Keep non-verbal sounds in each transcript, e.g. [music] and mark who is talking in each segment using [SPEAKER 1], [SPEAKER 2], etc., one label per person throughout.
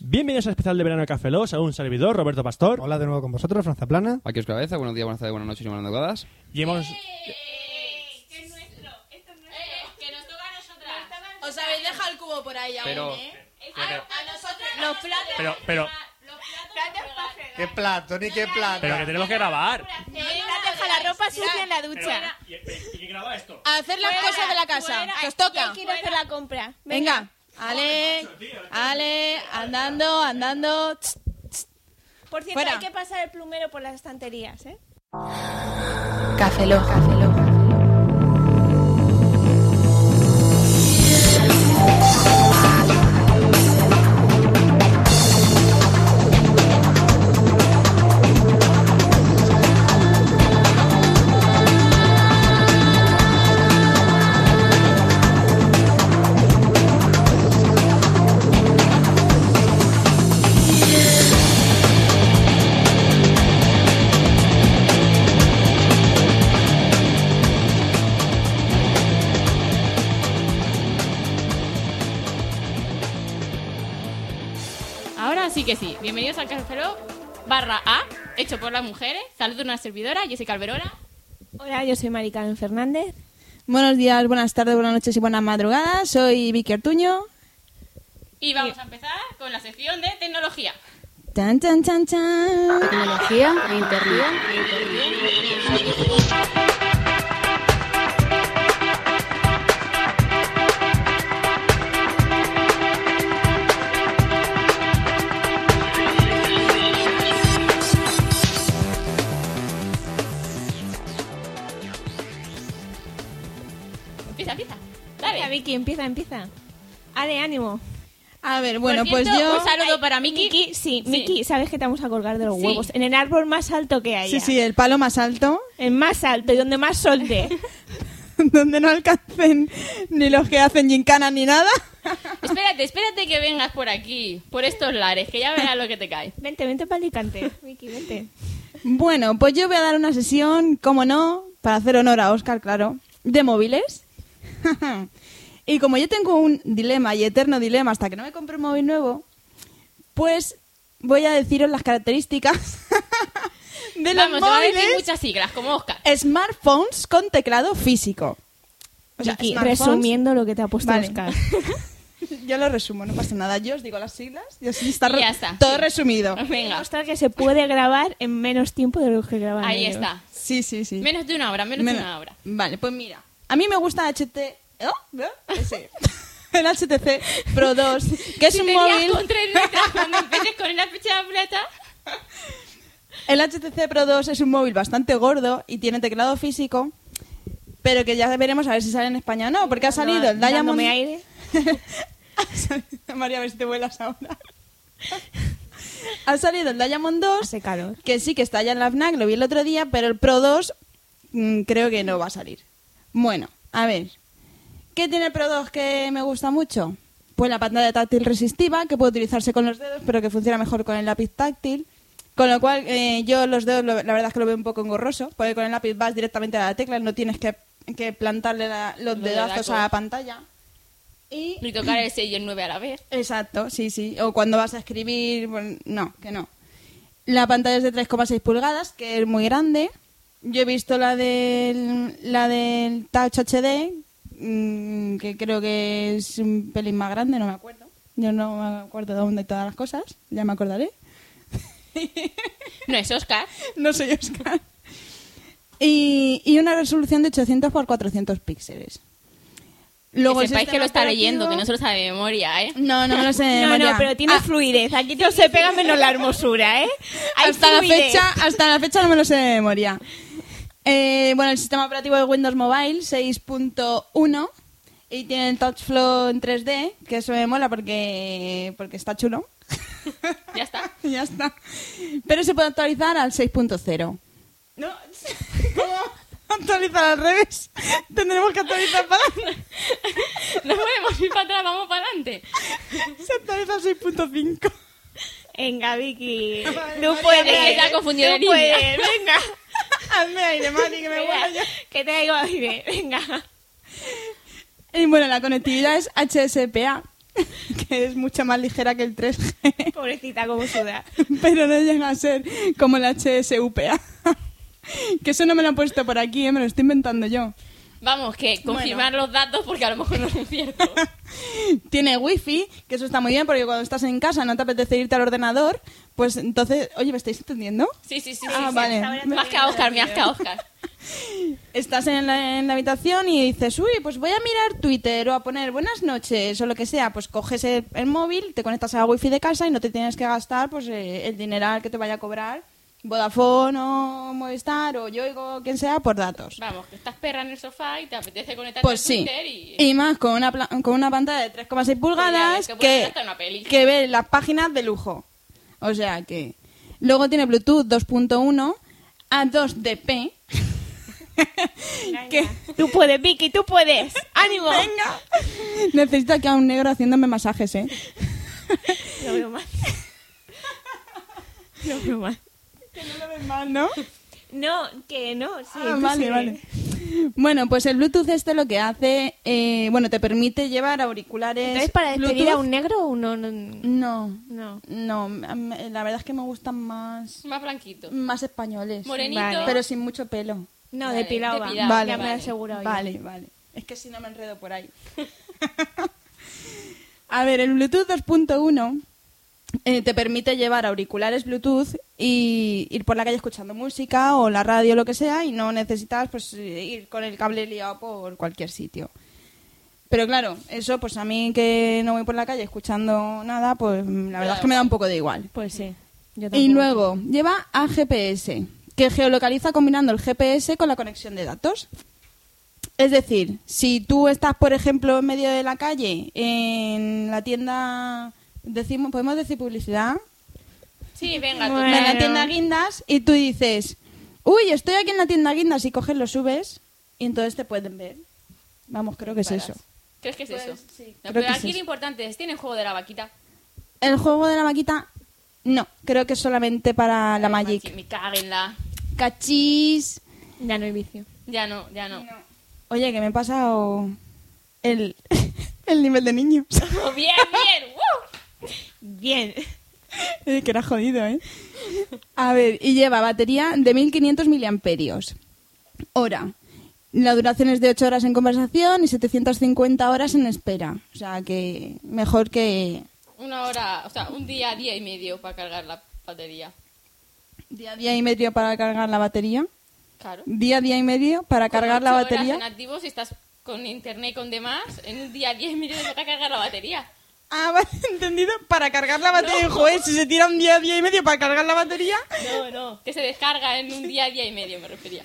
[SPEAKER 1] Bienvenidos al especial de verano de Café Lock, a un servidor, Roberto Pastor.
[SPEAKER 2] Hola de nuevo con vosotros, Franza Plana.
[SPEAKER 3] Aquí os cabeza, buenos días, buenas tardes, buenas noches y buenas madrugadas.
[SPEAKER 1] Y hemos...
[SPEAKER 4] Eh,
[SPEAKER 5] Que nos toca a nosotras. Os habéis dejado el cubo por ahí aún,
[SPEAKER 3] Pero-
[SPEAKER 5] ¿eh?
[SPEAKER 6] pero-
[SPEAKER 5] a, a nosotras los platos.
[SPEAKER 1] Pero- pero-
[SPEAKER 5] Los platos para fregar.
[SPEAKER 6] ¿Qué plato? Ni qué plato.
[SPEAKER 1] Pero que tenemos que grabar.
[SPEAKER 5] No, no, deja la ropa sucia en la ducha.
[SPEAKER 1] ¿Y quién graba esto?
[SPEAKER 5] A hacer las cosas de la casa. que os toca.
[SPEAKER 4] quiero hacer la compra.
[SPEAKER 5] Venga. Ale, Ale, andando, andando. Tss,
[SPEAKER 4] Por cierto,
[SPEAKER 5] Fuera.
[SPEAKER 4] hay que pasar el plumero por las estanterías, ¿eh?
[SPEAKER 7] Café Lock.
[SPEAKER 8] Ahora sí que sí. Bienvenidos al Café Lock barra A, hecho por las mujeres. Salud de una servidora, Jessica Alberola.
[SPEAKER 4] Hola, yo soy Mari Carmen Fernández.
[SPEAKER 5] Buenos días, buenas tardes, buenas noches y buenas madrugadas. Soy Vicky Ortuño.
[SPEAKER 8] Y vamos a empezar con la sección de tecnología.
[SPEAKER 5] Tan, tan, tan, tan.
[SPEAKER 7] Tecnología, internet.
[SPEAKER 8] Empieza, empieza.
[SPEAKER 4] Venga,
[SPEAKER 8] Dale.
[SPEAKER 4] Vicky, empieza, empieza. Ale, ánimo.
[SPEAKER 5] A ver, bueno,
[SPEAKER 8] Por cierto,
[SPEAKER 5] pues yo.
[SPEAKER 8] Un saludo para Miki.
[SPEAKER 4] Miki, sí,
[SPEAKER 8] Sí.
[SPEAKER 4] Miki, sabes que te vamos a colgar de los
[SPEAKER 8] Sí.
[SPEAKER 4] huevos. En el árbol más alto que haya.
[SPEAKER 5] Sí, sí, el palo más alto, [laughs]
[SPEAKER 4] El más alto y donde más sol dé. [laughs]
[SPEAKER 5] donde no alcancen ni los que hacen gincanas ni nada.
[SPEAKER 8] Espérate, espérate que vengas por aquí, por estos lares, que ya verás lo que te cae.
[SPEAKER 4] Vente, vente para Alicante. Miki, vente.
[SPEAKER 5] Bueno, pues yo voy a dar una sesión, como no, para hacer honor a Oscar, claro, de móviles. [laughs] y como yo tengo un dilema y eterno dilema hasta que no me compre un móvil nuevo, pues voy a deciros las características [laughs] [laughs] de los
[SPEAKER 8] Vamos, te van a decir
[SPEAKER 5] móviles
[SPEAKER 8] muchas siglas, como Oscar.
[SPEAKER 5] smartphones con teclado físico. O sea,
[SPEAKER 4] Miki,
[SPEAKER 5] smartphones-
[SPEAKER 4] resumiendo lo que te ha puesto
[SPEAKER 5] Vale.
[SPEAKER 4] Oscar.
[SPEAKER 5] [laughs] Yo lo resumo, no pasa nada. Yo os digo las siglas y así está,
[SPEAKER 8] Y
[SPEAKER 5] re-
[SPEAKER 8] ya está.
[SPEAKER 5] todo resumido.
[SPEAKER 8] [laughs] Venga,
[SPEAKER 4] Oscar que se puede grabar en menos tiempo de lo que graban
[SPEAKER 8] ahí
[SPEAKER 4] ellos.
[SPEAKER 8] está.
[SPEAKER 5] Sí, sí, sí.
[SPEAKER 8] Menos de una hora, menos,
[SPEAKER 5] Menos-
[SPEAKER 8] de una hora.
[SPEAKER 5] Vale, pues mira. A mí me gusta HT... ¿Oh? ¿No? Ese. [laughs] El HTC Pro 2, que es
[SPEAKER 8] Si
[SPEAKER 5] un
[SPEAKER 8] tenías
[SPEAKER 5] móvil...
[SPEAKER 8] con tres letras [laughs] cuando empieces con la fecha de plata.
[SPEAKER 5] El HTC Pro 2 es un móvil bastante gordo y tiene teclado físico, pero que ya veremos a ver si sale en España o no, porque ha salido el
[SPEAKER 4] dándome
[SPEAKER 5] Diamond...
[SPEAKER 4] aire.
[SPEAKER 5] Ha salido- [laughs] María, a ver si te vuelas ahora. ha salido el Diamond 2,
[SPEAKER 4] Hace calor.
[SPEAKER 5] que sí que está ya en la FNAC, lo vi el otro día, pero el Pro 2 mm, creo que no va a salir. Bueno, a ver. ¿Qué tiene el Pro 2 que me gusta mucho? Pues la pantalla táctil resistiva, que puede utilizarse con los dedos, pero que funciona mejor con el lápiz táctil. Con lo cual, eh, yo los dedos, lo- la verdad es que lo veo un poco engorroso, porque con el lápiz vas directamente a la tecla, no tienes que, que plantarle la- los
[SPEAKER 8] Los
[SPEAKER 5] dedazos
[SPEAKER 8] dedacos.
[SPEAKER 5] a la pantalla. Y
[SPEAKER 8] Ni tocar el 6 y el 9 a la vez.
[SPEAKER 5] Exacto, sí, sí. O cuando vas a escribir, bueno, no, que no. La pantalla es de 3,6 pulgadas, que es muy grande. Yo he visto la del, la del Touch HD, mm, que creo que es un pelín más grande, no me acuerdo. Yo no me acuerdo de dónde todas las cosas, ya me acordaré. [laughs]
[SPEAKER 8] No es Oscar.
[SPEAKER 5] No soy Oscar. Y, y una resolución de 800 por 400 píxeles.
[SPEAKER 8] que
[SPEAKER 5] el
[SPEAKER 8] sepáis que
[SPEAKER 5] sistema
[SPEAKER 8] lo está leyendo, que
[SPEAKER 5] operativo-
[SPEAKER 8] no se lo sabe de memoria, ¿eh?
[SPEAKER 5] No, no me lo sé.
[SPEAKER 4] [laughs]
[SPEAKER 5] de
[SPEAKER 4] No,
[SPEAKER 5] memoria.
[SPEAKER 4] no, pero tiene
[SPEAKER 5] Ah,
[SPEAKER 4] fluidez. Aquí no se pega menos la hermosura,
[SPEAKER 5] [laughs]
[SPEAKER 4] ¿eh? Hay
[SPEAKER 5] hasta la
[SPEAKER 4] fluidez.
[SPEAKER 5] fecha hasta la fecha no me lo sé de memoria Eh, bueno el sistema operativo de Windows Mobile 6.1 y tiene el Touch Flow en 3D que eso me mola porque porque está chulo [laughs]
[SPEAKER 8] Ya está.
[SPEAKER 5] ya está pero se puede actualizar al 6.0 no ¿Cómo? [laughs] actualizar al revés tendremos que actualizar para [laughs]
[SPEAKER 8] [laughs] No podemos ir para atrás, vamos para adelante.
[SPEAKER 5] se actualiza al 6.5
[SPEAKER 4] Venga, Vicky.
[SPEAKER 5] Vale,
[SPEAKER 4] Tú
[SPEAKER 5] María,
[SPEAKER 4] puedes.
[SPEAKER 8] Es que se ha confundido de
[SPEAKER 4] Tú
[SPEAKER 8] línea.
[SPEAKER 4] puedes. Venga.
[SPEAKER 5] [laughs] hazme aire Mari que me
[SPEAKER 4] Venga,
[SPEAKER 5] vuelo yo
[SPEAKER 4] Que te digo aire. Venga.
[SPEAKER 5] Y bueno, la conectividad es HSPA, [laughs] que es mucho más ligera que el 3G,
[SPEAKER 4] Pobrecita, como suda.
[SPEAKER 5] [laughs] pero no llega a ser como la HSUPA. [laughs] que eso no me lo han puesto por aquí, ¿eh? me lo estoy inventando yo.
[SPEAKER 8] Vamos, que confirmar los datos porque a lo mejor no es cierto.
[SPEAKER 5] Tiene wifi, que eso está muy bien porque cuando estás en casa no te apetece irte al ordenador, pues entonces, oye, ¿me estáis entendiendo?
[SPEAKER 8] Sí, sí, sí.
[SPEAKER 5] Ah,
[SPEAKER 8] sí, sí.
[SPEAKER 5] vale.
[SPEAKER 8] Más que a Oscar, más que a Oscar.
[SPEAKER 5] Estás en la, en la habitación y dices, uy, pues voy a mirar Twitter o a poner buenas noches o lo que sea. Pues coges el, el móvil, te conectas a la wifi de casa y no te tienes que gastar pues eh, el dineral que te vaya a cobrar Vodafone o Movistar o Yoigo, quien sea, por datos.
[SPEAKER 8] Vamos, que estás perra en el sofá y te apetece conectarte
[SPEAKER 5] Pues
[SPEAKER 8] a
[SPEAKER 5] sí.
[SPEAKER 8] Twitter y...
[SPEAKER 5] Y más con una, pla- con una pantalla de 3,6 pulgadas
[SPEAKER 8] Pues ya ves que puedes
[SPEAKER 5] que,
[SPEAKER 8] hasta una peli.
[SPEAKER 5] que ve las páginas de lujo. O sea que. Luego tiene Bluetooth 2.1 a 2DP. [laughs] que
[SPEAKER 4] Tú puedes, Vicky, tú
[SPEAKER 5] [laughs]
[SPEAKER 4] puedes. ¡Ánimo!
[SPEAKER 5] Venga. Necesito aquí a un negro haciéndome
[SPEAKER 4] [laughs]
[SPEAKER 5] masajes, ¿eh?
[SPEAKER 4] Lo veo mal. [laughs] Lo veo mal.
[SPEAKER 5] ¿no?
[SPEAKER 4] No, que no. Sí,
[SPEAKER 5] Ah,
[SPEAKER 4] tú
[SPEAKER 5] vale,
[SPEAKER 4] sigue.
[SPEAKER 5] vale. Bueno, pues el Bluetooth este lo que hace, eh, bueno, te permite llevar auriculares.
[SPEAKER 4] Entonces, para despedir
[SPEAKER 5] Bluetooth-
[SPEAKER 4] a un negro, uno no.
[SPEAKER 5] No,
[SPEAKER 4] no.
[SPEAKER 5] no, a mí- la verdad es que me gustan más,
[SPEAKER 8] Más blanquito.
[SPEAKER 5] más españoles.
[SPEAKER 8] Morenito.
[SPEAKER 4] Vale.
[SPEAKER 5] Pero sin mucho pelo.
[SPEAKER 4] No,
[SPEAKER 8] Vale,
[SPEAKER 4] depilado va.
[SPEAKER 8] depilado,
[SPEAKER 4] Ya me lo he
[SPEAKER 8] vale.
[SPEAKER 4] asegurado. yo.
[SPEAKER 5] Vale, vale. Es que si no me enredo por ahí. [laughs] A ver, el Bluetooth 2.1 eh, te permite llevar auriculares Bluetooth y ir por la calle escuchando música o la radio lo que sea y no necesitas pues ir con el cable liado por cualquier sitio. Pero claro, eso pues a mí que no voy por la calle escuchando nada, pues mm, la verdad es que me da un poco de igual.
[SPEAKER 4] Pues sí. yo
[SPEAKER 5] Y
[SPEAKER 4] tampoco.
[SPEAKER 5] luego lleva a GPS, que geolocaliza combinando el GPS con la conexión de datos. Es decir, si tú estás, por ejemplo, en medio de la calle, en la tienda, decimos, podemos decir publicidad,
[SPEAKER 8] Sí, venga, tú.
[SPEAKER 4] Bueno.
[SPEAKER 5] en la tienda Guindas, y tú dices, uy, estoy aquí en la tienda Guindas, y coges, lo subes, y entonces te pueden ver. Vamos, creo que es
[SPEAKER 8] Paras.
[SPEAKER 5] eso.
[SPEAKER 8] ¿Crees que es eso? No,
[SPEAKER 5] Pues Creo
[SPEAKER 8] pero
[SPEAKER 5] que es
[SPEAKER 8] aquí
[SPEAKER 5] eso.
[SPEAKER 8] lo importante es, ¿tienen juego de la vaquita?
[SPEAKER 5] El juego de la maquita, no, creo que es solamente para la
[SPEAKER 8] Machi-
[SPEAKER 5] Magic.
[SPEAKER 8] Me cáguenla.
[SPEAKER 5] Cachis.
[SPEAKER 4] Ya no hay vicio.
[SPEAKER 8] Ya no, ya no. [laughs]
[SPEAKER 5] Oye, que me he pasado el, [laughs] el nivel de niño. [laughs]
[SPEAKER 8] Oh, Bien, bien. ¡Woo!
[SPEAKER 4] Bien.
[SPEAKER 5] Eh, que era jodido, ¿eh? A ver, y lleva batería de 1500 miliamperios. Hora. La duración es de 8 horas en conversación y 750 horas en espera. O sea, que mejor que
[SPEAKER 8] Una hora, o sea, un día, día y medio para cargar la batería.
[SPEAKER 5] día, día y medio para cargar la batería.
[SPEAKER 8] Claro.
[SPEAKER 5] Día, día y medio para cargar la
[SPEAKER 8] Ocho horas
[SPEAKER 5] batería.
[SPEAKER 8] en activo si estás con internet y con demás, en un día 10 minutos toca cargar la batería.
[SPEAKER 5] Ah, [laughs] vale, entendido. Para cargar la batería. Joder, si se tira un día, día y medio para cargar la batería.
[SPEAKER 8] No, no. Que se descarga en un día, día y medio,
[SPEAKER 4] [laughs]
[SPEAKER 8] me refería.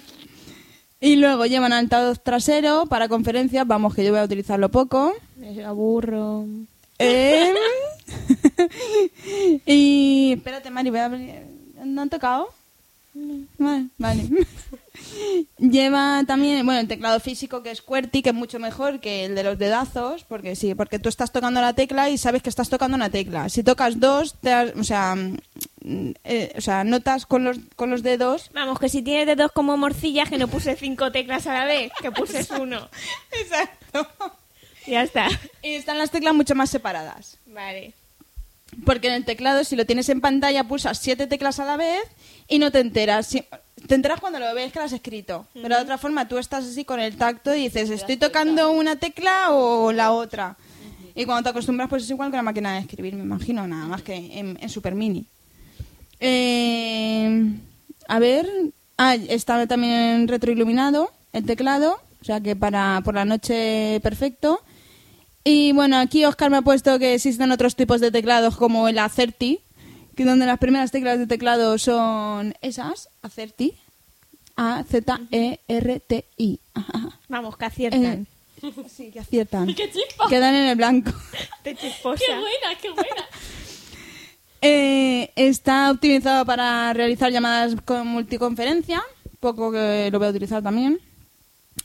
[SPEAKER 5] Y luego llevan altavoz trasero para conferencias, vamos que yo voy a utilizarlo poco.
[SPEAKER 4] Me aburro.
[SPEAKER 5] Em, y espérate, Mari, voy a abrir- ¿No han tocado? Vale, vale. [laughs] Lleva también, bueno, el teclado físico que es QWERTY, que es mucho mejor que el de los dedazos, porque sí, porque tú estás tocando la tecla y sabes que estás tocando una tecla. Si tocas dos, te has- o sea, mm, eh, o sea, notas con los con los dedos [laughs]
[SPEAKER 4] Vamos, que si tienes dedos como morcillas, que no puse cinco teclas a la vez, que [laughs] puse uno.
[SPEAKER 5] Exacto.
[SPEAKER 4] Ya está.
[SPEAKER 5] Y están las teclas mucho más separadas.
[SPEAKER 4] Vale.
[SPEAKER 5] Porque en el teclado, si lo tienes en pantalla, pulsas siete teclas a la vez y no te enteras. Si- te enteras cuando lo ves que lo has escrito. Pero de otra forma, tú estás así con el tacto y dices, ¿estoy tocando una tecla o la otra? Y cuando te acostumbras, pues es igual que la máquina de escribir, me imagino, nada más que en, en Super Mini. Eh, a ver, ah, está también retroiluminado el teclado, o sea que para por la noche perfecto. Y bueno, aquí Oscar me ha puesto que existen otros tipos de teclados como el Acerti, que donde las primeras teclas de teclado son esas, Acerti, A Z E R T I. [laughs] Ajá, ajá.
[SPEAKER 4] Vamos, que aciertan.
[SPEAKER 5] Eh, sí, que aciertan.
[SPEAKER 8] [laughs] ¡Qué chispa!
[SPEAKER 5] Quedan en el blanco.
[SPEAKER 8] [laughs]
[SPEAKER 4] Te chisposa.
[SPEAKER 8] ¡Qué buena, qué buena!
[SPEAKER 5] Eh, está optimizado para realizar llamadas con multiconferencia, poco que lo voy a utilizar también.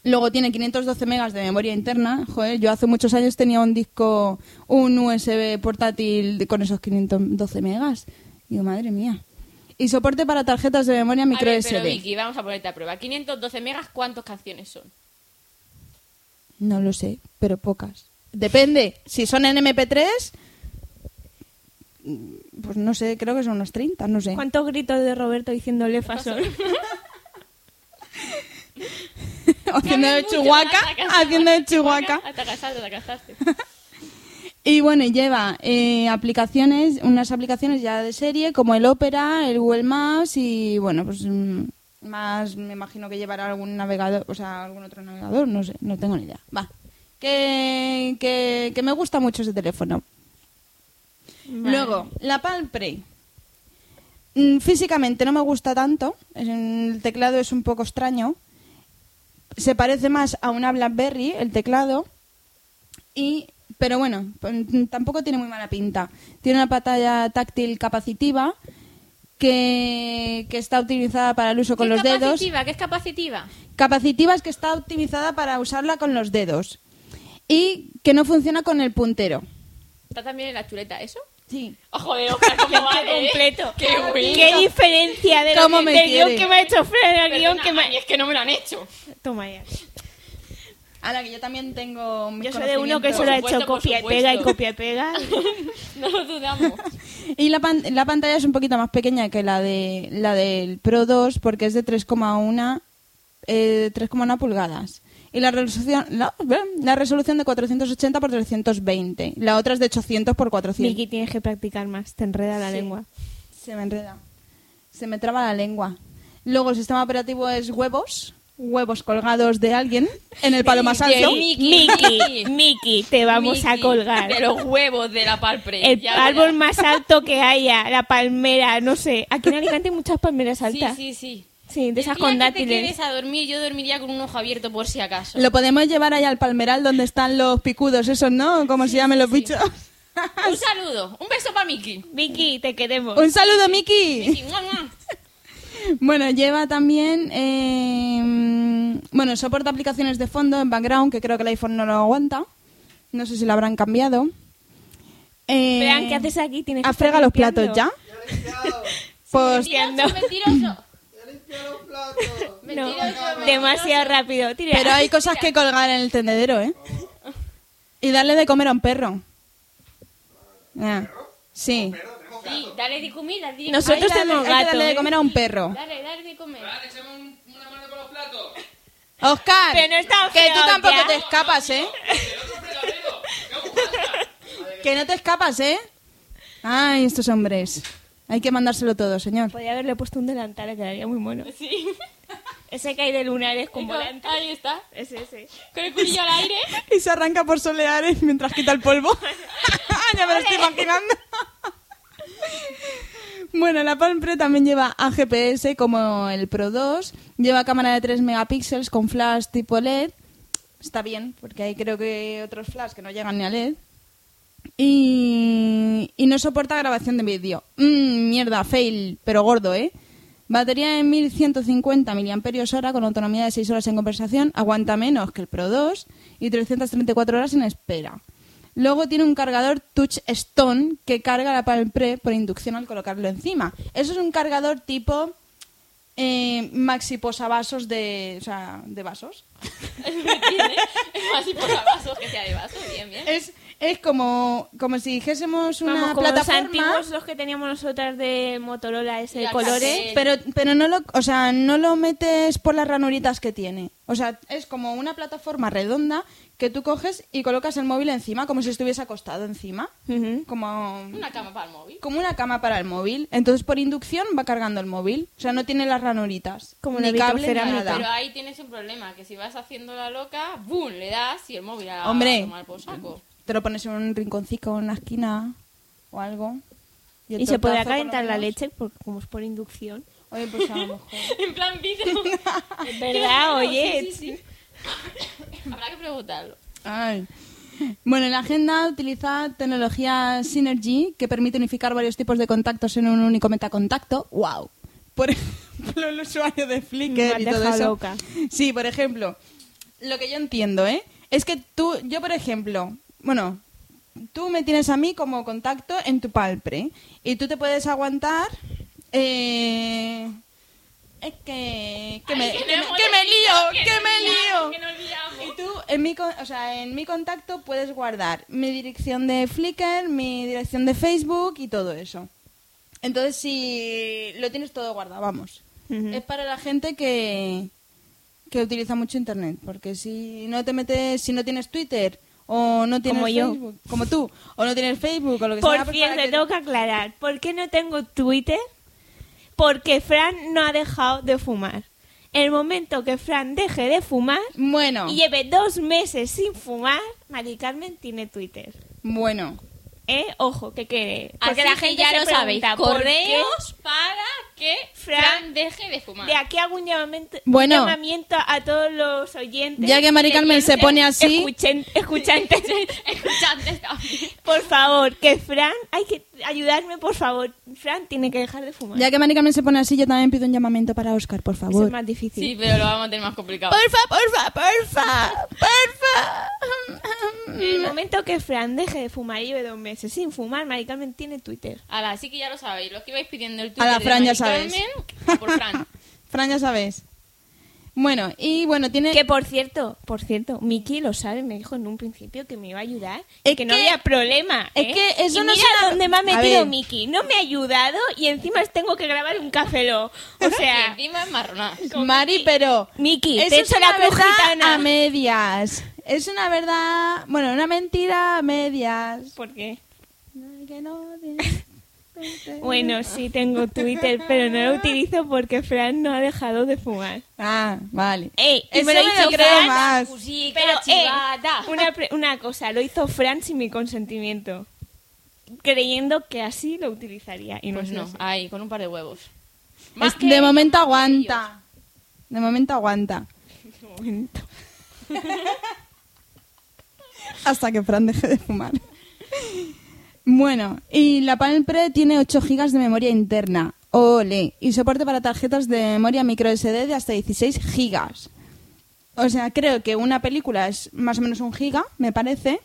[SPEAKER 5] Luego tiene 512 megas de memoria interna. Joder, yo hace muchos años tenía un disco, un USB portátil de- con esos 512 megas. Digo, madre mía. Y soporte para tarjetas de memoria
[SPEAKER 8] A
[SPEAKER 5] micro
[SPEAKER 8] ver,
[SPEAKER 5] SD.
[SPEAKER 8] pero Vicky, vamos a ponerte a prueba. 512 megas, ¿cuántas canciones son?
[SPEAKER 5] No lo sé, pero pocas. Depende. Si son en MP3, pues no sé, creo que son unos 30, no sé.
[SPEAKER 4] ¿Cuántos gritos de Roberto diciéndole fasol?
[SPEAKER 5] [laughs] haciendo de
[SPEAKER 8] Mucho,
[SPEAKER 5] Chihuahua,
[SPEAKER 8] ataca, ataca,
[SPEAKER 5] haciendo de Chihuahua.
[SPEAKER 8] Ataca, salta, ataca,
[SPEAKER 4] [laughs]
[SPEAKER 8] salta.
[SPEAKER 5] Y bueno, lleva eh, aplicaciones, unas aplicaciones ya de serie como el Opera, el Google Maps y bueno, pues mm, más me imagino que llevará algún navegador, o sea, algún otro navegador, no sé, no tengo ni idea. Va. Que, que, que me gusta mucho ese teléfono. Luego, la Palm Pre. Mm, Físicamente no me gusta tanto, es un- el teclado es un poco extraño. Se parece más a una BlackBerry, el teclado, y, pero bueno, p- tampoco tiene muy mala pinta. Tiene una pantalla táctil capacitiva que, que está utilizada para el uso con
[SPEAKER 4] ¿Qué
[SPEAKER 5] los dedos.
[SPEAKER 4] capacitiva? ¿Qué es capacitiva?
[SPEAKER 5] Capacitiva es que está optimizada para usarla con los dedos y que no funciona con el puntero.
[SPEAKER 8] Está también en la chuleta, ¿eso?
[SPEAKER 5] Sí.
[SPEAKER 8] Ojo de Oh, [laughs] Oscar, cómo va,
[SPEAKER 4] [laughs] Qué
[SPEAKER 8] eh?
[SPEAKER 4] completo.
[SPEAKER 8] [laughs] Qué bueno.
[SPEAKER 4] Qué diferencia de
[SPEAKER 5] ¿Cómo
[SPEAKER 4] lo que,
[SPEAKER 5] me
[SPEAKER 4] del
[SPEAKER 5] quiere?
[SPEAKER 4] guión que me ha hecho Fran al guión
[SPEAKER 8] Perdona,
[SPEAKER 4] que me
[SPEAKER 8] Ani, es que no me lo han hecho.
[SPEAKER 4] Toma ya.
[SPEAKER 5] A la que yo también tengo mis
[SPEAKER 4] Yo soy de uno que
[SPEAKER 5] conocimientos.
[SPEAKER 4] solo ha
[SPEAKER 8] supuesto,
[SPEAKER 4] hecho
[SPEAKER 8] por
[SPEAKER 4] copia y
[SPEAKER 8] supuesto.
[SPEAKER 4] pega y copia y pega.
[SPEAKER 8] [laughs] [laughs] No lo dudamos.
[SPEAKER 5] Y la, pan- la pantalla es un poquito más pequeña que la de la del Pro 2 porque es de 3,1 eh, 3,1 pulgadas. Y la resolución la, la resolución de 480 por 320. La otra es de 800 por 400.
[SPEAKER 4] Miki, tienes que practicar más. Te enreda la
[SPEAKER 5] Sí.
[SPEAKER 4] lengua.
[SPEAKER 5] Se me enreda. Se me traba la lengua. Luego el sistema operativo es huevos, huevos colgados de alguien en el palo más alto.
[SPEAKER 4] Miki, Miki, te vamos a
[SPEAKER 8] Miki,
[SPEAKER 4] colgar.
[SPEAKER 8] De los huevos de la palpre.
[SPEAKER 4] El árbol más alto que haya, la palmera, no sé. Aquí en Alicante hay muchas palmeras altas. Sí,
[SPEAKER 8] Sí, sí, sí.
[SPEAKER 4] de esas
[SPEAKER 8] El día
[SPEAKER 4] con
[SPEAKER 8] que te
[SPEAKER 4] dátiles.
[SPEAKER 8] quedes a dormir, yo dormiría con un ojo abierto por si acaso.
[SPEAKER 5] Lo podemos llevar allá al palmeral donde están los picudos, esos, ¿no? ¿Cómo se llaman los bichos?
[SPEAKER 8] Un saludo. Un beso para Miki.
[SPEAKER 4] Miki, te queremos.
[SPEAKER 5] Un saludo, Miki.
[SPEAKER 8] Miki, mua, mua.
[SPEAKER 5] Bueno, lleva también. eh, bueno, soporta aplicaciones de fondo en background, que creo que el iPhone no lo aguanta. No sé si lo habrán cambiado. Eh,
[SPEAKER 4] Fran, ¿qué haces aquí? Tienes que
[SPEAKER 5] ¿Has
[SPEAKER 4] estar
[SPEAKER 5] fregado los
[SPEAKER 4] limpiando.
[SPEAKER 5] platos ya? [laughs] Pues
[SPEAKER 8] Mentiroso, mentiroso.
[SPEAKER 4] No,
[SPEAKER 8] Mentiroso,
[SPEAKER 4] demasiado rápido. Tira.
[SPEAKER 5] Pero hay cosas que colgar en el tendedero, ¿eh? Y darle de comer a un perro. Ah, Sí.
[SPEAKER 8] Sí, dale de comer, dale de
[SPEAKER 4] Nosotros
[SPEAKER 5] Hay que darle-
[SPEAKER 4] tenemos
[SPEAKER 5] Hay que
[SPEAKER 4] gato,
[SPEAKER 5] darle de
[SPEAKER 4] ¿eh?
[SPEAKER 5] comer a un perro.
[SPEAKER 8] Dale, dale de comer.
[SPEAKER 5] Oscar,
[SPEAKER 4] Pero no es tan
[SPEAKER 5] que tú
[SPEAKER 4] feo,
[SPEAKER 5] tampoco
[SPEAKER 4] ya.
[SPEAKER 5] te escapas, ¿eh? que no te escapas, ¿eh? Ay, estos hombres. Hay que mandárselo todo, señor.
[SPEAKER 4] Podría haberle puesto un delantal, le quedaría muy mono.
[SPEAKER 8] Sí. ah.
[SPEAKER 4] Ese que hay de lunares con volante.
[SPEAKER 8] Ahí está.
[SPEAKER 4] Es ese.
[SPEAKER 8] Con el culillo al aire. [laughs]
[SPEAKER 5] Y se arranca por soleares mientras quita el polvo.
[SPEAKER 4] [laughs]
[SPEAKER 5] [laughs] ya me lo estoy imaginando. bueno, la Palm Pre también lleva a GPS como el Pro 2. Lleva cámara de 3 megapíxeles con flash tipo LED. Está bien, porque hay creo que otros flash que no llegan ni a LED. Y, y no soporta grabación de vídeo. Mm, mierda, fail, pero gordo, ¿eh? Batería en 1150 mAh con autonomía de 6 horas en conversación, aguanta menos que el Pro 2 y 334 horas en espera. Luego tiene un cargador Touch Stone que carga la Palm Pre por inducción al colocarlo encima. Eso es un cargador tipo eh, maxi posavasos de, o sea, de vasos.
[SPEAKER 8] Es más, y por vaso, [laughs] que sea de vaso. Bien, bien.
[SPEAKER 5] Es, es como, como si dijésemos una
[SPEAKER 4] ¿Eh? Vamos, como
[SPEAKER 5] plataforma...
[SPEAKER 4] los antiguos, los que teníamos nosotras de Motorola, ese
[SPEAKER 8] La
[SPEAKER 4] de
[SPEAKER 8] cassette.
[SPEAKER 4] colores.
[SPEAKER 5] Pero, pero no lo, o sea, no lo metes por las ranuritas que tiene. O sea, es como una plataforma redonda que tú coges y colocas el móvil encima, como si estuviese acostado encima.
[SPEAKER 4] Ujú.
[SPEAKER 5] Como,
[SPEAKER 8] Una cama para el móvil.
[SPEAKER 5] como una cama para el móvil. Entonces, por inducción, va cargando el móvil. O sea, no tiene las ranuritas.
[SPEAKER 4] Como
[SPEAKER 5] ni
[SPEAKER 4] una
[SPEAKER 5] cable, ni
[SPEAKER 4] vitrocerámica.
[SPEAKER 5] nada.
[SPEAKER 8] Pero ahí tienes un problema, que si vas haciendo la loca, ¡boom! Le das y el móvil a
[SPEAKER 5] Hombre.
[SPEAKER 8] tomar por saco. [laughs]
[SPEAKER 5] Te lo pones en un rinconcito, en una esquina o algo. el
[SPEAKER 4] Y se podrá
[SPEAKER 5] tortazo, por lo
[SPEAKER 4] calentar la
[SPEAKER 5] menos.
[SPEAKER 4] leche, porque como es por
[SPEAKER 8] [laughs]
[SPEAKER 4] inducción.
[SPEAKER 5] Oye, pues a lo mejor.
[SPEAKER 8] En plan
[SPEAKER 4] [laughs]
[SPEAKER 8] vídeo.
[SPEAKER 4] Es verdad,
[SPEAKER 8] [laughs]
[SPEAKER 4] oye.
[SPEAKER 8] Sí, sí, sí. Habrá que preguntarlo.
[SPEAKER 5] Ay. Bueno, la agenda utiliza tecnología Synergy que permite unificar varios tipos de contactos en un único metacontacto. ¡Wow! Por [laughs] ejemplo, el usuario de
[SPEAKER 4] Me
[SPEAKER 5] Flickr
[SPEAKER 4] has
[SPEAKER 5] y todo
[SPEAKER 4] dejado
[SPEAKER 5] eso.
[SPEAKER 4] loca.
[SPEAKER 5] Sí, por ejemplo, lo que yo entiendo, ¿eh? Es que tú, yo por ejemplo, bueno, tú me tienes a mí como contacto en tu palpre y tú te puedes aguantar eh, es que, que,
[SPEAKER 8] Ay,
[SPEAKER 5] me,
[SPEAKER 8] que
[SPEAKER 5] que,
[SPEAKER 8] no
[SPEAKER 5] me,
[SPEAKER 8] hemos
[SPEAKER 5] que me
[SPEAKER 8] leído,
[SPEAKER 5] lío, que,
[SPEAKER 8] no
[SPEAKER 5] me lío.
[SPEAKER 8] liamos, Que nos liamos.
[SPEAKER 5] Y tú, en mi, con- o sea, en mi contacto puedes guardar mi dirección de Flickr, mi dirección de Facebook y todo eso. Entonces, si lo tienes todo guardado, vamos.
[SPEAKER 4] Ujú.
[SPEAKER 5] Es para la gente que, que utiliza mucho Internet, porque si no te metes, si no tienes Twitter o no tienes
[SPEAKER 4] Como yo.
[SPEAKER 5] Facebook, como tú, o no tienes Facebook o lo que sea,
[SPEAKER 4] Por
[SPEAKER 5] pues
[SPEAKER 4] cierto,
[SPEAKER 5] para que-
[SPEAKER 4] tengo que aclarar. ¿Por qué no tengo Twitter? Porque Fran no ha dejado de fumar. El momento que Fran deje de fumar
[SPEAKER 5] Bueno,
[SPEAKER 4] y lleve dos meses sin fumar, Mari Carmen tiene Twitter.
[SPEAKER 5] bueno.
[SPEAKER 4] ¿Eh? Ojo, Ah, que quede.
[SPEAKER 8] Así
[SPEAKER 4] Porque la gente
[SPEAKER 8] ya
[SPEAKER 4] se
[SPEAKER 8] lo sabéis.
[SPEAKER 4] pregunta, ¿por qué
[SPEAKER 8] Correos para que Fran,
[SPEAKER 4] Fran
[SPEAKER 8] deje de fumar.
[SPEAKER 4] De aquí hago un llamamiento,
[SPEAKER 5] Bueno.
[SPEAKER 4] llamamiento a todos los oyentes.
[SPEAKER 5] Ya que Mari Carmen se
[SPEAKER 4] Oyentes,
[SPEAKER 5] pone así.
[SPEAKER 4] escuchen- [laughs] escuchantes,
[SPEAKER 8] Escuchantes también.
[SPEAKER 4] por favor, que Fran, hay que ayudarme, por favor. Fran tiene que dejar de fumar.
[SPEAKER 5] Ya que Mari Carmen se pone así, yo también pido un llamamiento para Oscar, por
[SPEAKER 4] Eso es
[SPEAKER 5] favor.
[SPEAKER 4] más difícil.
[SPEAKER 8] Sí, pero lo vamos a tener más complicado.
[SPEAKER 5] Porfa, porfa, porfa, porfa.
[SPEAKER 4] En el momento que Fran deje de fumar y lleve dos meses sin fumar, Mari Carmen tiene Twitter.
[SPEAKER 8] Ala, Ah, así que ya lo sabéis. Los que ibais pidiendo el
[SPEAKER 5] A
[SPEAKER 8] Twitter
[SPEAKER 5] la Fran,
[SPEAKER 8] de
[SPEAKER 5] ya
[SPEAKER 8] Mari
[SPEAKER 5] sabes.
[SPEAKER 8] Carmen, a por Fran.
[SPEAKER 5] [laughs] Fran, ya sabes. Bueno, y bueno, tiene...
[SPEAKER 4] Que por cierto, por cierto, Miki lo sabe, me dijo en un principio que me iba a ayudar,
[SPEAKER 5] Es
[SPEAKER 4] que, no
[SPEAKER 5] que-
[SPEAKER 4] había problema.
[SPEAKER 5] es
[SPEAKER 4] ¿eh?
[SPEAKER 5] que eso
[SPEAKER 4] Y
[SPEAKER 5] no
[SPEAKER 4] mira
[SPEAKER 5] se la-
[SPEAKER 4] dónde me ha
[SPEAKER 5] A
[SPEAKER 4] metido
[SPEAKER 5] ver.
[SPEAKER 4] Miki, no me ha ayudado y encima tengo que grabar un cafeló. O
[SPEAKER 8] Que
[SPEAKER 4] sea,
[SPEAKER 8] encima es marronada.
[SPEAKER 5] Mari, pero...
[SPEAKER 4] Miki,
[SPEAKER 5] eso
[SPEAKER 4] te
[SPEAKER 5] es
[SPEAKER 4] echo la
[SPEAKER 5] una
[SPEAKER 4] cruz
[SPEAKER 5] verdad
[SPEAKER 4] gitana.
[SPEAKER 5] a medias. Es una verdad... Bueno, una mentira a medias.
[SPEAKER 4] ¿Por qué?
[SPEAKER 5] Que no tiene-
[SPEAKER 4] Bueno, sí tengo Twitter, pero no lo utilizo porque Fran no ha dejado de fumar.
[SPEAKER 5] Ah, vale.
[SPEAKER 4] Ey, y
[SPEAKER 5] Eso
[SPEAKER 4] me lo
[SPEAKER 5] me
[SPEAKER 4] hizo
[SPEAKER 5] lo creo
[SPEAKER 4] Fran.
[SPEAKER 5] más.
[SPEAKER 4] Pero, eh,
[SPEAKER 8] chivada.
[SPEAKER 4] una, pre- una cosa, lo hizo Fran sin mi consentimiento, creyendo que así lo utilizaría. Y no
[SPEAKER 8] Pues
[SPEAKER 4] es
[SPEAKER 8] no,
[SPEAKER 4] así.
[SPEAKER 8] ahí, con un par de huevos.
[SPEAKER 5] Es- de momento aguanta. De momento aguanta. Hasta que Fran deje de fumar. Bueno, y la Palm Pre tiene 8 GB de memoria interna. Ole. Y soporte para tarjetas de memoria micro SD de hasta 16 GB. O sea, creo que una película es más o menos un giga, me parece.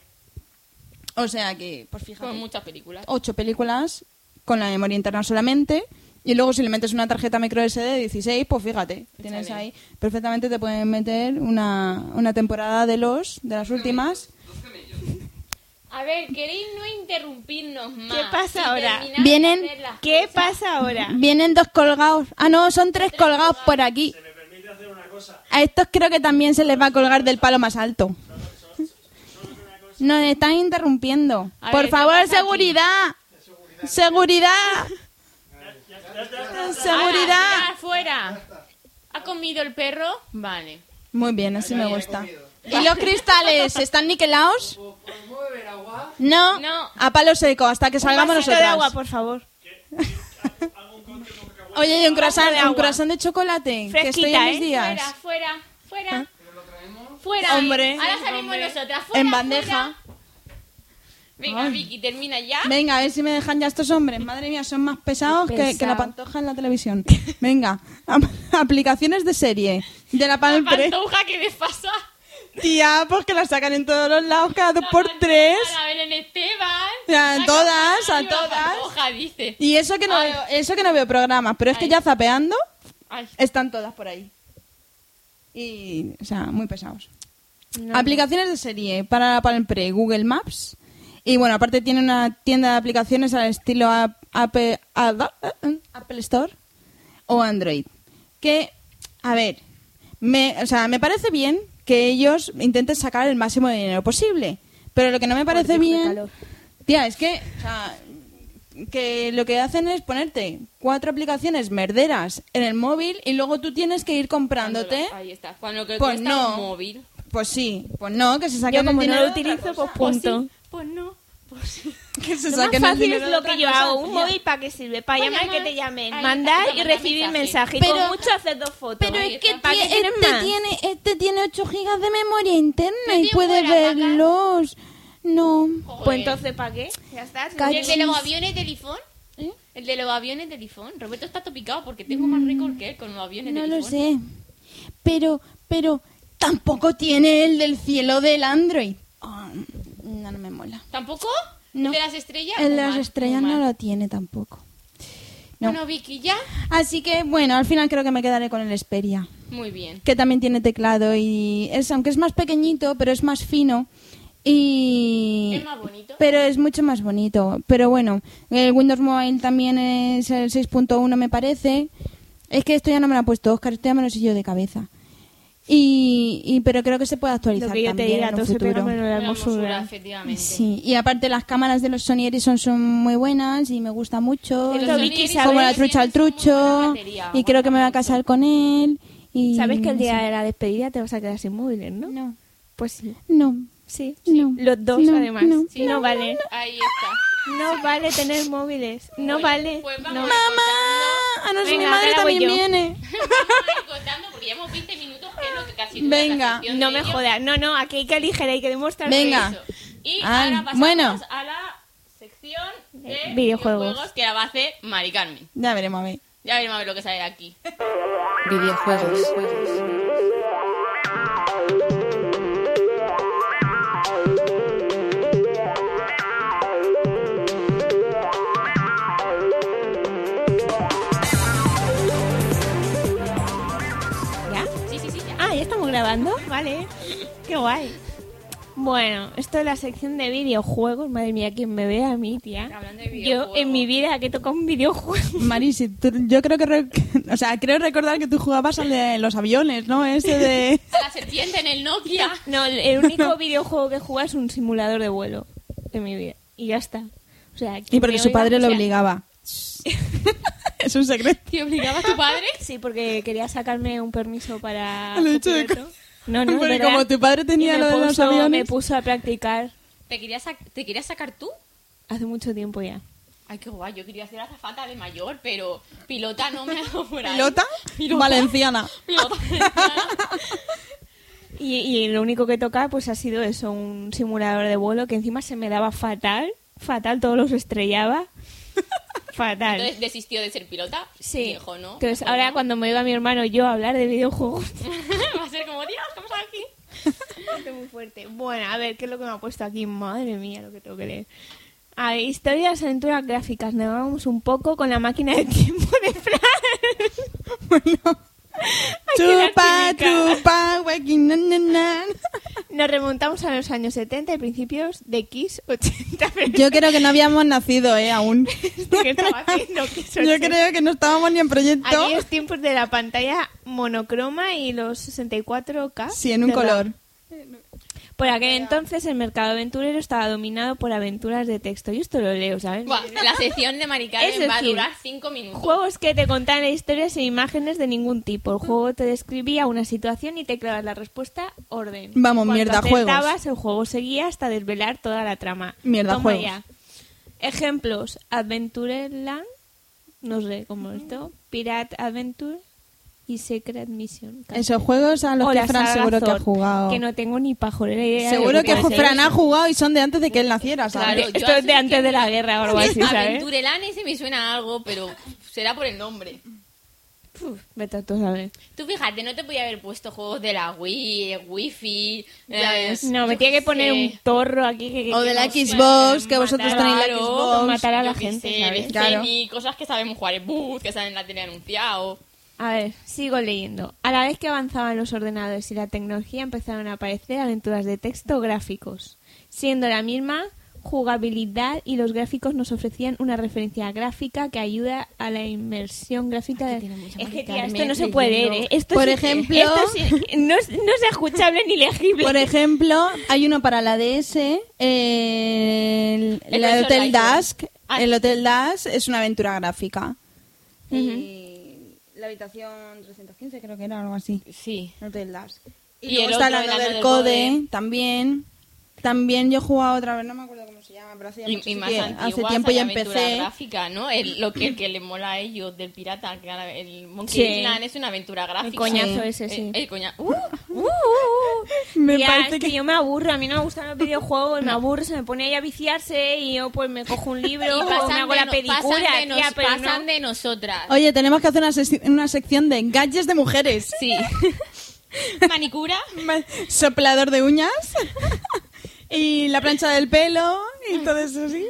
[SPEAKER 5] O sea que, pues fíjate.
[SPEAKER 8] Con muchas películas.
[SPEAKER 5] ocho películas con la memoria interna solamente. Y luego, si le metes una tarjeta micro SD de 16, pues fíjate, tienes
[SPEAKER 8] Échale.
[SPEAKER 5] ahí. Perfectamente te pueden meter una, una temporada de los, de las últimas.
[SPEAKER 8] A ver, queréis no interrumpirnos más.
[SPEAKER 4] ¿Qué pasa
[SPEAKER 8] Y
[SPEAKER 4] ahora?
[SPEAKER 8] terminar de
[SPEAKER 5] Vienen-
[SPEAKER 8] hacer las
[SPEAKER 4] ¿Qué pasa ahora?
[SPEAKER 5] Vienen dos colgados. Ah, no, son tres colgados por aquí.
[SPEAKER 1] Me permite hacer una cosa.
[SPEAKER 5] A estos creo que también se les va a colgar del palo más alto. Nos están interrumpiendo.
[SPEAKER 8] A
[SPEAKER 5] Por
[SPEAKER 8] ver, ¿qué
[SPEAKER 5] favor,
[SPEAKER 8] pasa aquí?
[SPEAKER 5] seguridad. Seguridad. Seguridad.
[SPEAKER 8] Ala, Ah, ¡Fuera! ¿Ha comido el perro? Vale.
[SPEAKER 5] Muy bien, así me gusta. ¿Y los cristales están niquelados? No,
[SPEAKER 8] No.
[SPEAKER 5] a palo seco, hasta que salgamos
[SPEAKER 4] Un vasito
[SPEAKER 5] nosotros.
[SPEAKER 4] de agua, por favor.
[SPEAKER 5] Oye, y un croissant,
[SPEAKER 4] de agua.
[SPEAKER 5] un croissant de chocolate, que estoy en
[SPEAKER 4] Fresquita,
[SPEAKER 5] mis
[SPEAKER 4] ¿eh?
[SPEAKER 5] días.
[SPEAKER 8] Fuera, fuera, fuera. Fuera.
[SPEAKER 5] Hombre.
[SPEAKER 8] Ahora salimos nosotras. Fuera,
[SPEAKER 5] En bandeja.
[SPEAKER 8] fuera. Venga, Vicky, termina ya.
[SPEAKER 5] Venga, a ver si me dejan ya estos hombres. Madre mía, son más pesados que, que la
[SPEAKER 4] pesado.
[SPEAKER 5] pantoja en la televisión. Venga, ap- [laughs] aplicaciones de serie. De la
[SPEAKER 8] La
[SPEAKER 5] palpre.
[SPEAKER 8] pantoja que desfasa.
[SPEAKER 5] Tía, pues que la sacan en todos los lados, cada dos por tres.
[SPEAKER 8] A la Belén Esteban.
[SPEAKER 5] Ya,
[SPEAKER 8] La
[SPEAKER 5] todas, a
[SPEAKER 8] Campanario, la
[SPEAKER 5] todas.
[SPEAKER 8] Pantoja, dice.
[SPEAKER 5] Y eso que no
[SPEAKER 8] Ay.
[SPEAKER 5] veo, eso que no veo programas, pero es que
[SPEAKER 8] Ay.
[SPEAKER 5] ya zapeando
[SPEAKER 8] Ay,
[SPEAKER 5] están todas por ahí. Y, o sea, muy pesados. aplicaciones de serie para Palm Pre, Google Maps. Y bueno, aparte tiene una tienda de aplicaciones al estilo App- Apple, Ad- Apple Store o Android. Que, a ver, me, o sea, me parece bien que ellos intenten sacar el máximo de dinero posible. Pero lo que no me parece
[SPEAKER 4] Dios, qué
[SPEAKER 5] bien.
[SPEAKER 4] calor.
[SPEAKER 5] Tía, es que, o sea, que lo que hacen es ponerte cuatro aplicaciones merderas en el móvil y luego tú tienes que ir comprándote.
[SPEAKER 8] Ahí está. Cuando que
[SPEAKER 5] Pues
[SPEAKER 8] cuesta
[SPEAKER 5] no.
[SPEAKER 8] un móvil.
[SPEAKER 5] Pues sí, pues no, que se saquen
[SPEAKER 4] Yo como
[SPEAKER 5] el
[SPEAKER 4] no
[SPEAKER 5] dinero
[SPEAKER 4] lo
[SPEAKER 5] de otra [laughs]
[SPEAKER 4] utilizo,
[SPEAKER 5] cosa.
[SPEAKER 4] pues punto.
[SPEAKER 8] Pues sí, pues no. Pues sí.
[SPEAKER 5] Que se
[SPEAKER 4] Lo más
[SPEAKER 5] saquen el
[SPEAKER 4] fácil
[SPEAKER 5] dinero
[SPEAKER 4] es
[SPEAKER 5] de
[SPEAKER 4] lo
[SPEAKER 5] otra
[SPEAKER 4] que yo
[SPEAKER 5] cosa,
[SPEAKER 4] hago. Un
[SPEAKER 5] tía.
[SPEAKER 4] móvil para que sirve. Para
[SPEAKER 8] Pa'
[SPEAKER 4] llamar,
[SPEAKER 8] llamar.
[SPEAKER 4] que te llamen.
[SPEAKER 8] Ahí,
[SPEAKER 4] mandar
[SPEAKER 8] para
[SPEAKER 4] y
[SPEAKER 8] mandar
[SPEAKER 4] recibir mensaje.
[SPEAKER 8] mensaje.
[SPEAKER 5] Pero-
[SPEAKER 4] Y con mucho hacer dos fotos.
[SPEAKER 5] Pero
[SPEAKER 8] Ahí
[SPEAKER 5] es que
[SPEAKER 8] está. ¿Para
[SPEAKER 5] tie-
[SPEAKER 4] qué quieren
[SPEAKER 5] este
[SPEAKER 4] más?
[SPEAKER 5] tiene, este tiene 8 gigas de memoria interna
[SPEAKER 8] tiene
[SPEAKER 5] y puede
[SPEAKER 8] buena caca.
[SPEAKER 5] verlos. No.
[SPEAKER 4] Pues entonces, ¿para qué? Ya está. si no
[SPEAKER 8] ¿Y el de
[SPEAKER 4] quiero-
[SPEAKER 8] los aviones del iPhone?
[SPEAKER 5] ¿Eh?
[SPEAKER 8] El de los aviones del iPhone. Roberto está topicado porque tengo más récord que él con los aviones
[SPEAKER 5] Mm, No
[SPEAKER 8] del
[SPEAKER 5] lo
[SPEAKER 8] iPhone.
[SPEAKER 5] sé. Pero, pero, tampoco tiene el del cielo del Android. Ah, no, no me mola.
[SPEAKER 8] ¿Tampoco?
[SPEAKER 5] No.
[SPEAKER 8] ¿El de las estrellas?
[SPEAKER 5] El
[SPEAKER 8] Muy
[SPEAKER 5] de las
[SPEAKER 8] mal,
[SPEAKER 5] estrellas
[SPEAKER 8] muy
[SPEAKER 5] no
[SPEAKER 8] mal.
[SPEAKER 5] lo tiene tampoco. No.
[SPEAKER 8] Bueno, Vicky, ya.
[SPEAKER 5] Así que, bueno, al final creo que me quedaré con el Xperia,
[SPEAKER 8] Muy bien.
[SPEAKER 5] que también tiene teclado y es, aunque es más pequeñito, pero es más fino y...
[SPEAKER 8] Es más bonito.
[SPEAKER 5] Pero es mucho más bonito. Pero bueno, el Windows Mobile también es el 6.1 me parece. Es que esto ya no me lo ha puesto Oscar, esto ya me lo sé yo de cabeza. Y, y- pero creo que se puede actualizar
[SPEAKER 4] Lo que yo te
[SPEAKER 5] también
[SPEAKER 4] diga,
[SPEAKER 5] en un
[SPEAKER 4] todo se pega
[SPEAKER 5] futuro.
[SPEAKER 4] menos la
[SPEAKER 8] La hermosura,
[SPEAKER 4] hermosura.
[SPEAKER 8] efectivamente.
[SPEAKER 5] Sí, y aparte las cámaras de los Sony Ericsson son muy buenas y me gusta mucho.
[SPEAKER 8] Pero
[SPEAKER 5] Y-
[SPEAKER 8] los Sony Ericsson
[SPEAKER 5] como la trucha al
[SPEAKER 8] tienen muy buena
[SPEAKER 5] trucho.
[SPEAKER 8] batería,
[SPEAKER 5] Y creo que me voy a casar con él. Y
[SPEAKER 4] ¿Sabes que el día de la despedida te vas a quedar sin móviles, no?
[SPEAKER 5] Mm. No,
[SPEAKER 4] Pues sí.
[SPEAKER 5] no.
[SPEAKER 4] Sí.
[SPEAKER 5] No.
[SPEAKER 4] Los dos,
[SPEAKER 5] No,
[SPEAKER 4] además.
[SPEAKER 5] no,
[SPEAKER 4] No,
[SPEAKER 8] Sí,
[SPEAKER 4] vale.
[SPEAKER 8] Ahí está.
[SPEAKER 4] No vale tener móviles. No
[SPEAKER 8] Bueno,
[SPEAKER 4] vale.
[SPEAKER 8] Pues vamos
[SPEAKER 4] no.
[SPEAKER 8] a ir
[SPEAKER 5] ¡Mamá! Ah, A nuestra
[SPEAKER 4] Venga,
[SPEAKER 5] madre
[SPEAKER 4] ahora voy
[SPEAKER 5] también
[SPEAKER 4] yo.
[SPEAKER 5] viene.
[SPEAKER 8] cortando. Vamos a ir cortando porque llevamos 20 minutos, que es lo que casi dura
[SPEAKER 5] Venga.
[SPEAKER 8] la sección
[SPEAKER 4] No
[SPEAKER 8] de
[SPEAKER 4] me
[SPEAKER 8] ellos.
[SPEAKER 4] jodas. No, no. Aquí hay que aligerar, hay que demostrar.
[SPEAKER 5] Venga.
[SPEAKER 8] Eso. Y
[SPEAKER 5] Ah,
[SPEAKER 8] ahora pasamos
[SPEAKER 5] bueno.
[SPEAKER 8] a la sección de
[SPEAKER 4] Eh, videojuegos.
[SPEAKER 8] videojuegos que la va a hacer Mari Carmen.
[SPEAKER 5] Ya veremos, a ver.
[SPEAKER 8] Ya veremos a ver lo que sale de aquí.
[SPEAKER 7] videojuegos,
[SPEAKER 4] ¿Ya?
[SPEAKER 8] Sí, sí, sí, ya.
[SPEAKER 4] Ah, ya estamos grabando. Vale. Qué guay. Bueno, esto es la sección de videojuegos. Madre mía, quien me vea a mí, tía.
[SPEAKER 8] Hablando de
[SPEAKER 4] Yo
[SPEAKER 8] videojuegos.
[SPEAKER 4] en mi vida que toco un videojuego.
[SPEAKER 5] Mari, si tú- yo creo que. re- o sea, creo recordar que tú jugabas al de los aviones, ¿no?
[SPEAKER 4] [laughs]
[SPEAKER 5] Ese de.
[SPEAKER 8] La serpiente en el Nokia. [laughs]
[SPEAKER 4] No, el- el
[SPEAKER 5] [laughs]
[SPEAKER 4] único videojuego que jugué es un simulador de vuelo en mi vida. Y ya está. O sea,
[SPEAKER 5] Y
[SPEAKER 4] quien
[SPEAKER 5] porque
[SPEAKER 4] me
[SPEAKER 5] su
[SPEAKER 4] oiga,
[SPEAKER 5] padre
[SPEAKER 4] o
[SPEAKER 5] lo
[SPEAKER 4] sea, [laughs]
[SPEAKER 5] obligaba. es un secreto.
[SPEAKER 8] ¿Te obligaba tu padre?
[SPEAKER 4] Sí, porque quería sacarme un permiso para.
[SPEAKER 5] Lo he dicho de
[SPEAKER 4] copiloto.
[SPEAKER 5] co-
[SPEAKER 4] No, no, es
[SPEAKER 5] Porque
[SPEAKER 4] verdad.
[SPEAKER 5] como tu padre tenía
[SPEAKER 4] Y me
[SPEAKER 5] lo de los
[SPEAKER 4] puso-
[SPEAKER 5] aviones.
[SPEAKER 4] Me puso a practicar
[SPEAKER 8] ¿Te querías, sac- ¿Te querías sacar tú?
[SPEAKER 4] hace mucho tiempo ya.
[SPEAKER 8] Ay, qué guay, yo quería ser azafata de mayor, pero pilota no me ha dado por ahí.
[SPEAKER 5] ¿Pilota?
[SPEAKER 4] [laughs]
[SPEAKER 5] Valenciana.
[SPEAKER 8] Pilota.
[SPEAKER 4] Y, y lo único que toca pues ha sido eso, un simulador de vuelo que encima se me daba fatal, fatal, todos los
[SPEAKER 5] [laughs]
[SPEAKER 4] estrellaba. fatal.
[SPEAKER 8] Entonces desistió de ser pilota.
[SPEAKER 4] sí.
[SPEAKER 8] Y Dijo, no.
[SPEAKER 4] Entonces
[SPEAKER 8] mejor
[SPEAKER 4] ahora
[SPEAKER 8] no.
[SPEAKER 4] cuando me oiga mi hermano yo a hablar de
[SPEAKER 5] [laughs]
[SPEAKER 4] videojuegos.
[SPEAKER 8] [laughs]
[SPEAKER 4] [laughs]
[SPEAKER 8] Va a ser como, Dios, ¿cómo estás aquí?
[SPEAKER 4] Estoy muy fuerte. Bueno, a ver, ¿qué es lo que me ha puesto aquí? Madre mía, lo que tengo que leer. A ver, historias, aventuras gráficas. Nos vamos un poco con la máquina del tiempo de
[SPEAKER 5] [laughs]
[SPEAKER 4] Fran. Bueno.
[SPEAKER 5] Chupa, chupa, huequi, na, na, na.
[SPEAKER 4] Nos remontamos a los años 70 y principios de Kiss 80. Pero
[SPEAKER 5] Yo creo que no habíamos nacido,
[SPEAKER 4] [laughs]
[SPEAKER 5] ¿eh? Aún.
[SPEAKER 4] esto que estaba haciendo, que eso
[SPEAKER 5] [laughs] Yo
[SPEAKER 4] es-
[SPEAKER 5] creo que no estábamos ni en proyecto.
[SPEAKER 4] Aquellos tiempos de la pantalla monocroma y los 64K.
[SPEAKER 5] Sí, en un
[SPEAKER 4] de RAM.
[SPEAKER 5] color.
[SPEAKER 4] Por aquel entonces el mercado aventurero estaba dominado por aventuras de texto. Yo esto lo leo, ¿sabes?
[SPEAKER 8] Buah, la sección de Mari Carmen
[SPEAKER 4] Es decir,
[SPEAKER 8] va a durar cinco minutos.
[SPEAKER 4] Juegos que te contaban historias sin imágenes de ningún tipo. El juego te describía una situación y te clavas la respuesta orden.
[SPEAKER 5] Vamos,
[SPEAKER 4] Cuando
[SPEAKER 5] mierda, juegos.
[SPEAKER 4] acertabas, el juego seguía hasta desvelar toda la trama.
[SPEAKER 5] Mierda,
[SPEAKER 4] Toma
[SPEAKER 5] juegos.
[SPEAKER 4] ya. Ejemplos: Adventureland, no sé cómo esto, Pirate Adventure y Secret Mission.
[SPEAKER 5] Esos juegos a los
[SPEAKER 4] O
[SPEAKER 5] que
[SPEAKER 4] la
[SPEAKER 5] Fran
[SPEAKER 4] saga
[SPEAKER 5] seguro que ha
[SPEAKER 4] Zorb,
[SPEAKER 5] jugado.
[SPEAKER 4] Que no tengo ni pajolera idea. de
[SPEAKER 5] Seguro
[SPEAKER 4] lo
[SPEAKER 5] que
[SPEAKER 4] puede ser.
[SPEAKER 5] Fran ha jugado y son de antes de que él naciera, ¿sabes?
[SPEAKER 8] Claro, yo
[SPEAKER 4] Esto es
[SPEAKER 8] así
[SPEAKER 4] de antes
[SPEAKER 8] que-
[SPEAKER 4] de la guerra o algo [laughs] así, ¿sabes?
[SPEAKER 8] Aventurelane se me suena a algo, pero será por el nombre.
[SPEAKER 4] Puf, vete a tú saber.
[SPEAKER 8] Tú fíjate, no te podía haber puesto juegos de la Wii, Wi-Fi.
[SPEAKER 5] Ya
[SPEAKER 8] eh,
[SPEAKER 5] ves.
[SPEAKER 4] No, me
[SPEAKER 8] yo
[SPEAKER 4] tiene
[SPEAKER 8] qué
[SPEAKER 4] que poner
[SPEAKER 8] sé.
[SPEAKER 4] un torro aquí que, que-
[SPEAKER 5] O de la
[SPEAKER 4] que nos-
[SPEAKER 5] Xbox, que vosotros
[SPEAKER 8] Claro,
[SPEAKER 5] tenéis la
[SPEAKER 8] pues
[SPEAKER 4] por
[SPEAKER 5] Xbox.
[SPEAKER 4] matar a la
[SPEAKER 8] yo qué
[SPEAKER 4] gente,
[SPEAKER 8] sé,
[SPEAKER 4] ¿sabes?
[SPEAKER 8] Destiny,
[SPEAKER 5] Claro.
[SPEAKER 8] cosas que sabemos jugar en Booth, que salen en la tele anunciado.
[SPEAKER 4] A ver, sigo leyendo. A la vez que avanzaban los ordenadores y la tecnología, empezaron a aparecer aventuras de texto gráficos, siendo la misma jugabilidad y los gráficos nos ofrecían una referencia gráfica que ayuda a la inmersión gráfica de... Es que, tía, esto no se puede leer, ¿eh? Esto
[SPEAKER 5] Por
[SPEAKER 4] es-
[SPEAKER 5] ejemplo-
[SPEAKER 4] esto es- no, es, no es escuchable ni legible.
[SPEAKER 5] Por e- ejemplo, hay uno para la DS, el,
[SPEAKER 8] El
[SPEAKER 5] la
[SPEAKER 8] Resort
[SPEAKER 5] Hotel
[SPEAKER 8] Icon.
[SPEAKER 5] Dusk.
[SPEAKER 8] Ah.
[SPEAKER 5] El Hotel Dusk es una aventura gráfica. Y la habitación 315 creo que era algo así.
[SPEAKER 8] Sí.
[SPEAKER 5] Hotel Dusk. Y,
[SPEAKER 8] Y
[SPEAKER 5] luego
[SPEAKER 8] el
[SPEAKER 5] está
[SPEAKER 8] otro,
[SPEAKER 5] la
[SPEAKER 8] el
[SPEAKER 5] Another
[SPEAKER 8] Another
[SPEAKER 5] Code,
[SPEAKER 8] Code.
[SPEAKER 5] también. También yo he jugado otra vez, no me acuerdo cómo se llama, pero hace, ya
[SPEAKER 8] Y,
[SPEAKER 5] mucho
[SPEAKER 8] y
[SPEAKER 5] sí
[SPEAKER 8] más
[SPEAKER 5] que-
[SPEAKER 8] antiguas,
[SPEAKER 5] hace tiempo ya
[SPEAKER 8] hay aventura
[SPEAKER 5] empecé.
[SPEAKER 8] gráfica, ¿no? El, lo que, el que le mola a ellos del pirata, que ahora el Monkey
[SPEAKER 4] Sí.
[SPEAKER 8] Island es una aventura gráfica.
[SPEAKER 4] coñazo ese, sí.
[SPEAKER 8] El, el coñazo. ¡Uh!
[SPEAKER 4] Uh, uh, uh.
[SPEAKER 5] Me
[SPEAKER 4] Ya,
[SPEAKER 5] parece
[SPEAKER 4] es que,
[SPEAKER 5] que-
[SPEAKER 4] yo me aburro, a mí no me gustan los videojuegos, me aburro, se me pone ahí a viciarse y yo pues me cojo un libro
[SPEAKER 8] Y
[SPEAKER 4] o me
[SPEAKER 8] pasan,
[SPEAKER 4] hago
[SPEAKER 8] de,
[SPEAKER 4] la
[SPEAKER 8] no-
[SPEAKER 4] pedicura,
[SPEAKER 8] pasan, de, nos-
[SPEAKER 4] tía, pero
[SPEAKER 8] pasan
[SPEAKER 4] no.
[SPEAKER 8] de nosotras.
[SPEAKER 5] Oye, tenemos que hacer una, sec- una sección de gadgets de mujeres. [laughs]
[SPEAKER 8] Sí. Manicura.
[SPEAKER 5] Ma- Soplador [laughs] de uñas y la plancha del pelo y todo eso así.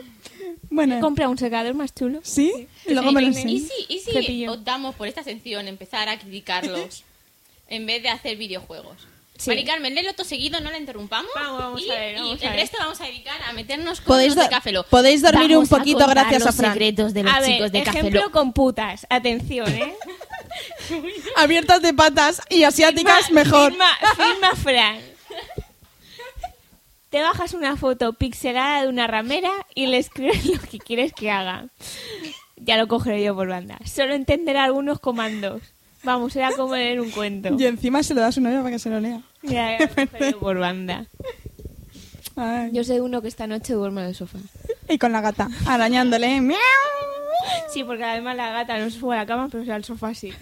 [SPEAKER 5] Bueno,
[SPEAKER 4] [laughs] Compra un secador más chulo.
[SPEAKER 5] ¿sí? Luego me lo
[SPEAKER 4] sí, sí,
[SPEAKER 8] ¿Y
[SPEAKER 5] enseñas.
[SPEAKER 8] si, y si
[SPEAKER 4] Cepillo.
[SPEAKER 8] optamos por esta sección, empezar a
[SPEAKER 5] [laughs]
[SPEAKER 8] criticarlos en vez de hacer videojuegos?
[SPEAKER 4] Sí.
[SPEAKER 8] Mari Carmen, léelo todo seguido, no la interrumpamos.
[SPEAKER 4] Vamos, vamos
[SPEAKER 8] y,
[SPEAKER 4] a ver, vamos
[SPEAKER 8] y
[SPEAKER 4] a
[SPEAKER 8] el
[SPEAKER 4] ver.
[SPEAKER 8] resto vamos a dedicar a meternos con
[SPEAKER 5] Podéis,
[SPEAKER 8] los de
[SPEAKER 5] do-
[SPEAKER 8] Café Lock.
[SPEAKER 5] podéis dormir un
[SPEAKER 2] Vamos a
[SPEAKER 5] poquito
[SPEAKER 2] contar
[SPEAKER 5] gracias a
[SPEAKER 2] los
[SPEAKER 5] Fran.
[SPEAKER 2] secretos de los
[SPEAKER 4] A ver,
[SPEAKER 2] chicos de Café
[SPEAKER 4] ejemplo
[SPEAKER 2] Lock.
[SPEAKER 4] con putas. Atención,
[SPEAKER 2] [laughs]
[SPEAKER 4] ¿eh?
[SPEAKER 5] Abiertas de patas y asiáticas
[SPEAKER 4] Firma-
[SPEAKER 5] mejor.
[SPEAKER 4] Firma, firma Fran. Te bajas una foto pixelada de una ramera y le escribes lo que quieres que haga. Ya lo cogeré yo por banda. Solo entenderá algunos comandos. Vamos, era como leer un cuento.
[SPEAKER 5] Y encima se lo da a su novia para que se lo lea.
[SPEAKER 4] Ya lo cogeré yo por banda.
[SPEAKER 5] Ay.
[SPEAKER 4] Yo soy uno que esta noche duerme en el sofá.
[SPEAKER 5] Y con la gata, arañándole. ¡Miau!
[SPEAKER 4] Sí, porque además la gata no se fue a la cama, pero se va al sofá sí.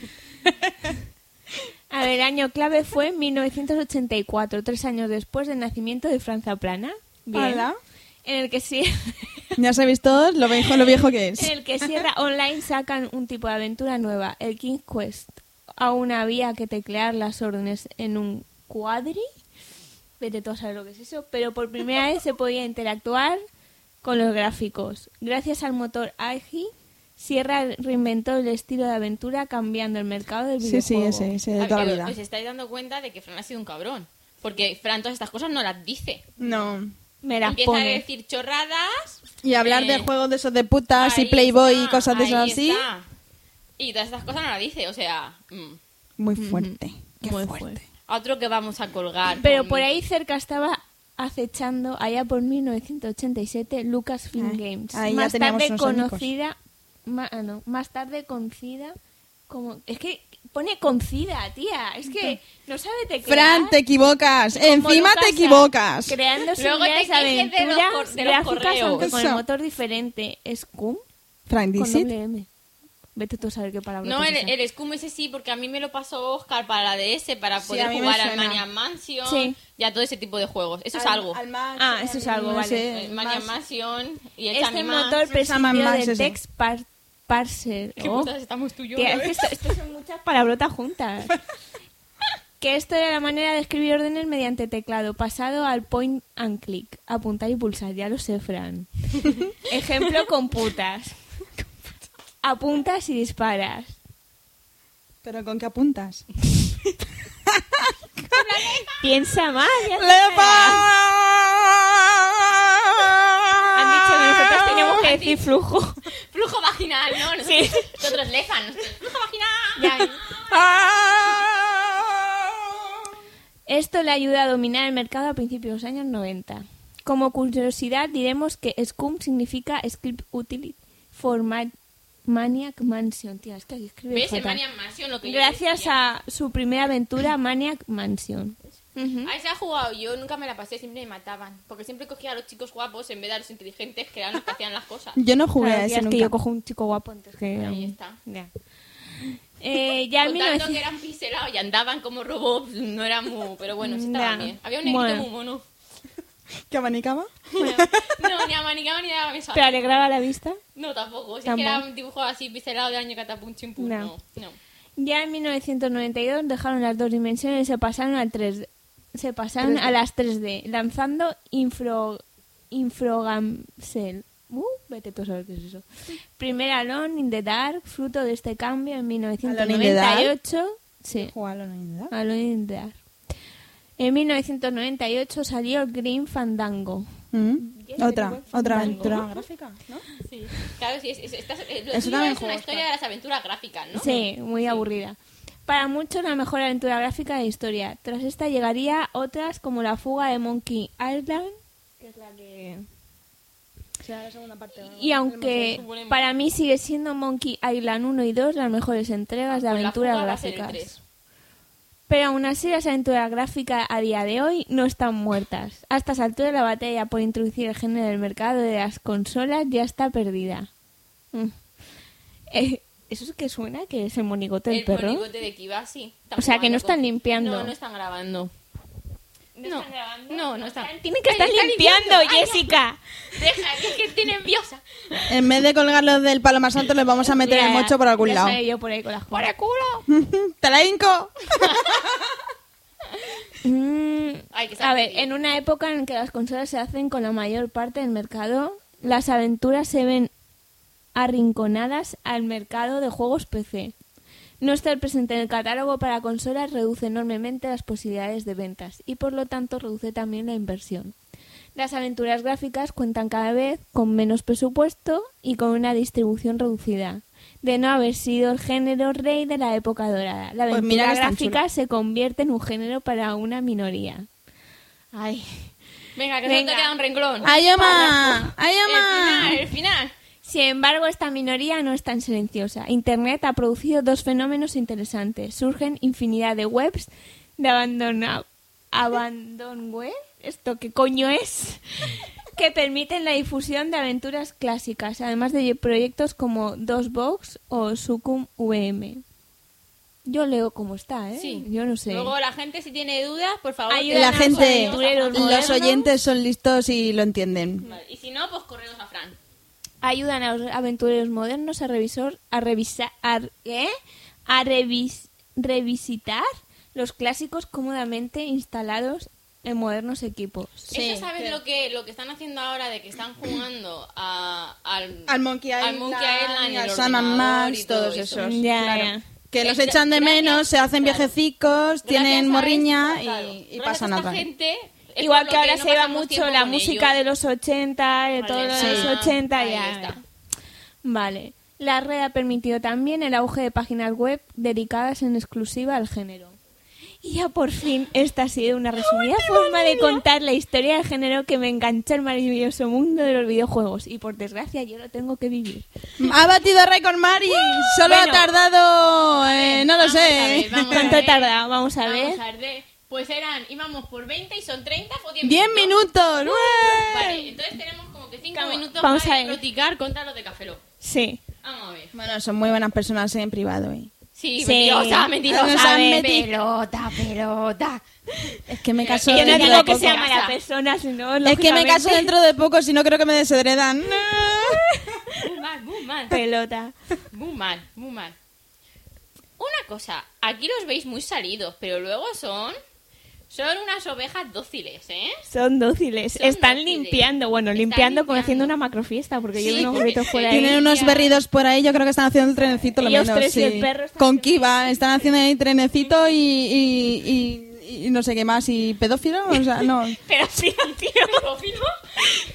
[SPEAKER 4] A ver, el año clave fue 1984, tres años después del nacimiento de Franza Plana. Bien.
[SPEAKER 5] Hola.
[SPEAKER 4] En el que sí.
[SPEAKER 5] Ya sabéis todos lo viejo, lo viejo que es.
[SPEAKER 4] En el que Sierra Online sacan un tipo de aventura nueva, el King Quest. Aún había que teclear las órdenes en un cuadri. Vete tú a saber lo que es eso. Pero por primera vez se podía interactuar con los gráficos. Gracias al motor AIGI, Sierra reinventó el estilo de aventura cambiando el mercado del
[SPEAKER 5] Sí,
[SPEAKER 4] videojuego.
[SPEAKER 5] sí, ese, ese de
[SPEAKER 8] A
[SPEAKER 5] toda la
[SPEAKER 8] ver,
[SPEAKER 5] vida.
[SPEAKER 8] Ah, Os estáis dando cuenta de que Fran ha sido un cabrón. Porque Fran todas estas cosas no las dice.
[SPEAKER 5] No.
[SPEAKER 4] Me las
[SPEAKER 8] Empieza a
[SPEAKER 4] pone.
[SPEAKER 8] decir chorradas.
[SPEAKER 5] Y hablar de
[SPEAKER 8] eh,
[SPEAKER 5] juegos de esos de putas y
[SPEAKER 8] ahí
[SPEAKER 5] Ah, Playboy y
[SPEAKER 8] está,
[SPEAKER 5] cosas de esas
[SPEAKER 8] ahí
[SPEAKER 5] así.
[SPEAKER 8] está. Y todas estas cosas no las dice, o sea... mm.
[SPEAKER 5] Muy fuerte. Qué
[SPEAKER 4] Mm-hmm. Muy
[SPEAKER 5] fuerte.
[SPEAKER 4] fuerte.
[SPEAKER 8] A otro que vamos a colgar.
[SPEAKER 4] Pero
[SPEAKER 8] con-
[SPEAKER 4] por ahí cerca estaba acechando, allá por 1987, Lucasfilm
[SPEAKER 5] Ay,
[SPEAKER 4] Games.
[SPEAKER 5] ahí ya
[SPEAKER 4] más
[SPEAKER 5] teníamos
[SPEAKER 4] tarde
[SPEAKER 5] unos
[SPEAKER 4] conocida, ma- ah, no, más tarde concida como... Es que pone concida, tía. Es que no sabe teclear.
[SPEAKER 5] Fran, te equivocas.
[SPEAKER 4] Como
[SPEAKER 5] Encima
[SPEAKER 4] Lucas
[SPEAKER 5] te
[SPEAKER 4] Arts,
[SPEAKER 5] equivocas.
[SPEAKER 4] Creando
[SPEAKER 8] Luego te
[SPEAKER 4] similares
[SPEAKER 8] quejes de los cor-
[SPEAKER 4] aventuras
[SPEAKER 8] de los
[SPEAKER 4] gráficas,
[SPEAKER 8] correos.
[SPEAKER 4] aunque con el
[SPEAKER 5] Eso.
[SPEAKER 4] motor diferente. ¿Es cum?
[SPEAKER 5] Fran,
[SPEAKER 4] Con
[SPEAKER 5] dice.
[SPEAKER 4] doble M. Vete tú a saber qué palabra.
[SPEAKER 8] No,
[SPEAKER 4] es
[SPEAKER 8] el,
[SPEAKER 4] esa.
[SPEAKER 8] el Scum ese sí, porque a mí me lo pasó Oscar para la DS, para
[SPEAKER 5] Sí,
[SPEAKER 8] poder
[SPEAKER 5] a mí me
[SPEAKER 8] jugar al
[SPEAKER 5] suena.
[SPEAKER 8] Mania Mansion
[SPEAKER 4] Sí.
[SPEAKER 8] y a todo ese tipo de juegos. Eso es algo.
[SPEAKER 4] Ah, eso es algo, vale.
[SPEAKER 8] El Mania Mansion y el
[SPEAKER 4] Este
[SPEAKER 8] Chaniman.
[SPEAKER 4] motor
[SPEAKER 5] llaman
[SPEAKER 4] prescindió
[SPEAKER 5] Max
[SPEAKER 4] de
[SPEAKER 5] ese.
[SPEAKER 4] text par- parser.
[SPEAKER 8] ¿Qué
[SPEAKER 4] Oh.
[SPEAKER 8] putas estamos tú y yo,
[SPEAKER 4] Tía,
[SPEAKER 8] ¿no?
[SPEAKER 4] es que esto, esto son muchas palabrotas [laughs] juntas. que esto era la manera de escribir órdenes mediante teclado, pasado al point and click, apuntar y pulsar, ya lo sé, [laughs] Fran. Ejemplo con putas. Apuntas y disparas.
[SPEAKER 5] Pero ¿con
[SPEAKER 4] [laughs]
[SPEAKER 5] qué apuntas?
[SPEAKER 4] Piensa más. ya te verás.
[SPEAKER 5] ¡Lefa!
[SPEAKER 4] Han dicho "Pues que nosotros teníamos que decir flujo.
[SPEAKER 8] [laughs] Flujo vaginal, ¿no? Nosotros,
[SPEAKER 4] Sí.
[SPEAKER 8] nosotros lefan. nosotros, Flujo vaginal.
[SPEAKER 4] Ya. Esto le ayuda a dominar el mercado a principios de los años 90. Como curiosidad diremos que SCUM significa Script Utility for Ma- Maniac Mansion. Tía, es que aquí escribe
[SPEAKER 8] ¿Ves? El
[SPEAKER 4] fatal.
[SPEAKER 8] Mania Mansion, lo que yo
[SPEAKER 4] Gracias
[SPEAKER 8] decía.
[SPEAKER 4] a su primera aventura, Maniac Mansion. Ujú.
[SPEAKER 8] A ese ha jugado yo, nunca me la pasé, siempre me mataban. Porque siempre cogía a los chicos guapos en vez de a los inteligentes que eran los que hacían
[SPEAKER 4] [laughs]
[SPEAKER 8] las cosas.
[SPEAKER 5] Yo no jugué
[SPEAKER 4] Claro,
[SPEAKER 5] a
[SPEAKER 4] tía,
[SPEAKER 5] ese
[SPEAKER 4] es
[SPEAKER 5] nunca.
[SPEAKER 4] que yo cojo un chico guapo antes que...
[SPEAKER 8] Ahí está.
[SPEAKER 4] Ya. Eh, ya en
[SPEAKER 8] Contando
[SPEAKER 4] 1900
[SPEAKER 8] que eran pincelados y andaban como robots, no era muy... Pero bueno, sí estaban
[SPEAKER 4] Ya.
[SPEAKER 8] bien. Había un negrito
[SPEAKER 4] Bueno.
[SPEAKER 8] muy mono.
[SPEAKER 5] ¿Que abanicaba?
[SPEAKER 8] Bueno, no, ni amanicaba ni daba mesa.
[SPEAKER 4] ¿Te alegraba la vista?
[SPEAKER 8] No, tampoco. Si es que
[SPEAKER 4] Tampoco.
[SPEAKER 8] era un dibujo así pincelado de año catapum chimpum.
[SPEAKER 4] No.
[SPEAKER 8] No. no.
[SPEAKER 4] Ya en 1992 dejaron las dos dimensiones y se pasaron al 3D. Se pasaron a las 3D, lanzando Infro Infrogamsel. Uh, vete tú a saber qué es eso. Primer Alone in the Dark, fruto de este cambio en
[SPEAKER 5] Alone in the Dark.
[SPEAKER 4] 1998. Sí,
[SPEAKER 5] Jugarlo no hay nada.
[SPEAKER 4] Alone in the Dark. En 1998 salió Green Fandango.
[SPEAKER 5] ¿Mm? Otra, otra aventura gráfica, ¿no?
[SPEAKER 8] Sí. Claro, sí, es, es, estás- eh, lo
[SPEAKER 5] Eso
[SPEAKER 8] tuyo
[SPEAKER 5] también
[SPEAKER 8] es una
[SPEAKER 5] juego,
[SPEAKER 8] historia de las aventuras gráficas, ¿no?
[SPEAKER 4] Sí, muy aburrida. Para muchos la mejor aventura gráfica de la historia. Tras esta llegaría otras como la fuga de Monkey Island, que es la que... Y aunque para mí sigue siendo Monkey Island 1 y 2 las mejores entregas de
[SPEAKER 8] Con Ah, pues la
[SPEAKER 4] aventuras
[SPEAKER 8] fuga va a ser el
[SPEAKER 4] gráficas.
[SPEAKER 8] tres.
[SPEAKER 4] Pero aún así las aventuras gráficas a día de hoy no están muertas. A estas alturas la batalla por introducir el género del mercado de las consolas ya está perdida. Mm. Eh, ¿Eso es que suena? ¿Que es el monigote del
[SPEAKER 8] El
[SPEAKER 4] perro?
[SPEAKER 8] monigote de Kiba, sí. Están
[SPEAKER 4] O sea, que no
[SPEAKER 8] jugando
[SPEAKER 4] están
[SPEAKER 8] con-
[SPEAKER 4] limpiando.
[SPEAKER 8] No, no están grabando. No,
[SPEAKER 4] están grabando?
[SPEAKER 8] no, no están.
[SPEAKER 4] Tienen que
[SPEAKER 8] Ay,
[SPEAKER 4] estar
[SPEAKER 8] están
[SPEAKER 4] limpiando,
[SPEAKER 8] limpiando. Ay, no.
[SPEAKER 4] Jessica.
[SPEAKER 8] [laughs] Deja, que es que tiene enviosa.
[SPEAKER 5] En vez de colgarlos del palo más alto, les vamos a meter el
[SPEAKER 4] Mira,
[SPEAKER 5] mocho por algún
[SPEAKER 4] ya
[SPEAKER 5] lado.
[SPEAKER 4] sale yo por ahí con las
[SPEAKER 8] ¡Para culo!
[SPEAKER 5] [laughs] ¡Te la hinco!
[SPEAKER 4] Mm,
[SPEAKER 8] Ay, que se
[SPEAKER 4] a
[SPEAKER 8] hace
[SPEAKER 4] ver,
[SPEAKER 8] bien.
[SPEAKER 4] Mm, en una época en que las consolas se hacen con la mayor parte del mercado las aventuras se ven arrinconadas al mercado de juegos PC. No estar presente en el catálogo para consolas reduce enormemente las posibilidades de ventas y por lo tanto reduce también la inversión. Las aventuras gráficas cuentan cada vez con menos presupuesto y con una distribución reducida. De no haber sido el género rey de la época dorada, la
[SPEAKER 5] Pues
[SPEAKER 4] aventura
[SPEAKER 5] mira que están
[SPEAKER 4] gráfica
[SPEAKER 5] chulas.
[SPEAKER 4] se convierte en un género para una minoría.
[SPEAKER 8] Ay. Venga, que solo
[SPEAKER 4] Venga.
[SPEAKER 8] te queda un renglón. [laughs]
[SPEAKER 5] ¡Ayoma!
[SPEAKER 8] El final,
[SPEAKER 5] ¡Ayoma!
[SPEAKER 8] el final.
[SPEAKER 4] Sin embargo, esta minoría no es tan silenciosa. Internet ha producido dos fenómenos interesantes. Surgen infinidad de webs de abandonado. ¿Abandonware? ¿Esto qué coño es? [laughs] que permiten la difusión de aventuras clásicas, además de proyectos como DOSBox o Sucum VM. Yo leo cómo está, ¿eh?
[SPEAKER 8] Sí.
[SPEAKER 4] Yo no sé.
[SPEAKER 8] Luego la gente, si tiene dudas, por favor.
[SPEAKER 4] Ayuda
[SPEAKER 8] que
[SPEAKER 5] La
[SPEAKER 8] nos
[SPEAKER 5] gente,
[SPEAKER 8] correos a Fran.
[SPEAKER 5] los oyentes son listos y lo entienden.
[SPEAKER 8] Vale, Y si no, pues correos a Fran.
[SPEAKER 4] ayudan a los aventureros modernos a revisor, a revisar, a, ¿eh? a revis- revisitar los clásicos cómodamente instalados en modernos equipos.
[SPEAKER 8] ¿Eso sabes lo que, lo que están haciendo ahora de que están jugando a, al,
[SPEAKER 5] Al Monkey
[SPEAKER 8] al
[SPEAKER 5] Island,
[SPEAKER 8] Monkey Island y
[SPEAKER 5] al
[SPEAKER 8] el
[SPEAKER 5] Sam and
[SPEAKER 8] ordenador
[SPEAKER 5] Max,
[SPEAKER 8] y todo
[SPEAKER 5] todos
[SPEAKER 8] eso?
[SPEAKER 5] esos.
[SPEAKER 4] Ya,
[SPEAKER 5] claro.
[SPEAKER 4] ya.
[SPEAKER 5] Que los
[SPEAKER 8] Gra-
[SPEAKER 5] echan de
[SPEAKER 8] gracias,
[SPEAKER 5] menos, se hacen
[SPEAKER 8] claro.
[SPEAKER 5] viejecicos, tienen
[SPEAKER 8] Gracias a
[SPEAKER 5] morriña
[SPEAKER 8] esto, claro,
[SPEAKER 5] y, y
[SPEAKER 8] gracias
[SPEAKER 5] pasan
[SPEAKER 8] a
[SPEAKER 5] a
[SPEAKER 8] esta
[SPEAKER 5] otra.
[SPEAKER 8] gente, es
[SPEAKER 4] Igual
[SPEAKER 8] por
[SPEAKER 4] que
[SPEAKER 8] lo
[SPEAKER 4] ahora
[SPEAKER 8] no
[SPEAKER 4] se va
[SPEAKER 8] pasamos
[SPEAKER 4] mucho
[SPEAKER 8] tiempo
[SPEAKER 4] la
[SPEAKER 8] con
[SPEAKER 4] música
[SPEAKER 8] ellos.
[SPEAKER 4] de los 80, de
[SPEAKER 8] Vale,
[SPEAKER 4] todo lo
[SPEAKER 8] sí.
[SPEAKER 4] de los 80,
[SPEAKER 8] Ahí
[SPEAKER 4] ya.
[SPEAKER 8] está.
[SPEAKER 4] Vale. La red ha permitido también el auge de páginas web dedicadas en exclusiva al género. Y ya por fin, esta ha sido una resumida forma de contar la historia del género que me enganchó el maravilloso mundo de los videojuegos. Y por desgracia, yo lo tengo que vivir.
[SPEAKER 5] Ha batido récord Mari, solo
[SPEAKER 4] Bueno.
[SPEAKER 5] ha tardado, eh, no lo
[SPEAKER 8] ¡Uh! Vamos a
[SPEAKER 5] sé.
[SPEAKER 8] ver, vamos a
[SPEAKER 4] ¿Cuánto
[SPEAKER 8] ver.
[SPEAKER 4] tarda? Vamos a
[SPEAKER 8] Vamos
[SPEAKER 4] ver.
[SPEAKER 8] a ver. de- Pues eran, íbamos por 20 y son 30 o 10
[SPEAKER 5] 10 minutos. ¡Ué!
[SPEAKER 8] Vale, entonces tenemos como que 5
[SPEAKER 4] Vamos-
[SPEAKER 8] minutos
[SPEAKER 4] vamos a
[SPEAKER 8] para
[SPEAKER 4] ver.
[SPEAKER 8] criticar contra los de Café Lock.
[SPEAKER 4] Sí.
[SPEAKER 8] Vamos a ver.
[SPEAKER 5] Bueno, son muy buenas personas en privado. eh.
[SPEAKER 8] Sí,
[SPEAKER 4] Sí.
[SPEAKER 8] mentirosa,
[SPEAKER 5] Nos
[SPEAKER 8] mentirosa.
[SPEAKER 5] han
[SPEAKER 8] ven.
[SPEAKER 5] metido-
[SPEAKER 7] Pelota, pelota.
[SPEAKER 5] Es que me caso
[SPEAKER 8] Yo
[SPEAKER 4] Yo no
[SPEAKER 5] dentro de
[SPEAKER 4] digo que
[SPEAKER 5] poco.
[SPEAKER 4] sea
[SPEAKER 8] poco.
[SPEAKER 4] mala persona, sino
[SPEAKER 5] Es que me caso
[SPEAKER 4] lógicamente,
[SPEAKER 5] dentro de poco, si no creo que
[SPEAKER 4] [laughs]
[SPEAKER 5] me desheredan.
[SPEAKER 8] Muy mal, muy mal.
[SPEAKER 4] pelota.
[SPEAKER 8] Muy mal, muy mal. Una cosa, aquí los veis muy salidos, pero luego son. Son unas ovejas dóciles, ¿eh?
[SPEAKER 4] Son dóciles.
[SPEAKER 8] Son
[SPEAKER 4] Están
[SPEAKER 8] dóciles.
[SPEAKER 4] limpiando, bueno,
[SPEAKER 8] Están
[SPEAKER 4] limpiando como
[SPEAKER 8] limpiando.
[SPEAKER 4] haciendo una macrofiesta, porque
[SPEAKER 8] Sí,
[SPEAKER 4] yo unos
[SPEAKER 8] porque
[SPEAKER 4] gritos fuera
[SPEAKER 8] tienen
[SPEAKER 4] ahí.
[SPEAKER 5] Tienen [laughs] unos berridos por ahí, yo creo que están haciendo el trenecito, lo
[SPEAKER 4] Ellos
[SPEAKER 5] menos,
[SPEAKER 4] tres y
[SPEAKER 5] sí.
[SPEAKER 4] el perro están
[SPEAKER 5] Con
[SPEAKER 4] haciendo-
[SPEAKER 5] Kiva, están haciendo ahí trenecito y, y- y- y no sé qué más. ¿Y pedófilo? O
[SPEAKER 4] [laughs]
[SPEAKER 5] sea, no.
[SPEAKER 4] Pero sí, tío.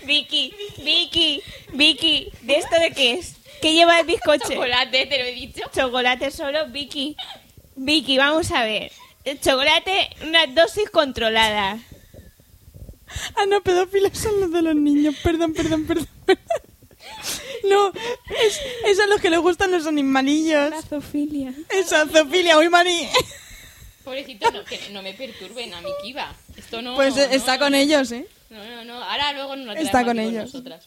[SPEAKER 4] Vicky, Vicky, Vicky, ¿de esto de qué es? ¿Qué lleva el bizcocho?
[SPEAKER 8] Chocolate, te lo he dicho.
[SPEAKER 4] Chocolate solo, Vicky. Vicky, vamos a ver. El chocolate, una dosis controlada.
[SPEAKER 5] Ah, no, pedófilos son los de los niños. Perdón, perdón, perdón. No, es, es a los que les gustan los animalillos.
[SPEAKER 4] Azofilia.
[SPEAKER 5] Esa zoofilia, uy, Mari.
[SPEAKER 8] Pobrecito, no, que no me perturben a mi Kiva. Esto no.
[SPEAKER 5] Pues eh,
[SPEAKER 8] no,
[SPEAKER 5] está con ellos, ¿eh?
[SPEAKER 8] No, no, no. Ahora luego no lo
[SPEAKER 5] Está con ellos.
[SPEAKER 8] Nosotras.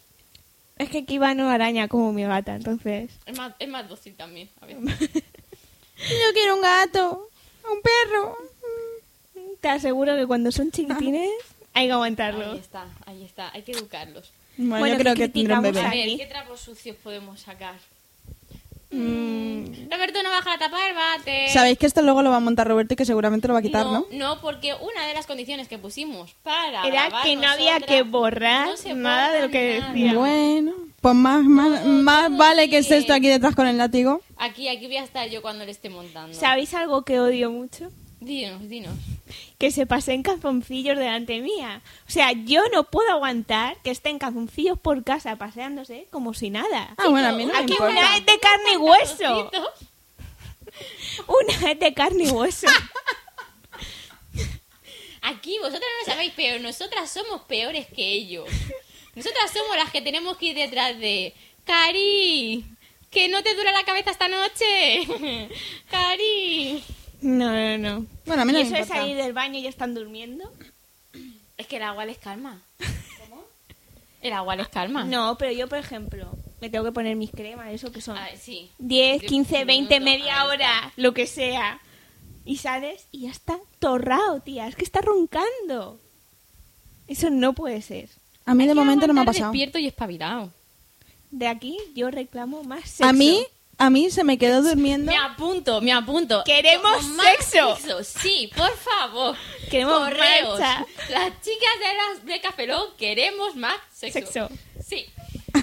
[SPEAKER 4] Es que Kiva no araña como mi gata, entonces.
[SPEAKER 8] Es, más, es más dócil también. A ver.
[SPEAKER 5] Yo quiero un gato, un perro.
[SPEAKER 4] Te aseguro que cuando son chiquitines hay que
[SPEAKER 8] Ahí
[SPEAKER 4] aguantarlos.
[SPEAKER 8] está, ahí está. Hay que educarlos.
[SPEAKER 5] Bueno,
[SPEAKER 4] Bueno,
[SPEAKER 5] yo creo
[SPEAKER 4] ¿qué
[SPEAKER 5] que tendrá un
[SPEAKER 8] A
[SPEAKER 4] criticamos
[SPEAKER 5] bebé.
[SPEAKER 8] ver, ¿qué trapos sucios podemos sacar? Mm, Roberto no baja a tapar el bate.
[SPEAKER 5] Sabéis que esto luego lo va a montar Roberto y que seguramente lo va a quitar, ¿no?
[SPEAKER 8] porque una de las condiciones que pusimos para.
[SPEAKER 4] Era
[SPEAKER 8] grabar
[SPEAKER 4] que no había
[SPEAKER 8] nosotras,
[SPEAKER 4] que borrar
[SPEAKER 8] no se
[SPEAKER 4] nada de
[SPEAKER 8] borra
[SPEAKER 4] lo que
[SPEAKER 8] nada.
[SPEAKER 4] decía.
[SPEAKER 5] Bueno, pues más, más, más
[SPEAKER 8] todo
[SPEAKER 5] vale que esté
[SPEAKER 8] bien.
[SPEAKER 5] esto aquí detrás con el látigo.
[SPEAKER 8] Aquí, aquí voy a estar yo cuando le esté montando.
[SPEAKER 4] ¿Sabéis algo que odio mucho?
[SPEAKER 8] Dinos, dinos.
[SPEAKER 4] Que se pasen calzoncillos delante mía. O sea, yo no puedo aguantar que estén calzoncillos por casa paseándose como si nada.
[SPEAKER 5] Ah, bueno, a mí no me
[SPEAKER 4] Aquí
[SPEAKER 5] importa.
[SPEAKER 4] una es de carne y hueso. Una es de carne y hueso.
[SPEAKER 8] [laughs] Aquí vosotras no lo sabéis, pero nosotras somos peores que ellos. Nosotras somos las que tenemos que ir detrás de. ¡Cari! ¡Que no te dura la cabeza esta noche! [laughs] ¡Cari!
[SPEAKER 4] No, no, no.
[SPEAKER 5] Bueno, a mí no
[SPEAKER 4] ¿Y
[SPEAKER 5] me
[SPEAKER 4] eso de
[SPEAKER 5] importa.
[SPEAKER 4] salir del baño y ya están durmiendo?
[SPEAKER 8] Es que el agua les calma. ¿Cómo? El agua les
[SPEAKER 5] Ah.
[SPEAKER 8] calma.
[SPEAKER 4] No, pero yo, por ejemplo, me tengo que poner mis cremas, eso que son
[SPEAKER 8] Ah, sí.
[SPEAKER 4] 10,
[SPEAKER 8] Diez
[SPEAKER 4] 15, 20,
[SPEAKER 8] minutos,
[SPEAKER 4] media
[SPEAKER 8] ahí está.
[SPEAKER 4] hora, lo que sea. Y sales y ya está torrado, tía. Es que está roncando. Eso no puede ser.
[SPEAKER 5] A mí de
[SPEAKER 8] Hay que
[SPEAKER 5] momento no me ha
[SPEAKER 8] aguantar
[SPEAKER 5] pasado.
[SPEAKER 8] despierto y espabilado.
[SPEAKER 4] De aquí yo reclamo más sexo.
[SPEAKER 5] A mí, a mí se me quedó durmiendo.
[SPEAKER 8] Me apunto, me apunto.
[SPEAKER 4] Queremos
[SPEAKER 8] Como más
[SPEAKER 4] sexo.
[SPEAKER 8] Sí, por favor.
[SPEAKER 4] Queremos
[SPEAKER 8] Correos.
[SPEAKER 4] marcha.
[SPEAKER 8] Las chicas de, las, de Café Lock queremos más sexo.
[SPEAKER 4] Sexo.
[SPEAKER 8] Sí.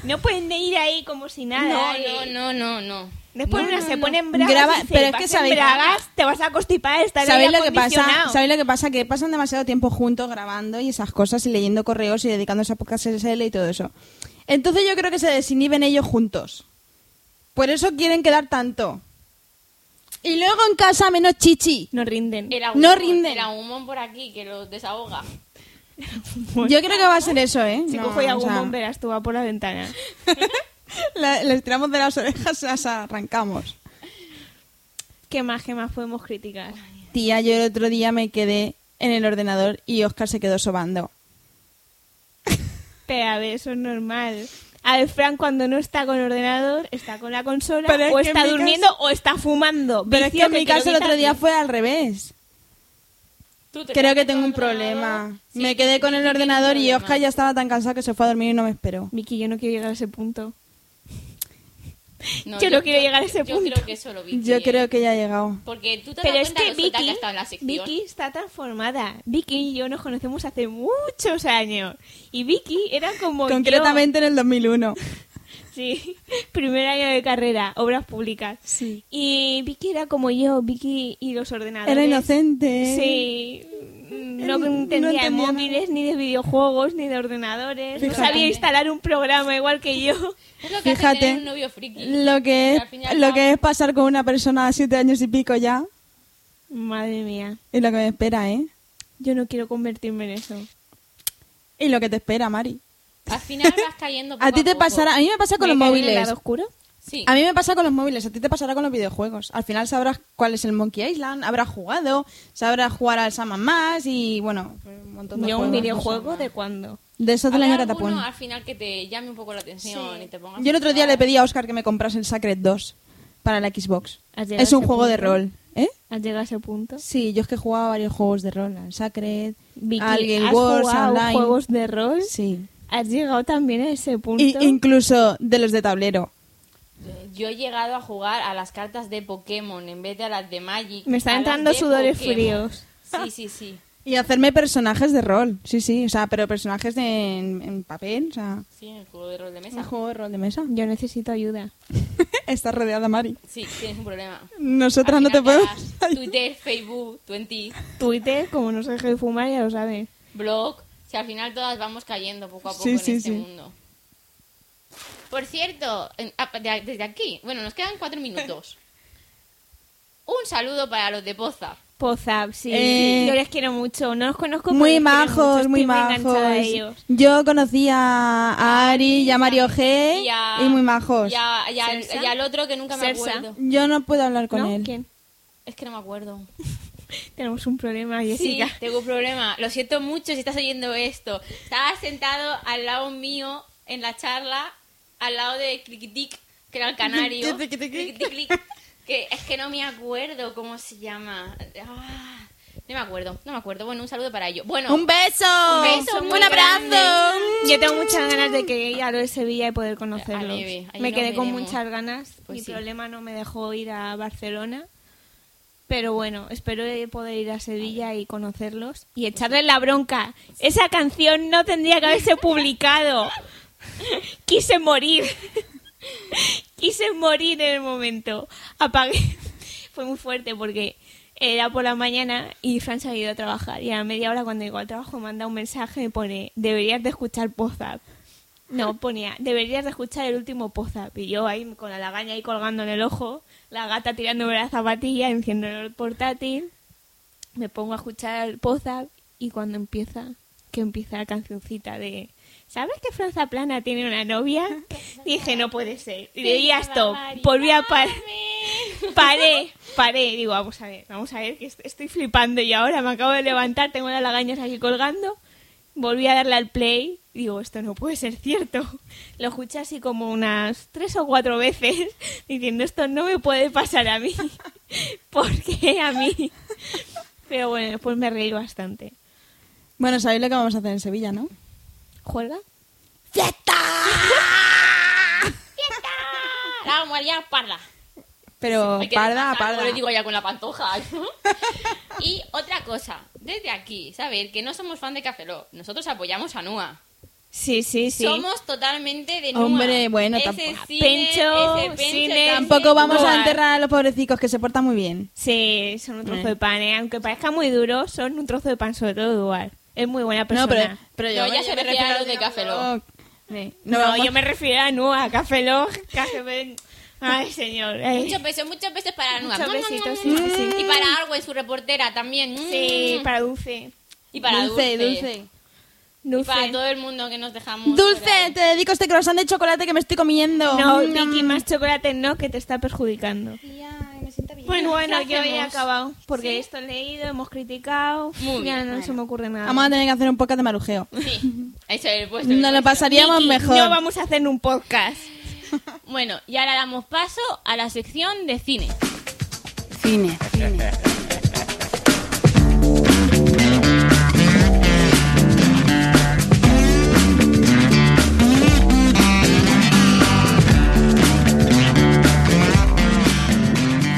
[SPEAKER 4] No pueden de ir ahí como si nada. eh.
[SPEAKER 8] No, no, no, no, no.
[SPEAKER 4] Después
[SPEAKER 5] No,
[SPEAKER 4] una
[SPEAKER 5] no,
[SPEAKER 4] se
[SPEAKER 5] no.
[SPEAKER 4] pone en bragas.
[SPEAKER 5] Graba-
[SPEAKER 4] y dice,
[SPEAKER 5] pero es
[SPEAKER 4] "Vas
[SPEAKER 5] que
[SPEAKER 4] en
[SPEAKER 5] sabéis-
[SPEAKER 4] bragas, te vas a constipar, estás
[SPEAKER 5] ¿Sabéis
[SPEAKER 4] ahí
[SPEAKER 5] lo que pasa?
[SPEAKER 4] acondicionado".
[SPEAKER 5] ¿Sabéis lo que pasa? Que pasan demasiado tiempo juntos grabando y esas cosas y leyendo correos y dedicándose a podcast SL y todo eso. Entonces yo creo que se desinhiben ellos juntos. Por eso quieren quedar tanto. Y luego en casa menos chichi.
[SPEAKER 4] No rinden.
[SPEAKER 8] El
[SPEAKER 5] No
[SPEAKER 8] ahumón-
[SPEAKER 5] rinden.
[SPEAKER 8] El ahumón por aquí, que los desahoga.
[SPEAKER 5] Yo creo que va a ser eso, ¿eh?
[SPEAKER 4] Si
[SPEAKER 5] No,
[SPEAKER 4] cojo y
[SPEAKER 5] o
[SPEAKER 4] hago un
[SPEAKER 5] sea,
[SPEAKER 4] bomberas, tú va por la ventana.
[SPEAKER 5] la- les tiramos de las orejas [laughs] y las arrancamos.
[SPEAKER 4] ¿Qué más, qué más podemos criticar?
[SPEAKER 5] Tía, yo el otro día me quedé en el ordenador y Oscar se quedó sobando.
[SPEAKER 4] Pero a ver, eso es normal. A ver, Fran cuando no está con ordenador, está con la consola,
[SPEAKER 5] Pero es
[SPEAKER 4] o
[SPEAKER 5] que en
[SPEAKER 4] está
[SPEAKER 5] mi
[SPEAKER 4] durmiendo, o está fumando.
[SPEAKER 5] Pero es que
[SPEAKER 4] Vicio
[SPEAKER 5] en mi
[SPEAKER 4] quiero
[SPEAKER 5] caso el otro día
[SPEAKER 4] quitarme.
[SPEAKER 5] fue al revés.
[SPEAKER 8] Tú te
[SPEAKER 5] Creo
[SPEAKER 8] quedas
[SPEAKER 5] que
[SPEAKER 8] con
[SPEAKER 5] tengo un
[SPEAKER 8] el ordenador.
[SPEAKER 5] problema.
[SPEAKER 8] Sí,
[SPEAKER 5] me quedé con el
[SPEAKER 8] tienes un
[SPEAKER 5] ordenador y
[SPEAKER 8] problema.
[SPEAKER 5] Oscar ya estaba tan cansado que se fue a dormir y no me esperó.
[SPEAKER 4] Miki, yo no quiero llegar a ese punto.
[SPEAKER 8] No,
[SPEAKER 4] yo no quiero llegar a ese
[SPEAKER 8] Yo
[SPEAKER 4] punto.
[SPEAKER 8] creo que eso lo vi.
[SPEAKER 5] Yo creo que ya ha llegado.
[SPEAKER 8] Porque tú te
[SPEAKER 4] Pero
[SPEAKER 8] das
[SPEAKER 4] es
[SPEAKER 8] cuenta
[SPEAKER 4] que
[SPEAKER 8] resulta
[SPEAKER 4] Vicky,
[SPEAKER 8] ha estado en la sección.
[SPEAKER 4] Vicky está transformada. Vicky y yo nos conocemos hace muchos años. Y Vicky era como yo.
[SPEAKER 5] Concretamente en el 2001.
[SPEAKER 4] Sí, [laughs] primer año de carrera, obras públicas.
[SPEAKER 5] Sí.
[SPEAKER 4] Y Vicky era como yo, Vicky y los ordenadores.
[SPEAKER 5] Era inocente.
[SPEAKER 4] Sí, mm, no entendía
[SPEAKER 5] No
[SPEAKER 4] de
[SPEAKER 5] entendía nada.
[SPEAKER 4] móviles, ni de videojuegos, ni de ordenadores. No
[SPEAKER 5] Fíjate.
[SPEAKER 4] sabía instalar un programa igual que yo.
[SPEAKER 8] Es lo que hace
[SPEAKER 5] Fíjate
[SPEAKER 8] tener un novio friki.
[SPEAKER 5] lo que
[SPEAKER 8] Que al fin y al
[SPEAKER 5] es, lo
[SPEAKER 8] cabo-
[SPEAKER 5] que es pasar con una persona a siete años y pico ya
[SPEAKER 4] Madre mía,
[SPEAKER 5] y lo que me espera, ¿eh?
[SPEAKER 4] yo no quiero convertirme en eso.
[SPEAKER 5] Y lo que te espera, Mari.
[SPEAKER 8] Al final vas cayendo
[SPEAKER 5] [laughs]
[SPEAKER 8] poco
[SPEAKER 5] A ti te
[SPEAKER 8] poco.
[SPEAKER 5] pasará, a mí me pasa con
[SPEAKER 4] ¿Me
[SPEAKER 5] los
[SPEAKER 4] voy a caer en el
[SPEAKER 5] móviles.
[SPEAKER 4] lado oscuro?
[SPEAKER 8] Sí.
[SPEAKER 5] A mí me pasa con los móviles, a ti te pasará con los videojuegos. Al final sabrás cuál es el Monkey Island, habrás jugado, sabrás jugar al Saman más y bueno, un montón de
[SPEAKER 4] Yo un
[SPEAKER 5] juegos,
[SPEAKER 4] videojuego
[SPEAKER 5] cosas.
[SPEAKER 4] de cuándo.
[SPEAKER 5] De esos de la
[SPEAKER 8] Habrá
[SPEAKER 5] ñora tapón.
[SPEAKER 8] alguno al final que te llame un poco la atención y te ponga...
[SPEAKER 5] Yo el otro día le pedí a Oscar que me comprase el Sacred 2 para la Xbox.
[SPEAKER 4] ¿Has llegado
[SPEAKER 5] Es
[SPEAKER 4] a
[SPEAKER 5] un
[SPEAKER 4] ese
[SPEAKER 5] juego de
[SPEAKER 4] punto?
[SPEAKER 5] rol, ¿eh?
[SPEAKER 4] ¿Has llegado a ese punto?
[SPEAKER 5] Sí, yo es que jugaba varios juegos de rol, al Sacred,
[SPEAKER 4] Vicky,
[SPEAKER 5] al Guild
[SPEAKER 4] ¿has
[SPEAKER 5] Wars,
[SPEAKER 4] jugado
[SPEAKER 5] online.
[SPEAKER 4] juegos de rol?
[SPEAKER 5] Sí.
[SPEAKER 4] ¿Has llegado también a ese punto?
[SPEAKER 5] Y incluso de los de tablero.
[SPEAKER 8] Yo he llegado a jugar a las cartas de Pokémon en vez de a las de Magic.
[SPEAKER 4] Me están
[SPEAKER 8] a las
[SPEAKER 4] entrando
[SPEAKER 8] de
[SPEAKER 4] sudores
[SPEAKER 8] Pokémon.
[SPEAKER 4] fríos.
[SPEAKER 8] Sí, sí, sí.
[SPEAKER 5] Y hacerme personajes de rol, sí, sí, o sea, pero personajes de- en, en papel, o sea,
[SPEAKER 8] Sí, en el juego de rol de
[SPEAKER 5] un
[SPEAKER 8] mesa.
[SPEAKER 5] juego de rol de mesa. [laughs]
[SPEAKER 4] Yo necesito ayuda.
[SPEAKER 5] Está rodeada Mari.
[SPEAKER 8] Sí, tienes un problema.
[SPEAKER 5] Nosotras
[SPEAKER 8] Al
[SPEAKER 5] no te
[SPEAKER 8] final
[SPEAKER 5] podemos.
[SPEAKER 8] harás
[SPEAKER 5] [laughs] ayudar.
[SPEAKER 8] Twitter, Facebook, Twenty,
[SPEAKER 4] Twitter, como no se deje de fumar, ya lo sabes.
[SPEAKER 8] blog. Si al final todas vamos cayendo poco a poco
[SPEAKER 5] Sí,
[SPEAKER 8] en
[SPEAKER 5] sí,
[SPEAKER 8] este
[SPEAKER 5] sí.
[SPEAKER 8] mundo. Por cierto, en- ah, de- desde aquí, bueno, nos quedan
[SPEAKER 5] [laughs]
[SPEAKER 8] cuatro minutos. Un saludo para los de Poza.
[SPEAKER 4] Pozap, sí.
[SPEAKER 5] Eh,
[SPEAKER 4] Yo les quiero mucho. No los conozco. pero
[SPEAKER 5] Muy
[SPEAKER 4] les quiero mucho.
[SPEAKER 5] majos,
[SPEAKER 4] Estoy
[SPEAKER 5] muy majos.
[SPEAKER 4] enganchada a ellos.
[SPEAKER 5] Yo conocí a a Ari y a Mario G.
[SPEAKER 8] Y, a-
[SPEAKER 5] ¿Eh? muy majos.
[SPEAKER 8] Y, a- y al,
[SPEAKER 4] Sersa.
[SPEAKER 8] y al otro que nunca me
[SPEAKER 4] Sersa.
[SPEAKER 8] acuerdo.
[SPEAKER 5] Yo no puedo hablar con
[SPEAKER 4] ¿No?
[SPEAKER 5] él.
[SPEAKER 4] ¿Quién?
[SPEAKER 8] Es que no me acuerdo.
[SPEAKER 4] Tenemos un problema, Jessica.
[SPEAKER 8] Sí, tengo un problema. Lo siento mucho si estás oyendo esto. Estaba sentado al lado mío en la charla, al lado de Criquitic, que era el
[SPEAKER 5] [laughs]
[SPEAKER 8] canario. Criquitic, que es que no me acuerdo cómo se llama. Ah, no me acuerdo, no me acuerdo. Bueno, un saludo para ellos. Bueno,
[SPEAKER 5] Un beso,
[SPEAKER 8] Un beso muy
[SPEAKER 4] muy
[SPEAKER 8] grande.
[SPEAKER 4] Yo tengo muchas ganas de que ella lo de Sevilla y poder
[SPEAKER 8] A
[SPEAKER 4] conocerlos.
[SPEAKER 8] Leve, ahí
[SPEAKER 4] me
[SPEAKER 8] nos
[SPEAKER 4] quedé con
[SPEAKER 8] veremos.
[SPEAKER 4] muchas ganas.
[SPEAKER 8] Pues
[SPEAKER 4] Mi
[SPEAKER 8] sí.
[SPEAKER 4] problema no me dejó ir a Barcelona. Pero bueno, espero poder ir a Sevilla y conocerlos
[SPEAKER 8] Pues
[SPEAKER 4] y echarles la bronca. Esa canción no tendría que haberse
[SPEAKER 8] [laughs]
[SPEAKER 4] publicado. Quise morir. Quise morir en el momento. Apagué. Fue muy fuerte porque era por la mañana y Fran se había ido a trabajar. Y a la media hora cuando llegó al trabajo manda un mensaje y pone, deberías de escuchar Pozap. No, ponía, deberías de escuchar el último Pozap. Y yo ahí con la lagaña ahí colgando en el ojo, la gata tirándome la zapatilla, enciendo el portátil, me pongo a escuchar el Pozap y cuando empieza, que empieza la cancioncita de... ¿Sabes que Franza Plana tiene una novia? Dije, no puede ser. Y le di a stop. Volví a parar. [laughs] Paré, paré. Digo, vamos a ver, vamos a ver, que est- estoy flipando y ahora me acabo de levantar, tengo las lagañas aquí colgando. Volví a darle al play. Digo, esto no puede ser cierto. [laughs] Lo escuché así como unas tres o cuatro veces, [laughs] diciendo, esto no me puede pasar a mí. [laughs] ¿Por qué a mí? [laughs] Pero bueno, después me reí bastante.
[SPEAKER 5] Bueno, sabéis lo que vamos a hacer en Sevilla, ¿no?
[SPEAKER 4] ¿Juega?
[SPEAKER 8] ah, la vamos allá, parla.
[SPEAKER 5] Pero
[SPEAKER 8] Hay que
[SPEAKER 5] Oh, parda,
[SPEAKER 8] desmarcar,
[SPEAKER 5] parda.
[SPEAKER 8] como le digo ya con la pantoja. ¿no? [laughs] y otra cosa, desde aquí, saber que no somos fan de Café Lock. Nosotros apoyamos a Nua.
[SPEAKER 4] Sí, sí, sí.
[SPEAKER 8] Somos totalmente de
[SPEAKER 5] Hombre, bueno,
[SPEAKER 8] ese
[SPEAKER 5] tampoco-
[SPEAKER 8] cine,
[SPEAKER 4] Pencho,
[SPEAKER 8] ese pencho,
[SPEAKER 4] cine,
[SPEAKER 8] ese-
[SPEAKER 5] Tampoco vamos
[SPEAKER 4] Buah.
[SPEAKER 5] a enterrar a los pobrecicos que se portan muy bien.
[SPEAKER 4] Sí, son un trozo
[SPEAKER 5] Eh.
[SPEAKER 4] de pan, ¿eh? Aunque parezca muy duro, son un trozo de pan, sobre todo dual. Es muy buena persona.
[SPEAKER 5] No, pero, pero yo
[SPEAKER 8] No, ya se
[SPEAKER 5] me
[SPEAKER 8] refiere a los de
[SPEAKER 5] refiero-
[SPEAKER 8] Café Lock.
[SPEAKER 4] Eh,
[SPEAKER 5] No,
[SPEAKER 4] No,
[SPEAKER 5] vamos-
[SPEAKER 4] yo me refiero a Nua, Café Log, Café Ben. Ay, señor. eh. ay.
[SPEAKER 8] Muchos besos, muchos besos para Anuga.
[SPEAKER 4] Muchos besitos, sí, sí, sí.
[SPEAKER 8] Y para Arwen, su reportera también.
[SPEAKER 4] Sí,
[SPEAKER 8] Mm.
[SPEAKER 4] para Dulce.
[SPEAKER 8] Y para
[SPEAKER 5] dulce, dulce.
[SPEAKER 8] Y
[SPEAKER 4] Dulce.
[SPEAKER 8] para todo el mundo que nos dejamos.
[SPEAKER 5] Dulce, te dedico este croissant de chocolate que me estoy comiendo.
[SPEAKER 4] No,
[SPEAKER 5] Mm.
[SPEAKER 4] Vicky, más chocolate no, que te está perjudicando. Bueno, bueno, yo ya he acabado. Porque esto he leído, hemos criticado.
[SPEAKER 8] Muy
[SPEAKER 4] ya
[SPEAKER 8] bien,
[SPEAKER 4] no se me ocurre nada.
[SPEAKER 5] Vamos a tener que hacer un podcast de marujeo.
[SPEAKER 8] Sí, eso es el puesto.
[SPEAKER 5] Nos lo pasaríamos
[SPEAKER 4] Vicky,
[SPEAKER 5] mejor.
[SPEAKER 4] No vamos a hacer un podcast.
[SPEAKER 8] Bueno, y ahora damos paso a la sección de cine.
[SPEAKER 7] Cine, cine.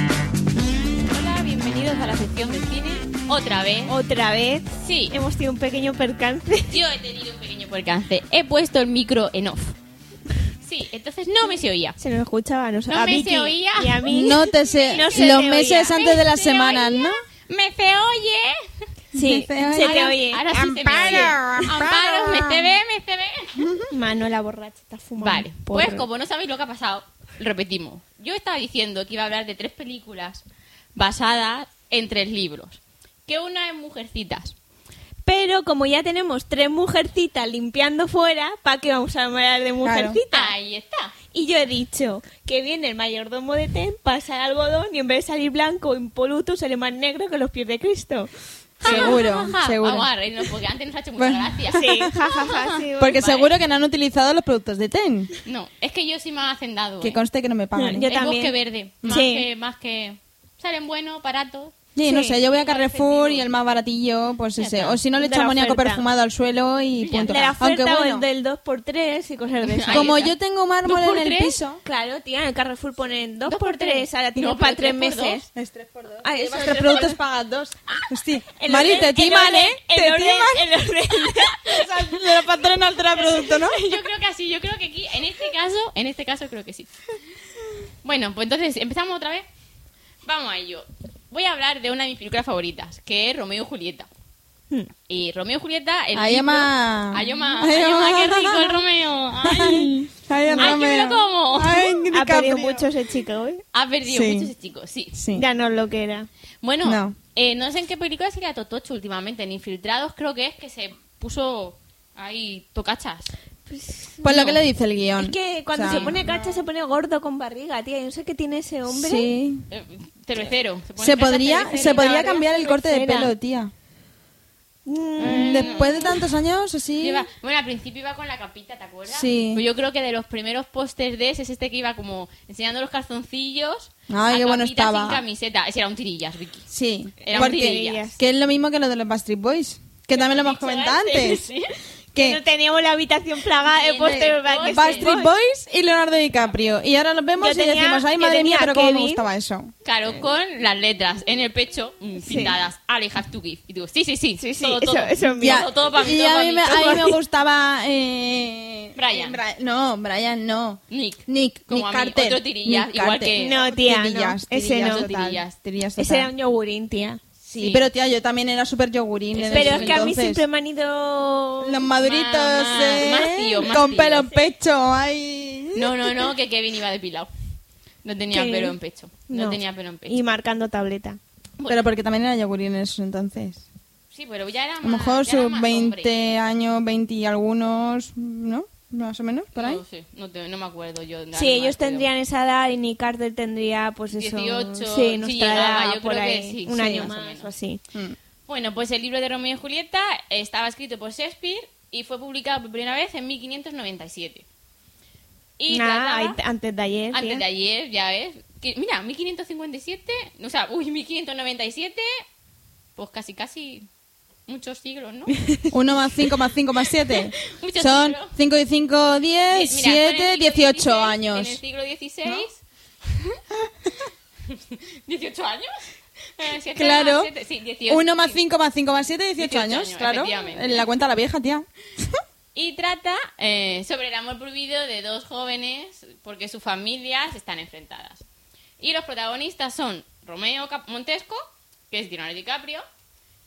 [SPEAKER 8] Hola, bienvenidos a la sección de cine. Otra vez.
[SPEAKER 4] Otra vez.
[SPEAKER 8] Sí,
[SPEAKER 4] Hemos tenido un pequeño percance.
[SPEAKER 8] yo he tenido un pequeño percance. He puesto el micro en off. Sí, entonces no me se oía.
[SPEAKER 4] [laughs] Se nos escuchaba a nosotros.
[SPEAKER 8] No
[SPEAKER 4] a
[SPEAKER 8] me se
[SPEAKER 4] Vicky
[SPEAKER 8] oía.
[SPEAKER 4] Y a [laughs] mí.
[SPEAKER 5] No te sé.
[SPEAKER 4] No se
[SPEAKER 5] los
[SPEAKER 4] te
[SPEAKER 5] meses
[SPEAKER 4] oía.
[SPEAKER 5] antes de las
[SPEAKER 8] ¿Me se
[SPEAKER 5] semanas,
[SPEAKER 8] oía?
[SPEAKER 5] ¿no?
[SPEAKER 8] ¡Me se oye!
[SPEAKER 4] Sí,
[SPEAKER 5] No se
[SPEAKER 4] [laughs] se
[SPEAKER 5] oye.
[SPEAKER 4] te oye.
[SPEAKER 8] Ahora sí se me oye. Amparo, me se ve, me se ve.
[SPEAKER 4] [laughs] Manuela borracha está fumando.
[SPEAKER 8] Vale,
[SPEAKER 4] Porro.
[SPEAKER 8] pues como no sabéis lo que ha pasado, repetimos. Yo estaba diciendo que iba a hablar de tres películas basadas en tres libros. Que una es Mujercitas.
[SPEAKER 4] Pero como ya tenemos tres mujercitas limpiando fuera, ¿para qué vamos a hablar de mujercitas?
[SPEAKER 8] Ahí está.
[SPEAKER 4] Y yo he dicho que viene el mayordomo de Ten, pasa el algodón y en vez de salir blanco impoluto sale más negro que los pies de Cristo.
[SPEAKER 5] Seguro,
[SPEAKER 4] Ah,
[SPEAKER 5] seguro.
[SPEAKER 8] Vamos a reírnos porque antes nos ha hecho mucha gracia.
[SPEAKER 4] [laughs] Sí, jajaja, sí.
[SPEAKER 5] [laughs] Porque
[SPEAKER 8] Vale.
[SPEAKER 5] seguro que no han utilizado los productos de TEN.
[SPEAKER 8] No, es que yo soy más hacendado.
[SPEAKER 5] Que
[SPEAKER 8] eh.
[SPEAKER 5] conste que no me pagan.
[SPEAKER 4] No,
[SPEAKER 5] ¿eh?
[SPEAKER 4] yo
[SPEAKER 8] el
[SPEAKER 4] también.
[SPEAKER 8] bosque verde. Más,
[SPEAKER 4] Sí.
[SPEAKER 8] que, más que... Salen buenos, baratos.
[SPEAKER 5] Sí, no
[SPEAKER 4] sí,
[SPEAKER 5] sé, yo voy a
[SPEAKER 8] igual
[SPEAKER 5] Carrefour y
[SPEAKER 8] sentido.
[SPEAKER 5] el más baratillo, pues
[SPEAKER 8] Ya
[SPEAKER 5] ese.
[SPEAKER 8] está.
[SPEAKER 5] O si no, le
[SPEAKER 4] De
[SPEAKER 5] echo
[SPEAKER 4] la
[SPEAKER 5] amoníaco
[SPEAKER 4] oferta.
[SPEAKER 5] perfumado al suelo y punto.
[SPEAKER 4] De la
[SPEAKER 5] Aunque
[SPEAKER 4] oferta o
[SPEAKER 5] bueno,
[SPEAKER 4] el del 2x3 y cosas de esas.
[SPEAKER 8] Ahí
[SPEAKER 5] como
[SPEAKER 8] está.
[SPEAKER 5] yo tengo mármol
[SPEAKER 8] ¿Dos por
[SPEAKER 5] en el
[SPEAKER 8] tres?
[SPEAKER 5] piso...
[SPEAKER 4] Claro, tía, en el Carrefour ponen
[SPEAKER 8] Dos por
[SPEAKER 4] 2x3,
[SPEAKER 8] tres.
[SPEAKER 4] ahora
[SPEAKER 8] No,
[SPEAKER 4] tiene
[SPEAKER 8] pero
[SPEAKER 4] para 3
[SPEAKER 8] tres por
[SPEAKER 4] meses.
[SPEAKER 5] Es 3 por 2
[SPEAKER 4] Ah, eso es
[SPEAKER 5] Llevas
[SPEAKER 4] tres por
[SPEAKER 5] 3 productos,
[SPEAKER 4] dos. Ah,
[SPEAKER 5] pagas 2. Hostia.
[SPEAKER 4] El
[SPEAKER 5] Mari,
[SPEAKER 4] orden-
[SPEAKER 5] te
[SPEAKER 4] el
[SPEAKER 5] timan,
[SPEAKER 4] orden-
[SPEAKER 5] ¿eh? Te
[SPEAKER 4] El orden,
[SPEAKER 5] timan.
[SPEAKER 4] el orden.
[SPEAKER 5] [laughs] O [laughs] sea, de la patrona al
[SPEAKER 4] [laughs]
[SPEAKER 5] producto, ¿no?
[SPEAKER 8] Yo creo que así, yo creo que aquí, en este caso, en este caso creo que sí. Bueno, pues entonces, ¿empezamos otra vez? Vamos a ello. Voy a hablar de una de mis películas favoritas, que es Romeo y Julieta. Y Romeo y Julieta... El
[SPEAKER 5] Ay,
[SPEAKER 8] libro-
[SPEAKER 5] Emma.
[SPEAKER 8] Ayoma,
[SPEAKER 5] Ay, Emma.
[SPEAKER 8] Ayoma, qué rico el Romeo. Ay.
[SPEAKER 5] Ay,
[SPEAKER 8] Ay, que me lo como.
[SPEAKER 5] Ay,
[SPEAKER 4] Ha
[SPEAKER 5] DiCaprio.
[SPEAKER 4] perdido mucho ese chico hoy.
[SPEAKER 8] Ha perdido
[SPEAKER 5] Sí.
[SPEAKER 8] mucho ese chico, sí.
[SPEAKER 5] Sí.
[SPEAKER 4] Ya no es lo que era.
[SPEAKER 8] Bueno,
[SPEAKER 5] No.
[SPEAKER 8] no. Eh, no sé en qué película sería Totocho últimamente, en Infiltrados creo que es que se puso ahí tocachas.
[SPEAKER 5] Pues lo que le dice el guión.
[SPEAKER 4] Es que cuando
[SPEAKER 5] O sea,
[SPEAKER 4] se pone cacha se pone gordo con barriga, tía. Yo no sé qué tiene ese hombre.
[SPEAKER 5] Sí.
[SPEAKER 8] Eh, cervecero. pone
[SPEAKER 5] Se
[SPEAKER 8] cacha
[SPEAKER 5] podría,
[SPEAKER 8] cervecero.
[SPEAKER 5] se podría
[SPEAKER 4] Ahora
[SPEAKER 5] cambiar el corte de
[SPEAKER 4] tercera.
[SPEAKER 5] pelo, tía.
[SPEAKER 4] Mm,
[SPEAKER 5] Después de tantos años, así.
[SPEAKER 8] Lleva- bueno, al principio iba con la capita, ¿te acuerdas?
[SPEAKER 5] Sí.
[SPEAKER 8] Pues yo creo que de los primeros pósters de ese es este que iba como enseñando los calzoncillos.
[SPEAKER 5] Ay,
[SPEAKER 8] a
[SPEAKER 5] qué bueno
[SPEAKER 8] capita
[SPEAKER 5] estaba.
[SPEAKER 8] Sin camiseta. Ese era un tirillas, Vicky.
[SPEAKER 5] Sí.
[SPEAKER 8] Eran
[SPEAKER 5] Porque,
[SPEAKER 8] tirillas.
[SPEAKER 5] que es lo mismo que lo de los Backstreet Boys. Que también lo hemos comentado antes.
[SPEAKER 8] Sí.
[SPEAKER 4] No
[SPEAKER 5] Que
[SPEAKER 4] teníamos la habitación plagada de
[SPEAKER 8] Sí,
[SPEAKER 4] póster
[SPEAKER 8] no,
[SPEAKER 4] de Backstreet
[SPEAKER 5] Backstreet
[SPEAKER 4] Boys.
[SPEAKER 5] Boys y Leonardo DiCaprio. Y ahora los vemos
[SPEAKER 4] Yo
[SPEAKER 5] y
[SPEAKER 4] tenía-
[SPEAKER 5] decimos, ay
[SPEAKER 4] yo
[SPEAKER 5] madre
[SPEAKER 4] tenía
[SPEAKER 5] mía, pero cómo me
[SPEAKER 4] Kevin.
[SPEAKER 5] gustaba eso.
[SPEAKER 8] Claro, con las letras en el pecho mm, pintadas. I have to give. Y digo, sí, sí, sí.
[SPEAKER 4] Sí, sí,
[SPEAKER 8] todo,
[SPEAKER 4] eso-
[SPEAKER 8] todo.
[SPEAKER 4] eso es mío.
[SPEAKER 5] Ya,
[SPEAKER 8] Todo, todo para mí.
[SPEAKER 5] y
[SPEAKER 8] todo
[SPEAKER 5] a
[SPEAKER 8] pa'
[SPEAKER 5] mí,
[SPEAKER 8] mí,
[SPEAKER 5] me,
[SPEAKER 8] todo
[SPEAKER 5] a
[SPEAKER 8] pa'
[SPEAKER 5] mí me
[SPEAKER 8] mí.
[SPEAKER 5] gustaba. Eh,
[SPEAKER 8] Brian.
[SPEAKER 5] eh, Bri- no, Brian no.
[SPEAKER 8] Nick.
[SPEAKER 5] Nick, Nick
[SPEAKER 8] Como a mí,
[SPEAKER 5] Carter.
[SPEAKER 8] otro tirillas,
[SPEAKER 5] Nick
[SPEAKER 8] igual
[SPEAKER 5] Carter.
[SPEAKER 8] que-
[SPEAKER 4] No, tía, no.
[SPEAKER 5] Tirillas,
[SPEAKER 4] Ese
[SPEAKER 5] tirillas
[SPEAKER 4] no.
[SPEAKER 5] total,
[SPEAKER 8] Tirillas.
[SPEAKER 5] tirillas
[SPEAKER 4] Ese
[SPEAKER 5] total.
[SPEAKER 4] era un yogurín, tía.
[SPEAKER 5] Sí, pero tía, yo también era súper yogurín. en
[SPEAKER 4] Pero
[SPEAKER 5] ese
[SPEAKER 4] es que a mí
[SPEAKER 5] entonces.
[SPEAKER 4] siempre me han ido...
[SPEAKER 5] Los maduritos,
[SPEAKER 8] Más,
[SPEAKER 5] eh,
[SPEAKER 8] más tío, más
[SPEAKER 5] con
[SPEAKER 8] tío.
[SPEAKER 5] pelo en pecho, ay.
[SPEAKER 8] No, no, no, que Kevin iba depilado. No tenía
[SPEAKER 4] ¿Qué?
[SPEAKER 8] pelo en pecho. No, tenía pelo en pecho.
[SPEAKER 4] Y marcando tableta.
[SPEAKER 5] Pero porque también era yogurín en esos entonces.
[SPEAKER 8] Sí, pero ya era
[SPEAKER 5] A
[SPEAKER 8] más.
[SPEAKER 5] lo mejor
[SPEAKER 8] Ah, ya era
[SPEAKER 5] sus
[SPEAKER 8] más
[SPEAKER 5] 20
[SPEAKER 8] hombre.
[SPEAKER 5] años, 20 y algunos, ¿no? Más o menos, por ahí.
[SPEAKER 8] No sé, no, te- no me acuerdo yo. de
[SPEAKER 4] Sí,
[SPEAKER 8] nada
[SPEAKER 4] ellos
[SPEAKER 8] más, pero-
[SPEAKER 4] tendrían esa edad y Nick Carter tendría, pues eso...
[SPEAKER 8] 18,
[SPEAKER 4] sí, nuestra
[SPEAKER 8] sí, llegaba,
[SPEAKER 4] edad,
[SPEAKER 8] yo
[SPEAKER 4] por
[SPEAKER 8] creo que
[SPEAKER 4] ahí.
[SPEAKER 8] sí,
[SPEAKER 4] un
[SPEAKER 8] sí,
[SPEAKER 4] año
[SPEAKER 8] más o
[SPEAKER 4] más,
[SPEAKER 8] menos.
[SPEAKER 4] o así.
[SPEAKER 5] Mm.
[SPEAKER 8] Bueno, pues el libro de Romeo y Julieta estaba escrito por Shakespeare y fue publicado por primera vez en 1597. Y
[SPEAKER 4] Nada,
[SPEAKER 8] trataba-
[SPEAKER 4] Ah, ahí- antes de ayer.
[SPEAKER 8] antes
[SPEAKER 4] tía.
[SPEAKER 8] de ayer, ya ves. Que, mira, 1557, o sea, uy, 1597, pues casi, casi muchos siglos, ¿no?
[SPEAKER 5] 1 más 5 más 5 más
[SPEAKER 8] [laughs]
[SPEAKER 5] 7.
[SPEAKER 8] Mucho
[SPEAKER 5] Son
[SPEAKER 8] siglo.
[SPEAKER 5] 5 y 5, 10,
[SPEAKER 8] Mira, fue en
[SPEAKER 5] 7,
[SPEAKER 8] el siglo
[SPEAKER 5] 18
[SPEAKER 8] XVI, En el
[SPEAKER 5] años.
[SPEAKER 8] siglo XVI. [laughs] ¿18 años? Eh, siete
[SPEAKER 5] Claro.
[SPEAKER 8] más siete- sí, 18.
[SPEAKER 5] 1 más 5 más 5 más 7, 18
[SPEAKER 8] 18
[SPEAKER 5] años,
[SPEAKER 8] años,
[SPEAKER 5] claro.
[SPEAKER 8] efectivamente.
[SPEAKER 5] En la cuenta la vieja, tía.
[SPEAKER 8] Y trata eh, sobre el amor prohibido de dos jóvenes porque sus familias están enfrentadas. Y los protagonistas son Romeo Cap- Montesco, que es Leonardo DiCaprio.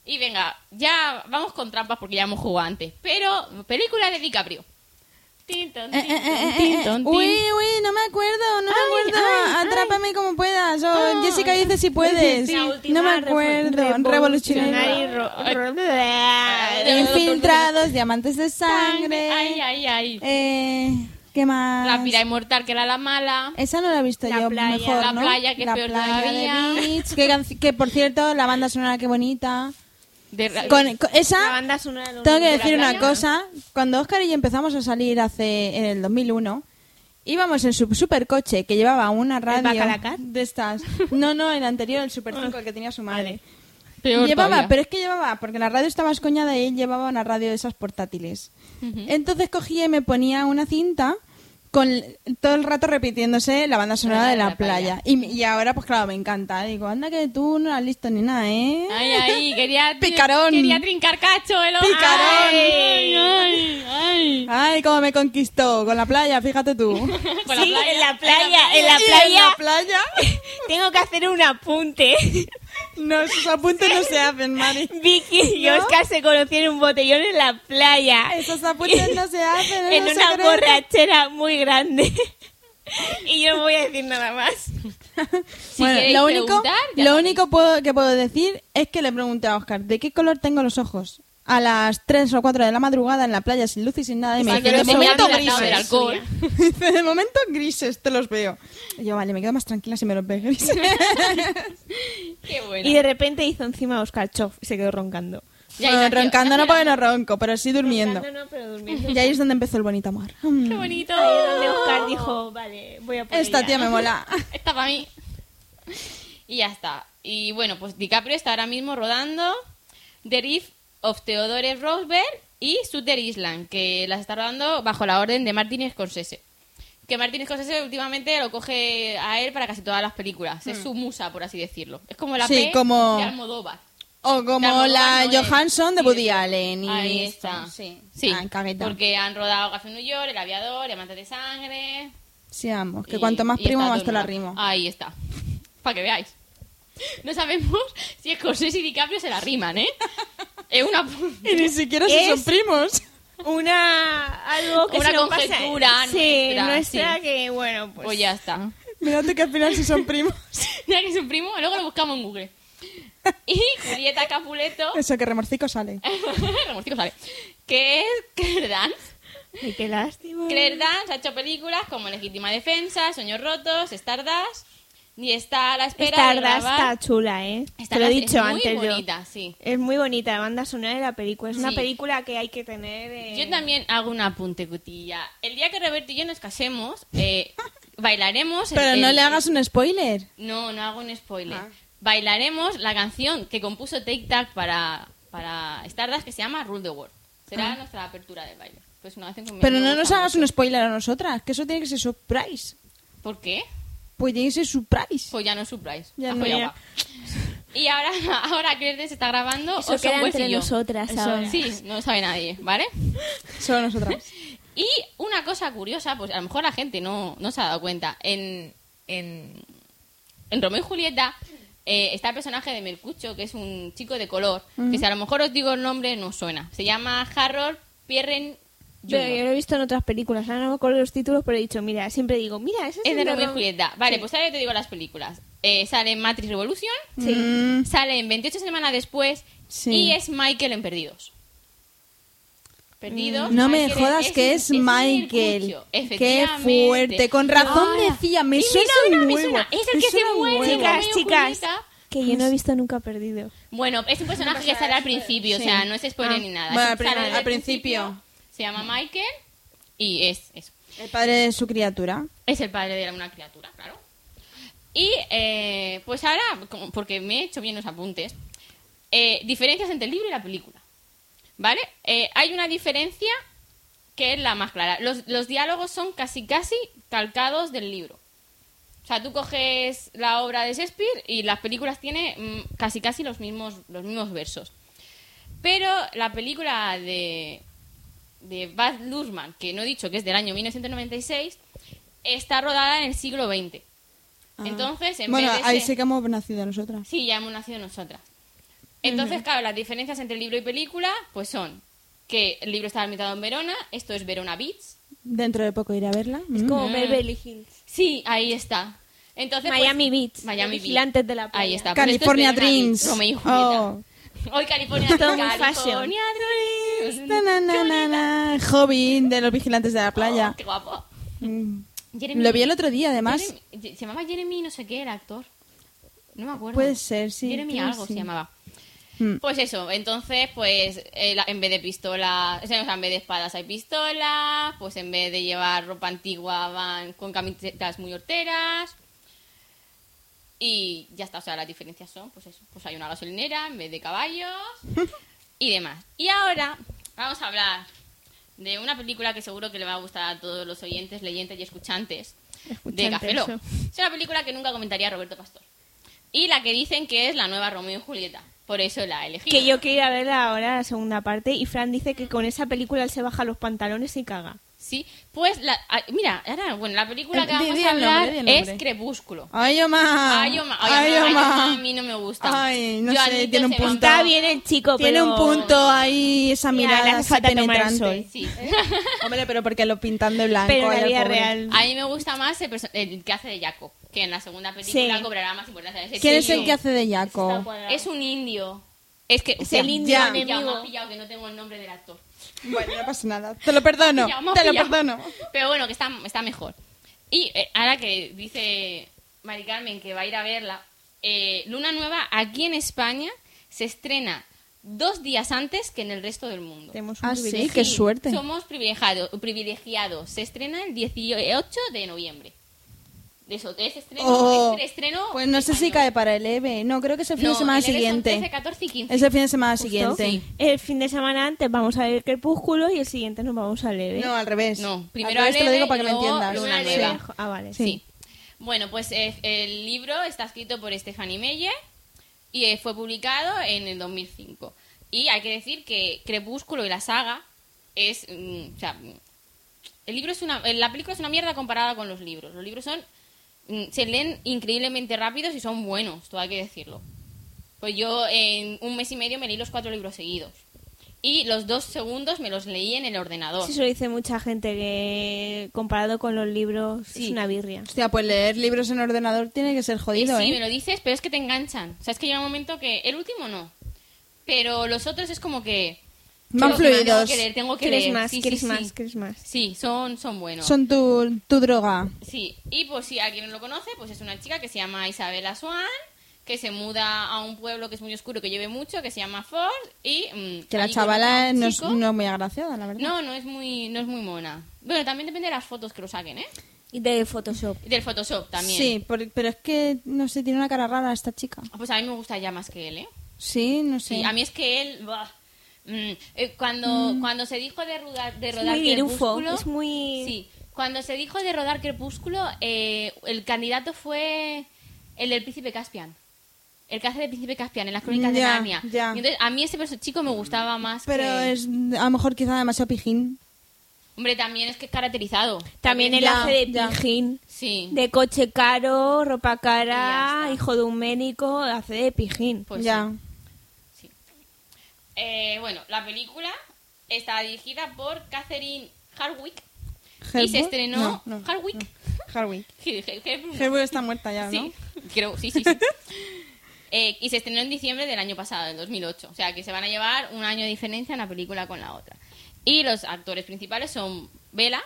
[SPEAKER 8] Y venga, ya vamos con trampas porque ya hemos jugado antes. Pero película de DiCaprio. Tin, ton,
[SPEAKER 5] Eh,
[SPEAKER 8] tin, ton, tin, ton, tin.
[SPEAKER 5] Uy, uy, no me acuerdo, no
[SPEAKER 4] Ay,
[SPEAKER 5] me acuerdo.
[SPEAKER 4] ay,
[SPEAKER 5] Atrápame como puedas. O
[SPEAKER 4] Ay.
[SPEAKER 5] Jessica dice si puedes.
[SPEAKER 4] La
[SPEAKER 5] no
[SPEAKER 4] última
[SPEAKER 5] me
[SPEAKER 4] revo-
[SPEAKER 5] acuerdo. Revolucionario.
[SPEAKER 4] revolucionaria y ro- ro-
[SPEAKER 5] Infiltrados, diamantes de sangre.
[SPEAKER 8] Ay, ay, ay.
[SPEAKER 5] Eh, ¿Qué más?
[SPEAKER 8] Rápida inmortal, que era la mala.
[SPEAKER 5] Esa no la he visto
[SPEAKER 4] La
[SPEAKER 5] yo
[SPEAKER 4] playa,
[SPEAKER 5] mejor,
[SPEAKER 8] la
[SPEAKER 5] ¿no?
[SPEAKER 8] playa, que es
[SPEAKER 5] la
[SPEAKER 8] peor
[SPEAKER 5] playa
[SPEAKER 8] todavía.
[SPEAKER 5] de Beach, que, canci- que, por cierto, la banda sonora qué bonita.
[SPEAKER 8] De ra-
[SPEAKER 5] Con, con-
[SPEAKER 4] La
[SPEAKER 5] esa,
[SPEAKER 4] banda sonora de
[SPEAKER 5] tengo que
[SPEAKER 4] la
[SPEAKER 5] decir una
[SPEAKER 4] playa.
[SPEAKER 5] cosa. Cuando Oscar y yo empezamos a salir hace en el 2001, íbamos en su supercoche que llevaba una radio
[SPEAKER 4] Bacalacat?
[SPEAKER 5] de estas. No, no, el anterior, el
[SPEAKER 4] Ah.
[SPEAKER 5] Super 5 el que tenía su madre.
[SPEAKER 8] Peor
[SPEAKER 5] llevaba,
[SPEAKER 8] todavía.
[SPEAKER 5] pero es que llevaba, porque la radio estaba escoñada y él llevaba una radio de esas portátiles. Entonces cogía y me ponía una cinta con l- todo el rato repitiéndose la banda sonora de la, playa. Y, me- y ahora, pues claro, me encanta. Digo, anda que tú no has listo ni nada, ¿eh?
[SPEAKER 8] Ay, ay, quería...
[SPEAKER 5] Picarón.
[SPEAKER 8] Quería trincar cacho, el hombre.
[SPEAKER 5] Picarón.
[SPEAKER 8] Ay, ay, ay.
[SPEAKER 5] [laughs] Ay, cómo me conquistó con la playa, fíjate tú.
[SPEAKER 8] Con
[SPEAKER 4] Sí, en la playa, en
[SPEAKER 5] Y
[SPEAKER 4] la
[SPEAKER 5] En
[SPEAKER 4] playa.
[SPEAKER 5] la playa.
[SPEAKER 4] [laughs] Tengo que hacer un apunte. [laughs]
[SPEAKER 5] No, esos apuntes no se hacen, Mari.
[SPEAKER 4] Vicky y
[SPEAKER 5] ¿No?
[SPEAKER 4] Oscar se conocieron en un botellón en la playa.
[SPEAKER 5] Esos apuntes no se
[SPEAKER 4] [laughs]
[SPEAKER 5] hacen.
[SPEAKER 4] en
[SPEAKER 5] no se
[SPEAKER 4] una
[SPEAKER 5] creen.
[SPEAKER 4] borrachera muy grande. [laughs] y yo no voy a decir nada más.
[SPEAKER 8] Si queréis
[SPEAKER 5] lo único,
[SPEAKER 8] preguntar, ya
[SPEAKER 5] lo
[SPEAKER 8] sabéis.
[SPEAKER 5] único puedo- que puedo decir es que le pregunté a Oscar, ¿de qué color tengo los ojos? A las 3 o 4 de la madrugada en la playa sin luz y sin nada. Y me
[SPEAKER 8] Exacto,
[SPEAKER 5] dice, de
[SPEAKER 8] pero se
[SPEAKER 5] momento
[SPEAKER 8] habían tratado del
[SPEAKER 5] grises.
[SPEAKER 8] alcohol.
[SPEAKER 5] [laughs] Dice, de momento grises, te los veo. Y yo, vale, me quedo más tranquila si me los veo grises. [laughs]
[SPEAKER 8] Ah, Qué bueno.
[SPEAKER 4] Y de repente hizo encima a Oscar Choff y se quedó roncando.
[SPEAKER 8] [laughs] Ya,
[SPEAKER 5] Bueno,
[SPEAKER 8] Ignacio,
[SPEAKER 5] roncando no
[SPEAKER 8] hazme
[SPEAKER 5] porque no ronco, pero sí durmiendo.
[SPEAKER 4] Roncando no, pero durmiendo.
[SPEAKER 5] Y ahí es donde empezó el bonito
[SPEAKER 8] [laughs]
[SPEAKER 5] amor. Mm,
[SPEAKER 8] Qué bonito.
[SPEAKER 4] Ahí donde Oscar dijo, vale, voy a por
[SPEAKER 5] Esta
[SPEAKER 4] ella.
[SPEAKER 5] tía me
[SPEAKER 8] [laughs]
[SPEAKER 5] mola.
[SPEAKER 8] Está para mí. Y ya está. Y bueno, pues DiCaprio está ahora mismo rodando The Reef of Theodore Roosevelt y Sutter Island, que las está rodando bajo la orden de Martin Scorsese. Que Martin Scorsese últimamente lo coge a él para casi todas las películas. Es su musa, por así decirlo. Es como la
[SPEAKER 5] Hmm. Sí,
[SPEAKER 8] P
[SPEAKER 5] como-
[SPEAKER 8] de Almodóvar.
[SPEAKER 5] O como
[SPEAKER 8] Damos
[SPEAKER 5] la
[SPEAKER 8] Noel.
[SPEAKER 5] Johansson de
[SPEAKER 8] Sí,
[SPEAKER 5] Woody Allen. Y
[SPEAKER 8] Ahí
[SPEAKER 5] esto,
[SPEAKER 8] está.
[SPEAKER 5] Sí,
[SPEAKER 8] Sí,
[SPEAKER 5] Ah, cagueta.
[SPEAKER 8] porque han rodado Gafio New York, El Aviador, Diamantes de Sangre,
[SPEAKER 5] Sí, vamos, que
[SPEAKER 8] Y-
[SPEAKER 5] cuanto más
[SPEAKER 8] y
[SPEAKER 5] primo,
[SPEAKER 8] está
[SPEAKER 5] más
[SPEAKER 8] todo
[SPEAKER 5] te la
[SPEAKER 8] nuevo.
[SPEAKER 5] rimo.
[SPEAKER 8] Ahí está. [laughs] Para que veáis. No sabemos [laughs] si Scorsese y DiCaprio se la
[SPEAKER 5] [laughs]
[SPEAKER 8] riman, ¿eh? Es una,
[SPEAKER 5] Y ni siquiera
[SPEAKER 4] si
[SPEAKER 5] si
[SPEAKER 4] son
[SPEAKER 5] son primos.
[SPEAKER 4] Una, algo que
[SPEAKER 8] Una
[SPEAKER 4] se nos pasa-
[SPEAKER 8] conjetura
[SPEAKER 4] sí,
[SPEAKER 8] nuestra,
[SPEAKER 4] nuestra
[SPEAKER 8] sí.
[SPEAKER 4] que, bueno, pues...
[SPEAKER 8] Pues ya
[SPEAKER 5] [laughs]
[SPEAKER 8] está.
[SPEAKER 5] Mira tú que al final si son [laughs] primos.
[SPEAKER 8] Mira que es un primo, luego lo buscamos
[SPEAKER 5] [laughs]
[SPEAKER 8] en Google. Y Julieta Capuleto, [laughs]
[SPEAKER 5] Eso, que remorcico sale.
[SPEAKER 8] remorcico sale, que es Claire Dance.
[SPEAKER 4] Ay, qué lástima.
[SPEAKER 8] Claire Dance ha hecho películas como Legítima Defensa, Sueños Rotos, Stardust, y está a la espera
[SPEAKER 4] Esta
[SPEAKER 8] de
[SPEAKER 4] arda
[SPEAKER 8] grabar...
[SPEAKER 4] está chula, ¿eh?
[SPEAKER 8] Esta
[SPEAKER 4] Te lo he
[SPEAKER 8] arda es
[SPEAKER 4] dicho
[SPEAKER 8] muy
[SPEAKER 4] antes yo.
[SPEAKER 8] bonita, sí.
[SPEAKER 4] Es muy bonita la banda sonora de la película. Es una
[SPEAKER 8] Sí.
[SPEAKER 4] película que hay que tener... eh,
[SPEAKER 8] Yo también hago un apunte, Cutilla. El día que Roberto y yo nos casemos,
[SPEAKER 4] [laughs]
[SPEAKER 8] eh, bailaremos. el-
[SPEAKER 5] Pero no
[SPEAKER 8] el-
[SPEAKER 5] le hagas un spoiler.
[SPEAKER 8] No, no hago un spoiler.
[SPEAKER 4] Ah.
[SPEAKER 8] Bailaremos la canción que compuso Take Tac para, para Stardust que se llama Rule the World.
[SPEAKER 4] Ah.
[SPEAKER 8] Será nuestra apertura de baile. Pues una canción que me-
[SPEAKER 5] Pero
[SPEAKER 8] me
[SPEAKER 5] no
[SPEAKER 8] gusta
[SPEAKER 5] nos hagas
[SPEAKER 8] mucho.
[SPEAKER 5] un spoiler a nosotras, que eso tiene que ser surprise.
[SPEAKER 8] ¿Por qué?
[SPEAKER 5] Pues tiene que ser surprise.
[SPEAKER 8] Pues ya no es surprise.
[SPEAKER 5] Ya
[SPEAKER 8] Ah,
[SPEAKER 5] no.
[SPEAKER 8] pues
[SPEAKER 5] Mira.
[SPEAKER 8] va. Y ahora, [laughs] ahora Claire se está grabando.
[SPEAKER 4] Eso
[SPEAKER 8] Orson
[SPEAKER 4] queda
[SPEAKER 8] Welles
[SPEAKER 4] entre
[SPEAKER 8] y yo.
[SPEAKER 4] nosotras
[SPEAKER 8] Eso-
[SPEAKER 4] ahora.
[SPEAKER 8] Sí, no sabe nadie, ¿vale?
[SPEAKER 5] Solo nosotras.
[SPEAKER 8] Y una cosa curiosa, pues a lo mejor la gente no, no se ha dado cuenta. En, en, en Romeo y Julieta eh, está el personaje de Mercucho, que es un chico de color, que si a lo mejor os digo el nombre no os suena. Se llama Harold Pierren
[SPEAKER 4] Yo, yo
[SPEAKER 8] Jr.
[SPEAKER 4] lo he visto en otras películas, ahora no me acuerdo los títulos, pero he dicho, mira, siempre digo, mira, ese es
[SPEAKER 8] Es de
[SPEAKER 4] el
[SPEAKER 8] Romeo y
[SPEAKER 4] Rom-
[SPEAKER 8] Julieta. Vale, pues ahora yo te digo las películas. Eh, sale en Matrix Revolution,
[SPEAKER 4] Sí.
[SPEAKER 5] [laughs] Mm,
[SPEAKER 8] sale en 28 semanas después
[SPEAKER 5] Sí.
[SPEAKER 8] y es Michael en Perdidos. Perdidos.
[SPEAKER 5] Mm, No me
[SPEAKER 8] Michael
[SPEAKER 5] jodas que
[SPEAKER 8] un-
[SPEAKER 5] es Michael.
[SPEAKER 8] Mercucho,
[SPEAKER 5] Qué
[SPEAKER 8] efectivamente. Ah.
[SPEAKER 5] fuerte. Con razón
[SPEAKER 8] Ahora,
[SPEAKER 5] decía, me
[SPEAKER 8] Sí,
[SPEAKER 5] suena un
[SPEAKER 8] me
[SPEAKER 5] huevo.
[SPEAKER 8] suena. Es el
[SPEAKER 5] Me
[SPEAKER 8] que se
[SPEAKER 5] suena un
[SPEAKER 8] muere.
[SPEAKER 5] huevo.
[SPEAKER 4] Chicas,
[SPEAKER 8] Romeo,
[SPEAKER 4] chicas,
[SPEAKER 8] Julieta.
[SPEAKER 4] que yo no he visto nunca perdido.
[SPEAKER 8] Bueno, es un personaje que sale al principio, o sea, no es spoiler ni nada.
[SPEAKER 5] Ah. Bueno,
[SPEAKER 8] Es-
[SPEAKER 5] al pri-
[SPEAKER 8] sale desde
[SPEAKER 5] al
[SPEAKER 8] el
[SPEAKER 5] principio.
[SPEAKER 8] Se llama Michael y es eso.
[SPEAKER 5] El padre de su criatura.
[SPEAKER 8] Es el padre de una criatura, claro. Y eh, pues ahora, como- porque me he hecho bien los apuntes, eh, diferencias entre el libro y la película. ¿Vale? Eh, hay una diferencia que es la más clara. Los, los diálogos son casi casi calcados del libro. O sea, tú coges la obra de Shakespeare y las películas tienen mm, casi casi los mismos, los mismos versos. Pero la película de de Baz Luhrmann, que no he dicho que es del año 1996, está rodada en el siglo XX. Entonces, en
[SPEAKER 5] Ah. bueno,
[SPEAKER 8] vez de
[SPEAKER 5] ahí
[SPEAKER 8] ser-
[SPEAKER 5] sí que hemos nacido nosotras.
[SPEAKER 8] Sí, ya hemos nacido nosotras. Entonces, claro, las diferencias entre libro y película, pues son que el libro está ambientado en Verona, esto es Verona Beach.
[SPEAKER 5] Dentro de poco iré a verla.
[SPEAKER 4] Es
[SPEAKER 5] Mm.
[SPEAKER 4] como
[SPEAKER 8] Ah.
[SPEAKER 4] Beverly Hills.
[SPEAKER 8] Sí, ahí está. Entonces, pues,
[SPEAKER 4] Miami Beach.
[SPEAKER 8] Miami Beach.
[SPEAKER 4] Vigilantes de la playa.
[SPEAKER 8] Ahí está. Pero esto es
[SPEAKER 5] California
[SPEAKER 8] Verona Beach,
[SPEAKER 5] Dreams.
[SPEAKER 8] Romeo y
[SPEAKER 5] Oh.
[SPEAKER 8] Julieta. Hoy California
[SPEAKER 4] [laughs] Todo
[SPEAKER 8] Dreams.
[SPEAKER 4] muy fashion.
[SPEAKER 8] California Dreams.
[SPEAKER 5] Na, na, na, na, na. Hobby de los vigilantes de la playa.
[SPEAKER 8] Oh, qué guapo.
[SPEAKER 5] Mm.
[SPEAKER 8] Jeremy-
[SPEAKER 5] Lo vi el otro día, además.
[SPEAKER 8] Jeremy- se llamaba Jeremy no sé qué, el actor. No me acuerdo.
[SPEAKER 5] Puede ser, sí,
[SPEAKER 8] Jeremy
[SPEAKER 5] creo que
[SPEAKER 8] algo
[SPEAKER 5] sí.
[SPEAKER 8] se llamaba.
[SPEAKER 5] Mm.
[SPEAKER 8] Pues eso, entonces, pues eh, la- en vez de pistolas, o sea, en vez de espadas hay pistolas, pues en vez de llevar ropa antigua van con camisetas muy horteras. Y ya está, o sea, las diferencias son, pues eso, pues hay una gasolinera en vez de
[SPEAKER 5] [laughs]
[SPEAKER 8] caballos y demás. Y ahora vamos a hablar de una película que seguro que le va a gustar a todos los oyentes, leyentes y escuchantes, de
[SPEAKER 4] Escuchantes,
[SPEAKER 8] Café Lock.
[SPEAKER 4] eso.
[SPEAKER 8] Es una película que nunca comentaría Roberto Pastor. Y la que dicen que es la nueva Romeo y Julieta. Por eso la elegí.
[SPEAKER 4] Que yo quiero ir a verla ahora, la segunda parte, y Fran dice que con esa película él se baja los pantalones y caga.
[SPEAKER 8] Sí, pues la... ah, Mira, ahora, bueno, la película que
[SPEAKER 5] Eh, di-
[SPEAKER 8] vamos
[SPEAKER 5] di el
[SPEAKER 8] a
[SPEAKER 5] nombre,
[SPEAKER 8] hablar
[SPEAKER 5] di el
[SPEAKER 8] es
[SPEAKER 5] nombre.
[SPEAKER 8] Crepúsculo.
[SPEAKER 5] Ay, Oma.
[SPEAKER 8] Ay, Oma,
[SPEAKER 5] Ay, Oma.
[SPEAKER 8] a mí no me gusta.
[SPEAKER 5] Ay, no
[SPEAKER 8] Yo
[SPEAKER 5] sé,
[SPEAKER 8] admito
[SPEAKER 5] tiene un
[SPEAKER 8] ese
[SPEAKER 5] punto.
[SPEAKER 8] bando.
[SPEAKER 4] Está bien el chico,
[SPEAKER 5] Tiene
[SPEAKER 4] pero-
[SPEAKER 5] un punto ahí, esa
[SPEAKER 4] Ya,
[SPEAKER 5] mirada
[SPEAKER 4] le hace
[SPEAKER 5] así
[SPEAKER 4] falta tomar el
[SPEAKER 5] penetrante.
[SPEAKER 4] sol.
[SPEAKER 8] Sí.
[SPEAKER 5] [laughs] ¿Eh?
[SPEAKER 8] [laughs]
[SPEAKER 5] Hombre, pero porque lo pintan de blanco.
[SPEAKER 4] Pero en
[SPEAKER 5] ay,
[SPEAKER 4] la
[SPEAKER 5] al
[SPEAKER 4] vida
[SPEAKER 5] pobre.
[SPEAKER 4] real.
[SPEAKER 8] A mí me gusta más el, perso- el que hace de Jacob, que en la segunda película
[SPEAKER 4] Sí.
[SPEAKER 8] cobrará más importancia. Ese
[SPEAKER 5] ¿Quién es
[SPEAKER 8] tío
[SPEAKER 5] el que hace de Jaco?
[SPEAKER 8] Es un indio. Es que
[SPEAKER 4] Es el
[SPEAKER 8] Ya,
[SPEAKER 4] indio
[SPEAKER 8] ya,
[SPEAKER 4] enemigo.
[SPEAKER 8] me ha pillado que no tengo el nombre del actor. [laughs]
[SPEAKER 5] Bueno, no pasa nada. Te lo perdono.
[SPEAKER 8] Ya, me ha
[SPEAKER 5] Te lo
[SPEAKER 8] pillado.
[SPEAKER 5] perdono.
[SPEAKER 8] Pero bueno, que está, está mejor. Y eh, ahora que dice Mari Carmen que va a ir a verla, eh, Luna Nueva aquí en España se estrena dos días antes que en el resto del mundo.
[SPEAKER 4] Tenemos un
[SPEAKER 5] Ah, sí,
[SPEAKER 4] privilegio.
[SPEAKER 5] qué suerte.
[SPEAKER 8] Pues Somos privilegiados. privilegiados. Se estrena el 18 de noviembre. De eso, de ese estreno,
[SPEAKER 5] Oh,
[SPEAKER 8] es el estreno
[SPEAKER 5] pues no sé si
[SPEAKER 8] español.
[SPEAKER 5] cae para el EVE. No, creo que es el fin
[SPEAKER 8] No,
[SPEAKER 5] de semana
[SPEAKER 8] el EVE son
[SPEAKER 5] siguiente.
[SPEAKER 8] 13, 14 y 15.
[SPEAKER 5] Es el fin de semana
[SPEAKER 4] Justo.
[SPEAKER 5] siguiente.
[SPEAKER 8] Sí.
[SPEAKER 4] El fin de semana antes vamos a ver Crepúsculo y el siguiente nos vamos a leer. ¿eh?
[SPEAKER 5] No, al revés.
[SPEAKER 8] No, primero
[SPEAKER 5] al revés te lo
[SPEAKER 8] Aleve
[SPEAKER 5] digo para
[SPEAKER 8] y
[SPEAKER 5] que me
[SPEAKER 8] luego
[SPEAKER 5] entiendas.
[SPEAKER 8] Luna
[SPEAKER 5] Sí.
[SPEAKER 8] Nueva.
[SPEAKER 4] Ah, vale.
[SPEAKER 8] Sí. Bueno, pues eh, el libro está escrito por Stephanie Meyer y eh, fue publicado en el 2005. Y hay que decir que Crepúsculo y la saga es... mm, o sea, mm, el libro es una, eh, la película es una mierda comparada con los libros. Los libros son... mm, Se leen increíblemente rápidos y son buenos, todo hay que decirlo. Pues yo en un mes y medio me leí los cuatro libros seguidos. Y los dos segundos me los leí en el ordenador.
[SPEAKER 4] Sí, Eso lo dice mucha gente que comparado con los libros
[SPEAKER 8] Sí.
[SPEAKER 4] es una birria.
[SPEAKER 5] Hostia, pues leer libros en ordenador tiene que ser jodido,
[SPEAKER 8] sí,
[SPEAKER 5] ¿eh?
[SPEAKER 8] me lo dices, pero es que te enganchan. O sea, es que llega un momento que el último no. Pero los otros es como que...
[SPEAKER 5] Van
[SPEAKER 8] Tengo- Tengo
[SPEAKER 5] fluidos.
[SPEAKER 8] que leer, tengo que
[SPEAKER 4] ¿Quieres
[SPEAKER 8] leer.
[SPEAKER 4] más?
[SPEAKER 8] Sí, sí,
[SPEAKER 4] ¿Quieres
[SPEAKER 8] sí.
[SPEAKER 4] más? ¿Quieres más?
[SPEAKER 8] Sí, son, son buenos.
[SPEAKER 5] Son tu, tu droga.
[SPEAKER 8] Sí, y por si alguien no lo conoce, pues es una chica que se llama Isabella Swan, que se muda a un pueblo que es muy oscuro, que llueve mucho, que se llama Ford, y... mm,
[SPEAKER 5] Que la
[SPEAKER 8] allí conoce a
[SPEAKER 5] chavala
[SPEAKER 8] un
[SPEAKER 5] no es,
[SPEAKER 8] chico.
[SPEAKER 5] no es muy agraciada, la verdad.
[SPEAKER 8] No, no es muy, no es muy mona. Bueno, también depende de las fotos que lo saquen, ¿eh?
[SPEAKER 4] Y de Photoshop.
[SPEAKER 8] Y del Photoshop también.
[SPEAKER 5] Sí, por- pero es que, no sé, tiene una cara rara esta chica.
[SPEAKER 8] Pues a mí me gusta ya más que él, ¿eh?
[SPEAKER 5] Sí, no sé.
[SPEAKER 8] Sí, a mí es que él... buah, mm, eh, cuando, cuando se dijo de rodar, de
[SPEAKER 4] Es
[SPEAKER 8] rodar
[SPEAKER 4] muy dirufo,
[SPEAKER 8] Crepúsculo-
[SPEAKER 4] es muy-
[SPEAKER 8] Sí, cuando se dijo de rodar Crepúsculo, eh, el candidato fue el del Príncipe Caspian. El que hace de Príncipe Caspian en las crónicas de
[SPEAKER 5] Ya,
[SPEAKER 8] Narnia.
[SPEAKER 5] ya.
[SPEAKER 8] Y entonces, a mí ese perso- chico me gustaba más
[SPEAKER 5] Pero
[SPEAKER 8] que-
[SPEAKER 5] es a lo mejor quizá demasiado pijín.
[SPEAKER 8] Hombre, también es que es caracterizado.
[SPEAKER 4] También el
[SPEAKER 5] Ya,
[SPEAKER 4] hace de
[SPEAKER 5] ya.
[SPEAKER 4] pijín.
[SPEAKER 8] Sí.
[SPEAKER 4] De coche caro, ropa
[SPEAKER 8] Y ya
[SPEAKER 4] cara,
[SPEAKER 8] está.
[SPEAKER 4] hijo de un médico, hace de pijín.
[SPEAKER 8] Pues
[SPEAKER 5] ya.
[SPEAKER 8] sí. Eh, bueno, la película está dirigida por Catherine Harwick. Y se
[SPEAKER 5] Hellboy?
[SPEAKER 8] estrenó
[SPEAKER 5] No, no,
[SPEAKER 8] Harwick. [laughs]
[SPEAKER 5] no. Harwick.
[SPEAKER 8] Harwick.
[SPEAKER 5] Hellboy está muerta ya, ¿no?
[SPEAKER 8] Sí, creo, sí, sí, [laughs] sí. Eh, y se estrenó en diciembre del año pasado, del 2008. O sea, que se van a llevar un año de diferencia una película con la otra. Y los actores principales son Bella,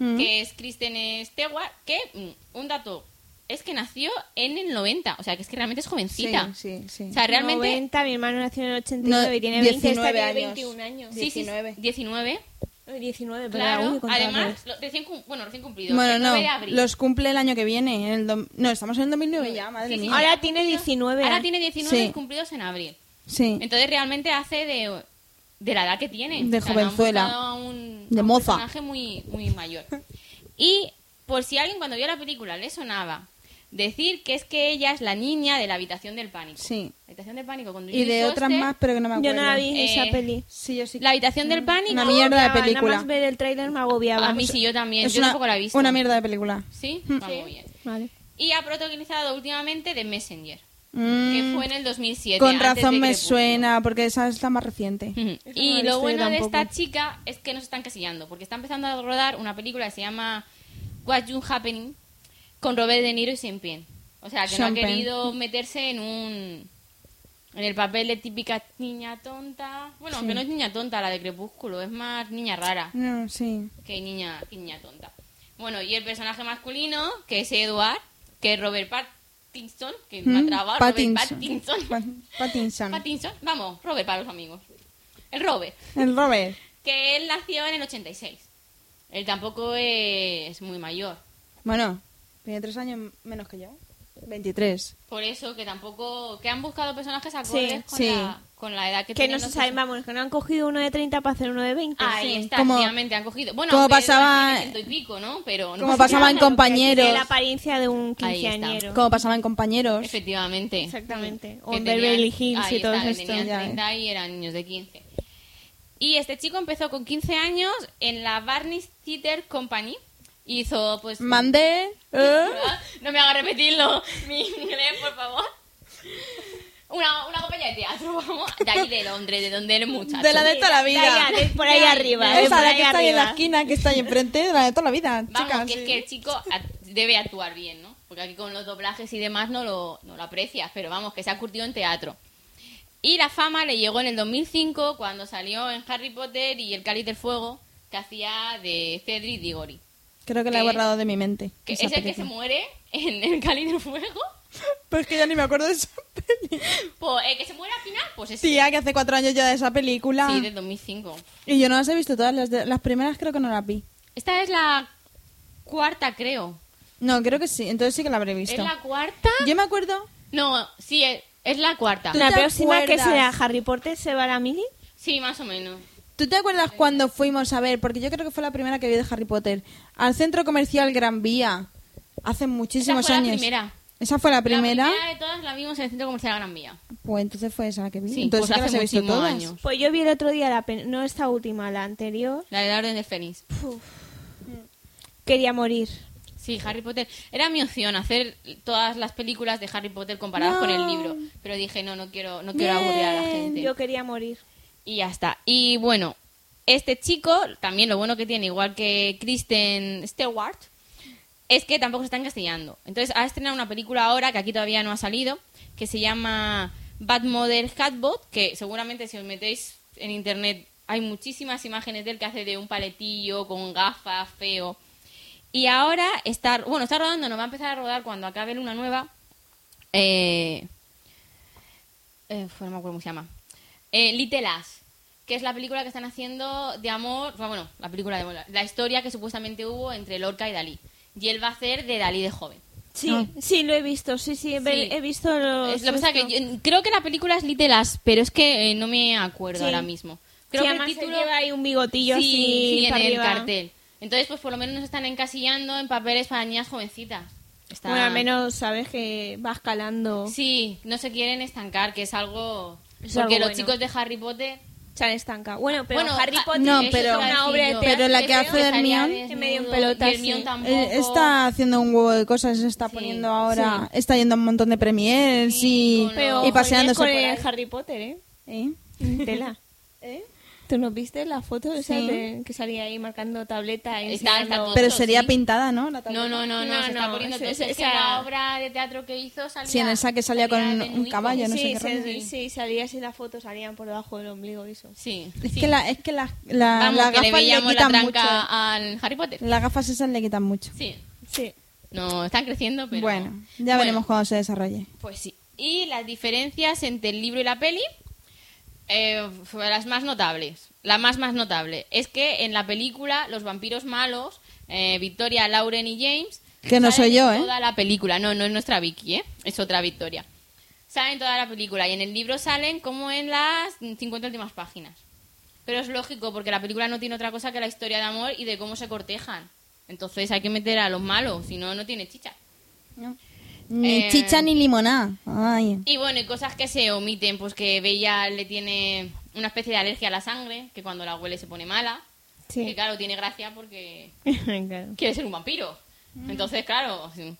[SPEAKER 5] Mm.
[SPEAKER 8] que es Kristen Stewart, que, mm, un dato, es que nació en el 90. O sea, que es que realmente es jovencita.
[SPEAKER 5] Sí, sí, sí.
[SPEAKER 8] O sea, realmente...
[SPEAKER 4] 90, mi hermano nació en el 89 y tiene 20, esta
[SPEAKER 5] 19
[SPEAKER 4] tiene
[SPEAKER 5] años.
[SPEAKER 4] 21 años.
[SPEAKER 8] sí, sí,
[SPEAKER 5] 19.
[SPEAKER 8] 19,
[SPEAKER 4] Ay, 19, pero
[SPEAKER 8] claro.
[SPEAKER 4] uy, contra
[SPEAKER 8] Además,
[SPEAKER 4] todos.
[SPEAKER 8] lo- recién, cum- bueno, recién cumplido.
[SPEAKER 5] Bueno,
[SPEAKER 8] el
[SPEAKER 5] no,
[SPEAKER 8] 9 de abril.
[SPEAKER 5] los cumple el año que viene. en el dom- No, estamos en el 2009 ya, madre
[SPEAKER 8] Sí, sí.
[SPEAKER 5] mía.
[SPEAKER 4] Ahora tiene 19.
[SPEAKER 8] Ahora
[SPEAKER 4] ¿eh?
[SPEAKER 8] tiene 19
[SPEAKER 5] Sí.
[SPEAKER 8] cumplidos en abril.
[SPEAKER 5] Sí.
[SPEAKER 8] Entonces realmente hace de, de la edad que tiene.
[SPEAKER 5] De
[SPEAKER 8] le han
[SPEAKER 5] jovenzuela.
[SPEAKER 8] buscado a un,
[SPEAKER 5] De
[SPEAKER 8] a un
[SPEAKER 5] moza.
[SPEAKER 8] personaje muy, muy mayor. Y por si alguien cuando vio la película le sonaba, decir que es que ella es la niña de la habitación del pánico.
[SPEAKER 5] Sí.
[SPEAKER 8] La habitación de pánico con
[SPEAKER 5] Y de
[SPEAKER 8] Jodie
[SPEAKER 5] otras
[SPEAKER 8] Foster.
[SPEAKER 5] más, pero que no me acuerdo.
[SPEAKER 4] Yo no la vi esa
[SPEAKER 8] Eh,
[SPEAKER 4] peli.
[SPEAKER 5] Sí, yo sí.
[SPEAKER 8] este,
[SPEAKER 5] Mm,
[SPEAKER 8] La habitación del pánico.
[SPEAKER 5] Una mierda de
[SPEAKER 4] Nada más
[SPEAKER 5] película.
[SPEAKER 4] ver el tráiler me agobiaba.
[SPEAKER 8] A mí sí, yo también.
[SPEAKER 5] Es
[SPEAKER 8] yo
[SPEAKER 5] una,
[SPEAKER 8] tampoco la he visto.
[SPEAKER 5] una mierda Mm. de película.
[SPEAKER 8] ¿Sí? Ah, muy bien.
[SPEAKER 4] Vale.
[SPEAKER 8] Y ha protagonizado últimamente The Messenger,
[SPEAKER 5] Mm,
[SPEAKER 8] que fue en el 2007.
[SPEAKER 5] con
[SPEAKER 8] antes de
[SPEAKER 5] razón me
[SPEAKER 8] Crepúsculo.
[SPEAKER 5] suena, porque esa es la más reciente.
[SPEAKER 8] Ujú.
[SPEAKER 4] Esa no la
[SPEAKER 8] Y
[SPEAKER 4] he
[SPEAKER 8] lo
[SPEAKER 4] visto
[SPEAKER 8] bueno
[SPEAKER 4] yo
[SPEAKER 8] de
[SPEAKER 4] tampoco.
[SPEAKER 8] esta chica es que no se están casillando, porque está empezando a rodar una película que se llama What's You Happening con Robert De Niro y Sean Penn. O sea, que
[SPEAKER 5] Sean
[SPEAKER 8] no ha
[SPEAKER 5] Penn.
[SPEAKER 8] querido meterse en un. en el papel de típica niña tonta. Bueno, aunque no es niña tonta la de Crepúsculo, es más niña rara
[SPEAKER 5] No, sí.
[SPEAKER 8] que niña, que niña tonta. Bueno, y el personaje masculino, que es Edward, que es Robert Pattinson, que me ha
[SPEAKER 5] Mm,
[SPEAKER 8] trabado, Robert
[SPEAKER 5] [laughs] Pattinson.
[SPEAKER 8] Pattinson.
[SPEAKER 5] Pa- Pattinson.
[SPEAKER 8] Pattinson, vamos, Robert para los amigos. El Robert,
[SPEAKER 5] El Robert.
[SPEAKER 8] que él nació en el 86. Él tampoco es muy mayor.
[SPEAKER 5] Bueno, tiene tres años menos que yo. 23.
[SPEAKER 8] Por eso que tampoco... Que han buscado personajes acordes
[SPEAKER 4] Sí,
[SPEAKER 8] con,
[SPEAKER 5] sí.
[SPEAKER 8] La, con la edad
[SPEAKER 4] Que
[SPEAKER 8] que, tienen
[SPEAKER 4] no se
[SPEAKER 8] los
[SPEAKER 4] saben, vamos, que no han cogido uno de 30 para hacer uno de 20.
[SPEAKER 8] Ahí
[SPEAKER 5] Sí,
[SPEAKER 8] está,
[SPEAKER 5] como-
[SPEAKER 8] efectivamente, han cogido... Bueno,
[SPEAKER 5] como
[SPEAKER 8] aunque Edward
[SPEAKER 5] pasaba-
[SPEAKER 8] tiene ciento y pico, ¿no? Pero no
[SPEAKER 5] como
[SPEAKER 8] sé
[SPEAKER 5] pasaba en
[SPEAKER 8] qué hace.
[SPEAKER 5] compañeros.
[SPEAKER 4] De la apariencia de un
[SPEAKER 8] Ahí está.
[SPEAKER 4] quinceañero.
[SPEAKER 5] Como pasaba en compañeros.
[SPEAKER 8] Efectivamente.
[SPEAKER 4] Exactamente. O
[SPEAKER 8] Que
[SPEAKER 4] en
[SPEAKER 8] tenían-
[SPEAKER 4] Beverly Hills
[SPEAKER 8] ahí
[SPEAKER 4] y todo
[SPEAKER 8] está, que
[SPEAKER 4] esto.
[SPEAKER 8] tenían
[SPEAKER 5] ya
[SPEAKER 8] 30 y eran niños de 15. Y este chico empezó con 15 años en la Barney Theater Company. Hizo, pues...
[SPEAKER 5] Mandé. ¿eh?
[SPEAKER 8] [laughs] No me haga repetirlo, [laughs] mi inglés, por favor. Una, una compañía de teatro, [laughs] vamos. De allí de Londres, de donde eres muchacho.
[SPEAKER 5] De la de toda la vida.
[SPEAKER 4] Daya, de por ahí arriba. de
[SPEAKER 5] Esa,
[SPEAKER 4] por
[SPEAKER 5] la
[SPEAKER 4] ahí
[SPEAKER 5] que está ahí en la
[SPEAKER 4] arriba.
[SPEAKER 5] esquina, que está ahí enfrente, de la de toda la vida,
[SPEAKER 8] Vamos,
[SPEAKER 5] chicas.
[SPEAKER 8] que es
[SPEAKER 5] sí.
[SPEAKER 8] que el chico act- debe actuar bien, ¿no? Porque aquí con los doblajes y demás no lo, no lo aprecias, pero vamos, que se ha curtido en teatro. Y la fama le llegó en el 2005 cuando salió en Harry Potter y El Cáliz del Fuego, que hacía de Cedric Diggory.
[SPEAKER 5] Creo que la he
[SPEAKER 8] que-
[SPEAKER 5] borrado de mi mente.
[SPEAKER 8] Que
[SPEAKER 5] esa
[SPEAKER 8] es el que se
[SPEAKER 5] película.
[SPEAKER 8] muere en El Cáliz del Fuego.
[SPEAKER 5] [laughs] Pues que ya ni me acuerdo de esa [laughs] peli.
[SPEAKER 8] Pues el que se muere al final, pues es
[SPEAKER 5] Tía, que hace cuatro años ya de esa película.
[SPEAKER 8] Sí, del 2005.
[SPEAKER 5] Y yo no las he visto todas. Las, de- las primeras creo que no las vi.
[SPEAKER 8] Esta es la cuarta, creo.
[SPEAKER 5] No, creo que sí. Entonces sí que la habré visto.
[SPEAKER 8] ¿Es la cuarta?
[SPEAKER 5] Yo me acuerdo.
[SPEAKER 8] No, sí, es, es la cuarta.
[SPEAKER 5] ¿Tú
[SPEAKER 4] La
[SPEAKER 5] te
[SPEAKER 4] próxima que
[SPEAKER 5] acuerdas?
[SPEAKER 4] será Harry Potter se va a la mili.
[SPEAKER 8] Sí, más o menos.
[SPEAKER 5] ¿Tú te acuerdas cuando fuimos a ver? Porque yo creo que fue la primera que vi de Harry Potter. Al centro comercial Gran Vía. Hace muchísimos
[SPEAKER 8] Esa fue la
[SPEAKER 5] años.
[SPEAKER 8] primera.
[SPEAKER 5] Esa fue la primera.
[SPEAKER 8] La primera de todas la vimos en el centro comercial Gran Vía.
[SPEAKER 5] Pues entonces fue esa que vi.
[SPEAKER 8] Sí,
[SPEAKER 5] entonces sí
[SPEAKER 8] pues
[SPEAKER 5] que
[SPEAKER 8] hace
[SPEAKER 5] las he visto
[SPEAKER 8] muchísimos
[SPEAKER 5] todas.
[SPEAKER 8] años.
[SPEAKER 4] Pues yo vi el otro día la pe- no esta última, la anterior.
[SPEAKER 8] La de la Orden del Fénix.
[SPEAKER 4] Quería morir.
[SPEAKER 8] Sí, Harry Potter. Era mi opción hacer todas las películas de Harry Potter comparadas
[SPEAKER 5] No.
[SPEAKER 8] con el libro. Pero dije, no, no quiero, no quiero aburrir a la gente.
[SPEAKER 4] Yo quería morir.
[SPEAKER 8] Y ya está. Y bueno, este chico, también lo bueno que tiene, igual que Kristen Stewart, es que tampoco se están castigando. Entonces ha estrenado una película ahora, que aquí todavía no ha salido, que se llama Bad Mother Hatbot, que seguramente si os metéis en internet hay muchísimas imágenes de él que hace de un paletillo con gafas, feo. Y ahora está, bueno, está rodando, no va a empezar a rodar cuando acabe Luna Nueva. Eh, eh, fue- no me acuerdo cómo se llama. Eh, Little Ash, que es la película que están haciendo de amor, bueno, la película de amor, la historia que supuestamente hubo entre Lorca y Dalí. Y él va a hacer de Dalí de joven.
[SPEAKER 4] Sí, sí, lo he visto. Sí, sí, he,
[SPEAKER 8] Sí.
[SPEAKER 4] he visto los.
[SPEAKER 8] Es- lo que pasa que yo- creo que la película es Little Ash, pero es que eh, no me acuerdo
[SPEAKER 4] Sí.
[SPEAKER 8] ahora mismo. Creo que el título
[SPEAKER 4] lleva ahí un bigotillo
[SPEAKER 8] sí, sí,
[SPEAKER 4] así
[SPEAKER 8] en
[SPEAKER 4] para
[SPEAKER 8] el
[SPEAKER 4] arriba.
[SPEAKER 8] cartel. Entonces, pues por lo menos nos están encasillando en papeles para niñas jovencitas. Está-
[SPEAKER 4] Bueno, al menos sabes que va escalando.
[SPEAKER 8] Sí, no se quieren estancar, que es algo...
[SPEAKER 4] Es
[SPEAKER 8] porque
[SPEAKER 4] algo
[SPEAKER 8] los
[SPEAKER 4] bueno.
[SPEAKER 8] chicos de Harry Potter...
[SPEAKER 4] Se han estancado. Bueno, pero
[SPEAKER 8] Bueno,
[SPEAKER 4] Harry
[SPEAKER 8] ah,
[SPEAKER 4] Potter
[SPEAKER 5] no,
[SPEAKER 4] es
[SPEAKER 5] pero-
[SPEAKER 4] una obra de teatro.
[SPEAKER 5] pero la que hace
[SPEAKER 8] creo salía
[SPEAKER 5] Hermione-
[SPEAKER 8] desnudo,
[SPEAKER 4] Que medio en pelotas,
[SPEAKER 8] y Hermione
[SPEAKER 4] sí.
[SPEAKER 8] tampoco.
[SPEAKER 5] Eh, Está haciendo un huevo de cosas, se está
[SPEAKER 8] Sí,
[SPEAKER 5] poniendo ahora, está yendo a un montón de premiers
[SPEAKER 8] Sí,
[SPEAKER 5] y,
[SPEAKER 8] con
[SPEAKER 4] Pero,
[SPEAKER 8] los-
[SPEAKER 5] y paseándose por
[SPEAKER 4] joder, con
[SPEAKER 5] ahí.
[SPEAKER 4] el Harry Potter,
[SPEAKER 8] [laughs]
[SPEAKER 4] ¿eh?
[SPEAKER 5] ¿Eh?
[SPEAKER 4] Tela.
[SPEAKER 8] ¿Eh?
[SPEAKER 4] ¿Tú no viste la foto esa de- que salía ahí marcando tableta? y
[SPEAKER 8] Está- está
[SPEAKER 4] enseñando-
[SPEAKER 8] todo-
[SPEAKER 5] Pero
[SPEAKER 8] Otro,
[SPEAKER 5] sería
[SPEAKER 8] sí.
[SPEAKER 5] pintada, ¿no? La
[SPEAKER 8] No,
[SPEAKER 5] tableta.
[SPEAKER 8] no, no, no,
[SPEAKER 4] No,
[SPEAKER 8] se
[SPEAKER 4] no,
[SPEAKER 8] está poniendo
[SPEAKER 4] ese-
[SPEAKER 8] todo.
[SPEAKER 4] ese-
[SPEAKER 8] Es que
[SPEAKER 4] esa-
[SPEAKER 8] la obra de teatro que hizo salía...
[SPEAKER 5] Sí, en esa que salía con un
[SPEAKER 8] desnudito.
[SPEAKER 5] caballo, no sé
[SPEAKER 4] sí,
[SPEAKER 5] qué
[SPEAKER 4] se-
[SPEAKER 5] rollo.
[SPEAKER 4] sí, salía así la foto, salían por debajo del ombligo y eso.
[SPEAKER 8] Sí.
[SPEAKER 5] Es
[SPEAKER 8] sí.
[SPEAKER 5] que la, es que la, la,
[SPEAKER 8] Vamos,
[SPEAKER 5] las
[SPEAKER 8] que le
[SPEAKER 5] gafas le,
[SPEAKER 8] veíamos la
[SPEAKER 5] quitan
[SPEAKER 8] tranca
[SPEAKER 5] mucho.
[SPEAKER 8] al Harry Potter.
[SPEAKER 5] Las gafas esas le quitan mucho.
[SPEAKER 8] Sí.
[SPEAKER 4] Sí.
[SPEAKER 8] No, están creciendo, pero...
[SPEAKER 5] Bueno, ya veremos cuando se desarrolle.
[SPEAKER 8] Pues sí. Y las diferencias entre el libro y la peli, eh, fue las más notables. La más más notable es que en la película los vampiros malos, eh, Victoria, Lauren y James,
[SPEAKER 5] Que no
[SPEAKER 8] salen
[SPEAKER 5] soy yo,
[SPEAKER 8] en
[SPEAKER 5] ¿eh?
[SPEAKER 8] Toda la película, no, no es nuestra Vicky, ¿eh? Es otra Victoria. Salen toda la película y en el libro salen como en las 50 últimas páginas. Pero es lógico porque la película no tiene otra cosa que la historia de amor y de cómo se cortejan. Entonces hay que meter a los malos, si no, no tiene chicha.
[SPEAKER 2] Ni
[SPEAKER 8] Eh,
[SPEAKER 2] chicha ni limonada. Ay.
[SPEAKER 8] Y bueno, y cosas que se omiten, pues que Bella le tiene una especie de alergia a la sangre, que cuando la huele se pone mala. Que
[SPEAKER 4] Sí.
[SPEAKER 8] claro, tiene gracia porque
[SPEAKER 4] [laughs] Claro.
[SPEAKER 8] quiere ser un vampiro.
[SPEAKER 4] Mm.
[SPEAKER 8] Entonces, claro, sí.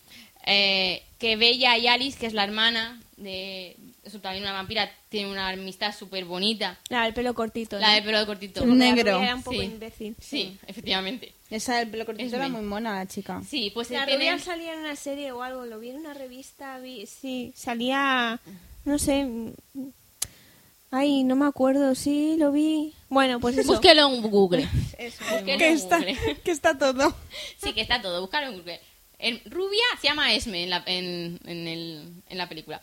[SPEAKER 8] Eh, que Bella y Alice, que es la hermana de es también una vampira, tiene una amistad súper bonita.
[SPEAKER 4] La del pelo cortito.
[SPEAKER 8] La de
[SPEAKER 4] ¿no?
[SPEAKER 8] pelo cortito.
[SPEAKER 4] Porque la
[SPEAKER 5] Negro.
[SPEAKER 4] rubia Era un poco
[SPEAKER 8] Sí.
[SPEAKER 4] imbécil.
[SPEAKER 8] Sí, efectivamente.
[SPEAKER 5] Esa del pelo cortito
[SPEAKER 8] Es
[SPEAKER 5] era
[SPEAKER 8] mi-
[SPEAKER 5] muy mona, la chica.
[SPEAKER 8] Sí, pues
[SPEAKER 4] La
[SPEAKER 8] tienen-
[SPEAKER 4] rubia salía en una serie o algo, lo vi en una revista, vi, sí, salía, no sé, mm, ay, no me acuerdo, sí, lo vi. Bueno, pues eso.
[SPEAKER 8] Búsquelo en Google.
[SPEAKER 4] Eso.
[SPEAKER 8] Búsquelo
[SPEAKER 5] Que
[SPEAKER 8] en
[SPEAKER 5] está,
[SPEAKER 8] Google.
[SPEAKER 5] [laughs] que
[SPEAKER 4] [laughs]
[SPEAKER 5] está todo.
[SPEAKER 8] Sí, que está todo, buscarlo en Google. En rubia se llama Esme en la, en, en el- en la película.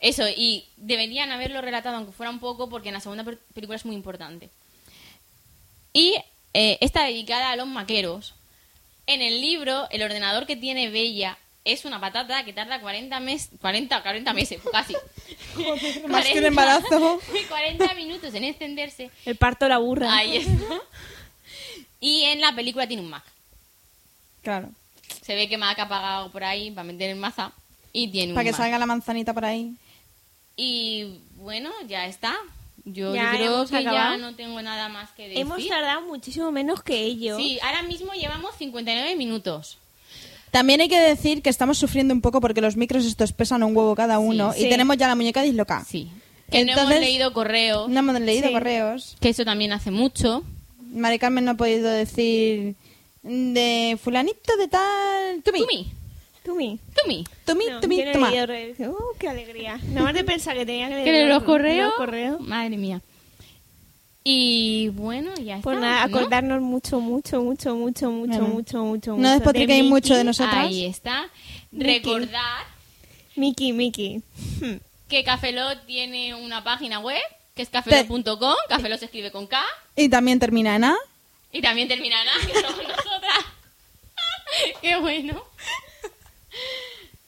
[SPEAKER 8] Eso, y deberían haberlo relatado, aunque fuera un poco, porque en la segunda per- película es muy importante. Y eh, está dedicada a los maqueros. En el libro, el ordenador que tiene Bella es una patata que tarda 40 meses, 40, 40 meses,
[SPEAKER 5] [laughs]
[SPEAKER 8] casi.
[SPEAKER 5] más que un
[SPEAKER 8] [laughs]
[SPEAKER 5] embarazo.
[SPEAKER 8] 40 minutos en encenderse.
[SPEAKER 4] El parto la burra.
[SPEAKER 8] Ahí está. Y en la película tiene un Mac.
[SPEAKER 5] Claro.
[SPEAKER 8] Se ve que Mac ha pagado por ahí para meter el maza y tiene un
[SPEAKER 5] Para que
[SPEAKER 8] Mac.
[SPEAKER 5] salga la manzanita por ahí.
[SPEAKER 8] Y bueno, ya está. Yo,
[SPEAKER 4] Ya
[SPEAKER 8] yo creo
[SPEAKER 4] hemos
[SPEAKER 8] que
[SPEAKER 4] acabado.
[SPEAKER 8] ya no tengo nada más que decir.
[SPEAKER 4] Hemos tardado muchísimo menos que ellos.
[SPEAKER 8] Sí, ahora mismo llevamos 59 minutos.
[SPEAKER 5] También hay que decir que estamos sufriendo un poco porque los micros estos pesan un huevo cada uno
[SPEAKER 8] sí.
[SPEAKER 5] y tenemos ya la muñeca dislocada.
[SPEAKER 8] Sí. Que no
[SPEAKER 5] Entonces-
[SPEAKER 8] hemos leído correo,
[SPEAKER 5] No hemos leído
[SPEAKER 4] Sí.
[SPEAKER 5] correos.
[SPEAKER 8] que eso también hace mucho.
[SPEAKER 5] Mari Carmen no ha podido decir de fulanito de tal... Tumi.
[SPEAKER 8] Tumi,
[SPEAKER 4] Tú mi.
[SPEAKER 8] Tumi.
[SPEAKER 5] Tumi,
[SPEAKER 4] No,
[SPEAKER 5] tumi,
[SPEAKER 4] yo no he
[SPEAKER 5] toma.
[SPEAKER 4] leído redes. Uh, qué alegría. Nada más de pensar que tenía que
[SPEAKER 8] ¿Que de los correos?
[SPEAKER 4] Eh, los correos.
[SPEAKER 8] Madre mía. Y bueno, ya está.
[SPEAKER 4] Pues nada,
[SPEAKER 8] ¿no?
[SPEAKER 4] acordarnos mucho, mucho, mucho, mucho, mucho,
[SPEAKER 5] Bueno.
[SPEAKER 4] mucho, mucho, mucho.
[SPEAKER 5] No despotriquéis
[SPEAKER 4] Miki.
[SPEAKER 5] mucho de nosotras.
[SPEAKER 8] Ahí está.
[SPEAKER 4] Miki.
[SPEAKER 8] Recordar
[SPEAKER 4] Miki, Miki. Hmm.
[SPEAKER 8] que Cafelot tiene una página web, que es cafelot.com. Cafelot se escribe con K.
[SPEAKER 5] Y también termina en A.
[SPEAKER 8] Y también termina en A, que
[SPEAKER 5] [laughs]
[SPEAKER 8] somos nosotras. [laughs] Qué bueno.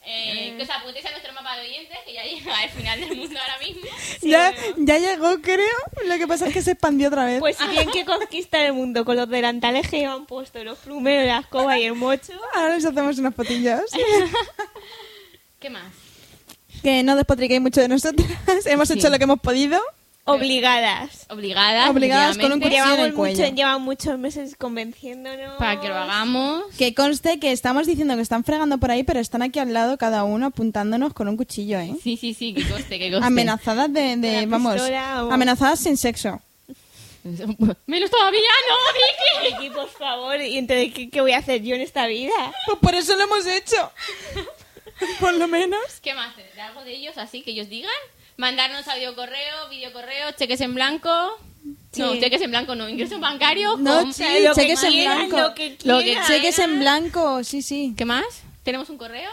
[SPEAKER 8] Eh, que os apuntéis a nuestro mapa de oyentes, que ya [laughs] llega al final del mundo ahora mismo.
[SPEAKER 5] ya, ya llegó, creo. Lo que pasa es que se expandió otra vez.
[SPEAKER 4] Pues si bien que conquista el mundo con los delantales que llevan puesto, los plumeros, la escoba y el mocho.
[SPEAKER 5] Ahora les hacemos unas patillas.
[SPEAKER 8] ¿Qué más?
[SPEAKER 5] [laughs] que no despotriquéis mucho de nosotras. [laughs] hemos hecho lo que hemos podido.
[SPEAKER 4] Obligadas.
[SPEAKER 8] Obligadas.
[SPEAKER 5] Obligadas con un
[SPEAKER 8] efectivamente,
[SPEAKER 5] cuchillo en
[SPEAKER 4] Llevamos,
[SPEAKER 5] el cuello.
[SPEAKER 4] mucho, llevan muchos meses convenciéndonos.
[SPEAKER 8] Para que lo hagamos.
[SPEAKER 5] Que conste que estamos diciendo que están fregando por ahí, pero están aquí al lado cada uno apuntándonos con un cuchillo, ¿eh?
[SPEAKER 8] Sí, sí, sí, que coste, que coste. [laughs]
[SPEAKER 5] Amenazadas de, de-
[SPEAKER 4] Una
[SPEAKER 5] vamos,
[SPEAKER 4] pistola o-
[SPEAKER 5] amenazadas sin sexo.
[SPEAKER 8] Menos todavía, no, Vicky.
[SPEAKER 4] Vicky, por favor, ¿y entonces qué, qué voy a hacer yo en esta vida?
[SPEAKER 5] Pues por eso lo hemos hecho. [laughs] por lo menos.
[SPEAKER 8] ¿Qué más? ¿De algo de ellos así que ellos digan? Mandarnos audio correo, video correo, cheques en blanco. No,
[SPEAKER 4] Sí.
[SPEAKER 8] cheques en blanco no, ingresos bancarios.
[SPEAKER 5] No,
[SPEAKER 8] com-
[SPEAKER 5] sí,
[SPEAKER 8] lo que
[SPEAKER 5] cheques en
[SPEAKER 8] quieran,
[SPEAKER 5] blanco.
[SPEAKER 8] Lo que ¿eh?
[SPEAKER 4] Lo que
[SPEAKER 8] quieran.
[SPEAKER 5] Cheques en blanco, sí, sí.
[SPEAKER 8] ¿Qué más? ¿Tenemos un correo?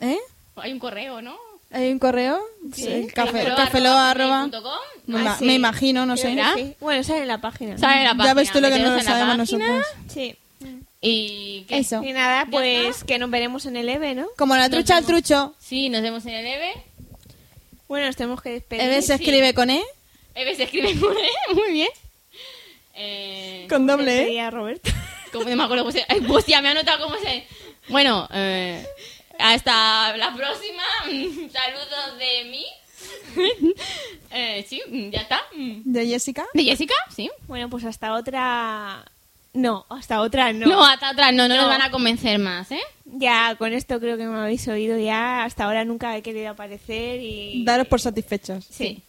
[SPEAKER 5] ¿Eh?
[SPEAKER 8] Hay un correo, ¿no?
[SPEAKER 5] ¿Hay un correo? Sí. el Café,
[SPEAKER 8] Cafelo
[SPEAKER 5] cafelo arroba.
[SPEAKER 8] gmail.com.
[SPEAKER 5] Me,
[SPEAKER 4] Ah,
[SPEAKER 5] ima-
[SPEAKER 4] sí.
[SPEAKER 5] me imagino, no
[SPEAKER 4] Creo
[SPEAKER 5] sé.
[SPEAKER 4] que sí. Bueno, sale en la página.
[SPEAKER 8] Sale la
[SPEAKER 5] Ya
[SPEAKER 8] página,
[SPEAKER 5] ves tú lo que no
[SPEAKER 8] meteros
[SPEAKER 5] lo
[SPEAKER 8] en la
[SPEAKER 5] sabemos
[SPEAKER 8] página.
[SPEAKER 5] nosotros.
[SPEAKER 4] Sí.
[SPEAKER 8] Y que-
[SPEAKER 5] Eso.
[SPEAKER 4] Y nada, pues que nos veremos en el EVE, ¿no?
[SPEAKER 5] Como la trucha al trucho.
[SPEAKER 8] Sí, nos vemos en el EVE.
[SPEAKER 4] Bueno, nos tenemos que despedir.
[SPEAKER 5] Eve se escribe con E.
[SPEAKER 8] EVE se escribe con E, [laughs] muy bien. Eh,
[SPEAKER 5] Con doble E.
[SPEAKER 4] Despedida, Roberto. [laughs]
[SPEAKER 8] como- no me acuerdo cómo se... Ay, hostia, me ha anotado cómo se... Bueno, eh, hasta la próxima. [laughs] Mm, Saludos de mí. [laughs] Eh, sí, mm, ya está. Mm.
[SPEAKER 5] De Jessica.
[SPEAKER 8] ¿De Jessica? Sí.
[SPEAKER 4] Bueno, pues hasta otra... No, hasta otra no.
[SPEAKER 8] No, hasta atrás no, no,
[SPEAKER 4] No.
[SPEAKER 8] nos van a convencer más, ¿eh?
[SPEAKER 4] Ya, con esto creo que me habéis oído ya. Hasta ahora nunca he querido aparecer y...
[SPEAKER 5] Daros por satisfechos.
[SPEAKER 4] Sí.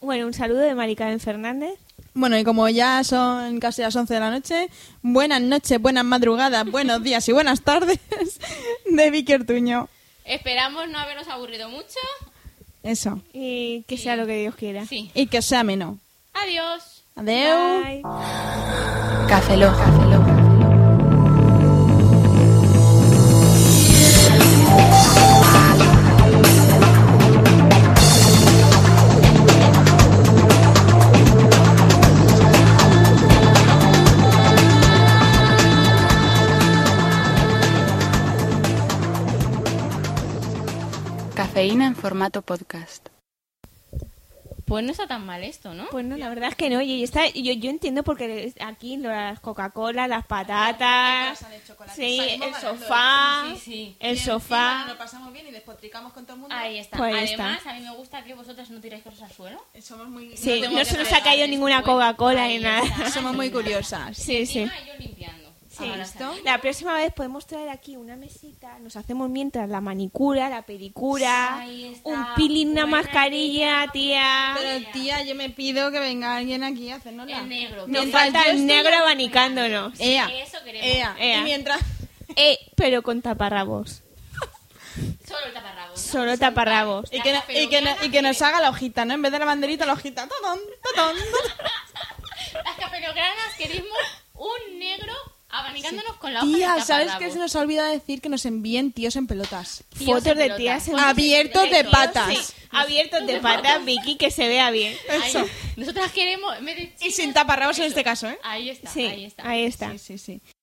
[SPEAKER 4] bueno, un saludo de Maricarmen Fernández.
[SPEAKER 5] Bueno, y como ya son casi las 11 de la noche, buenas noches, buenas madrugadas, buenos días y buenas tardes [laughs] de Vicky Ortuño.
[SPEAKER 8] Esperamos no habernos aburrido mucho.
[SPEAKER 5] Eso.
[SPEAKER 4] Y que sea lo que Dios quiera.
[SPEAKER 8] Sí.
[SPEAKER 5] Y que sea ameno.
[SPEAKER 8] Adiós.
[SPEAKER 5] Adeu.
[SPEAKER 4] Bye.
[SPEAKER 7] Café Lock. Café Lock. Cafeína en formato podcast.
[SPEAKER 8] Pues no está tan mal esto, ¿no?
[SPEAKER 4] Pues no, la verdad es que no. Y está, yo, yo entiendo porque aquí las Coca-Cola, las patatas,
[SPEAKER 6] casa de chocolate.
[SPEAKER 4] sí,
[SPEAKER 6] Salimos
[SPEAKER 4] el
[SPEAKER 6] ganando,
[SPEAKER 4] sofá,
[SPEAKER 8] ¿eh? Sí, sí.
[SPEAKER 6] Y
[SPEAKER 4] el
[SPEAKER 6] encima
[SPEAKER 4] sofá.
[SPEAKER 6] Lo pasamos bien y despotricamos con todo el mundo.
[SPEAKER 8] Ahí está.
[SPEAKER 4] Pues ahí
[SPEAKER 8] Además,
[SPEAKER 4] está.
[SPEAKER 8] a mí me gusta que vosotras no tiráis cosas al suelo.
[SPEAKER 5] Eh,
[SPEAKER 6] Somos muy.
[SPEAKER 4] Sí,
[SPEAKER 8] tengo
[SPEAKER 4] no
[SPEAKER 8] que
[SPEAKER 4] se nos ha
[SPEAKER 8] fregar
[SPEAKER 4] caído ninguna
[SPEAKER 8] después.
[SPEAKER 4] Coca-Cola ni
[SPEAKER 8] Ahí
[SPEAKER 4] nada.
[SPEAKER 8] está.
[SPEAKER 6] Somos muy curiosas.
[SPEAKER 4] Sí, sí.
[SPEAKER 8] Encima Ah, yo limpiando.
[SPEAKER 4] Sí.
[SPEAKER 8] Ahora está.
[SPEAKER 4] La próxima vez podemos traer aquí una mesita, nos hacemos mientras la manicura, la pedicura,
[SPEAKER 8] Ahí está.
[SPEAKER 4] un peeling, una
[SPEAKER 8] Buena
[SPEAKER 4] mascarilla, tía.
[SPEAKER 5] Pero tía, yo me pido que venga alguien aquí a hacernos la...
[SPEAKER 8] Ah, El negro.
[SPEAKER 4] Nos
[SPEAKER 8] Que-
[SPEAKER 4] falta
[SPEAKER 5] yo
[SPEAKER 4] el
[SPEAKER 5] estoy-
[SPEAKER 4] negro abanicándonos.
[SPEAKER 5] Ea,
[SPEAKER 8] Eso queremos.
[SPEAKER 5] ea,
[SPEAKER 4] Ea.
[SPEAKER 5] Y mientras...
[SPEAKER 4] Eh, pero con taparrabos.
[SPEAKER 8] Solo el taparrabos. ¿no?
[SPEAKER 4] Solo taparrabos.
[SPEAKER 5] Y que, no- y, que no- y que nos haga la hojita, ¿no? En vez de la banderita, la hojita. Totón, totón, totón.
[SPEAKER 8] Las cafelogranas queremos un negro abanicándonos con la hoja
[SPEAKER 5] Tía,
[SPEAKER 8] del
[SPEAKER 5] ¿sabes
[SPEAKER 8] taparrabos.
[SPEAKER 5] qué? Se nos olvida decir que nos envíen tíos en pelotas.
[SPEAKER 8] Tíos
[SPEAKER 4] Fotos
[SPEAKER 8] en
[SPEAKER 4] de
[SPEAKER 8] pelota.
[SPEAKER 4] tías en-
[SPEAKER 5] Abiertos de
[SPEAKER 4] Sí,
[SPEAKER 5] patas.
[SPEAKER 4] abiertos de patas, Vicky, que se vea bien.
[SPEAKER 8] Ay,
[SPEAKER 5] Eso.
[SPEAKER 8] nosotras queremos... en vez de
[SPEAKER 5] Y
[SPEAKER 8] chicas,
[SPEAKER 5] sin taparrabos en
[SPEAKER 8] eso.
[SPEAKER 5] este caso, ¿eh?
[SPEAKER 8] Ahí está,
[SPEAKER 4] Sí,
[SPEAKER 8] ahí está.
[SPEAKER 4] ahí está.
[SPEAKER 5] Sí, sí, sí.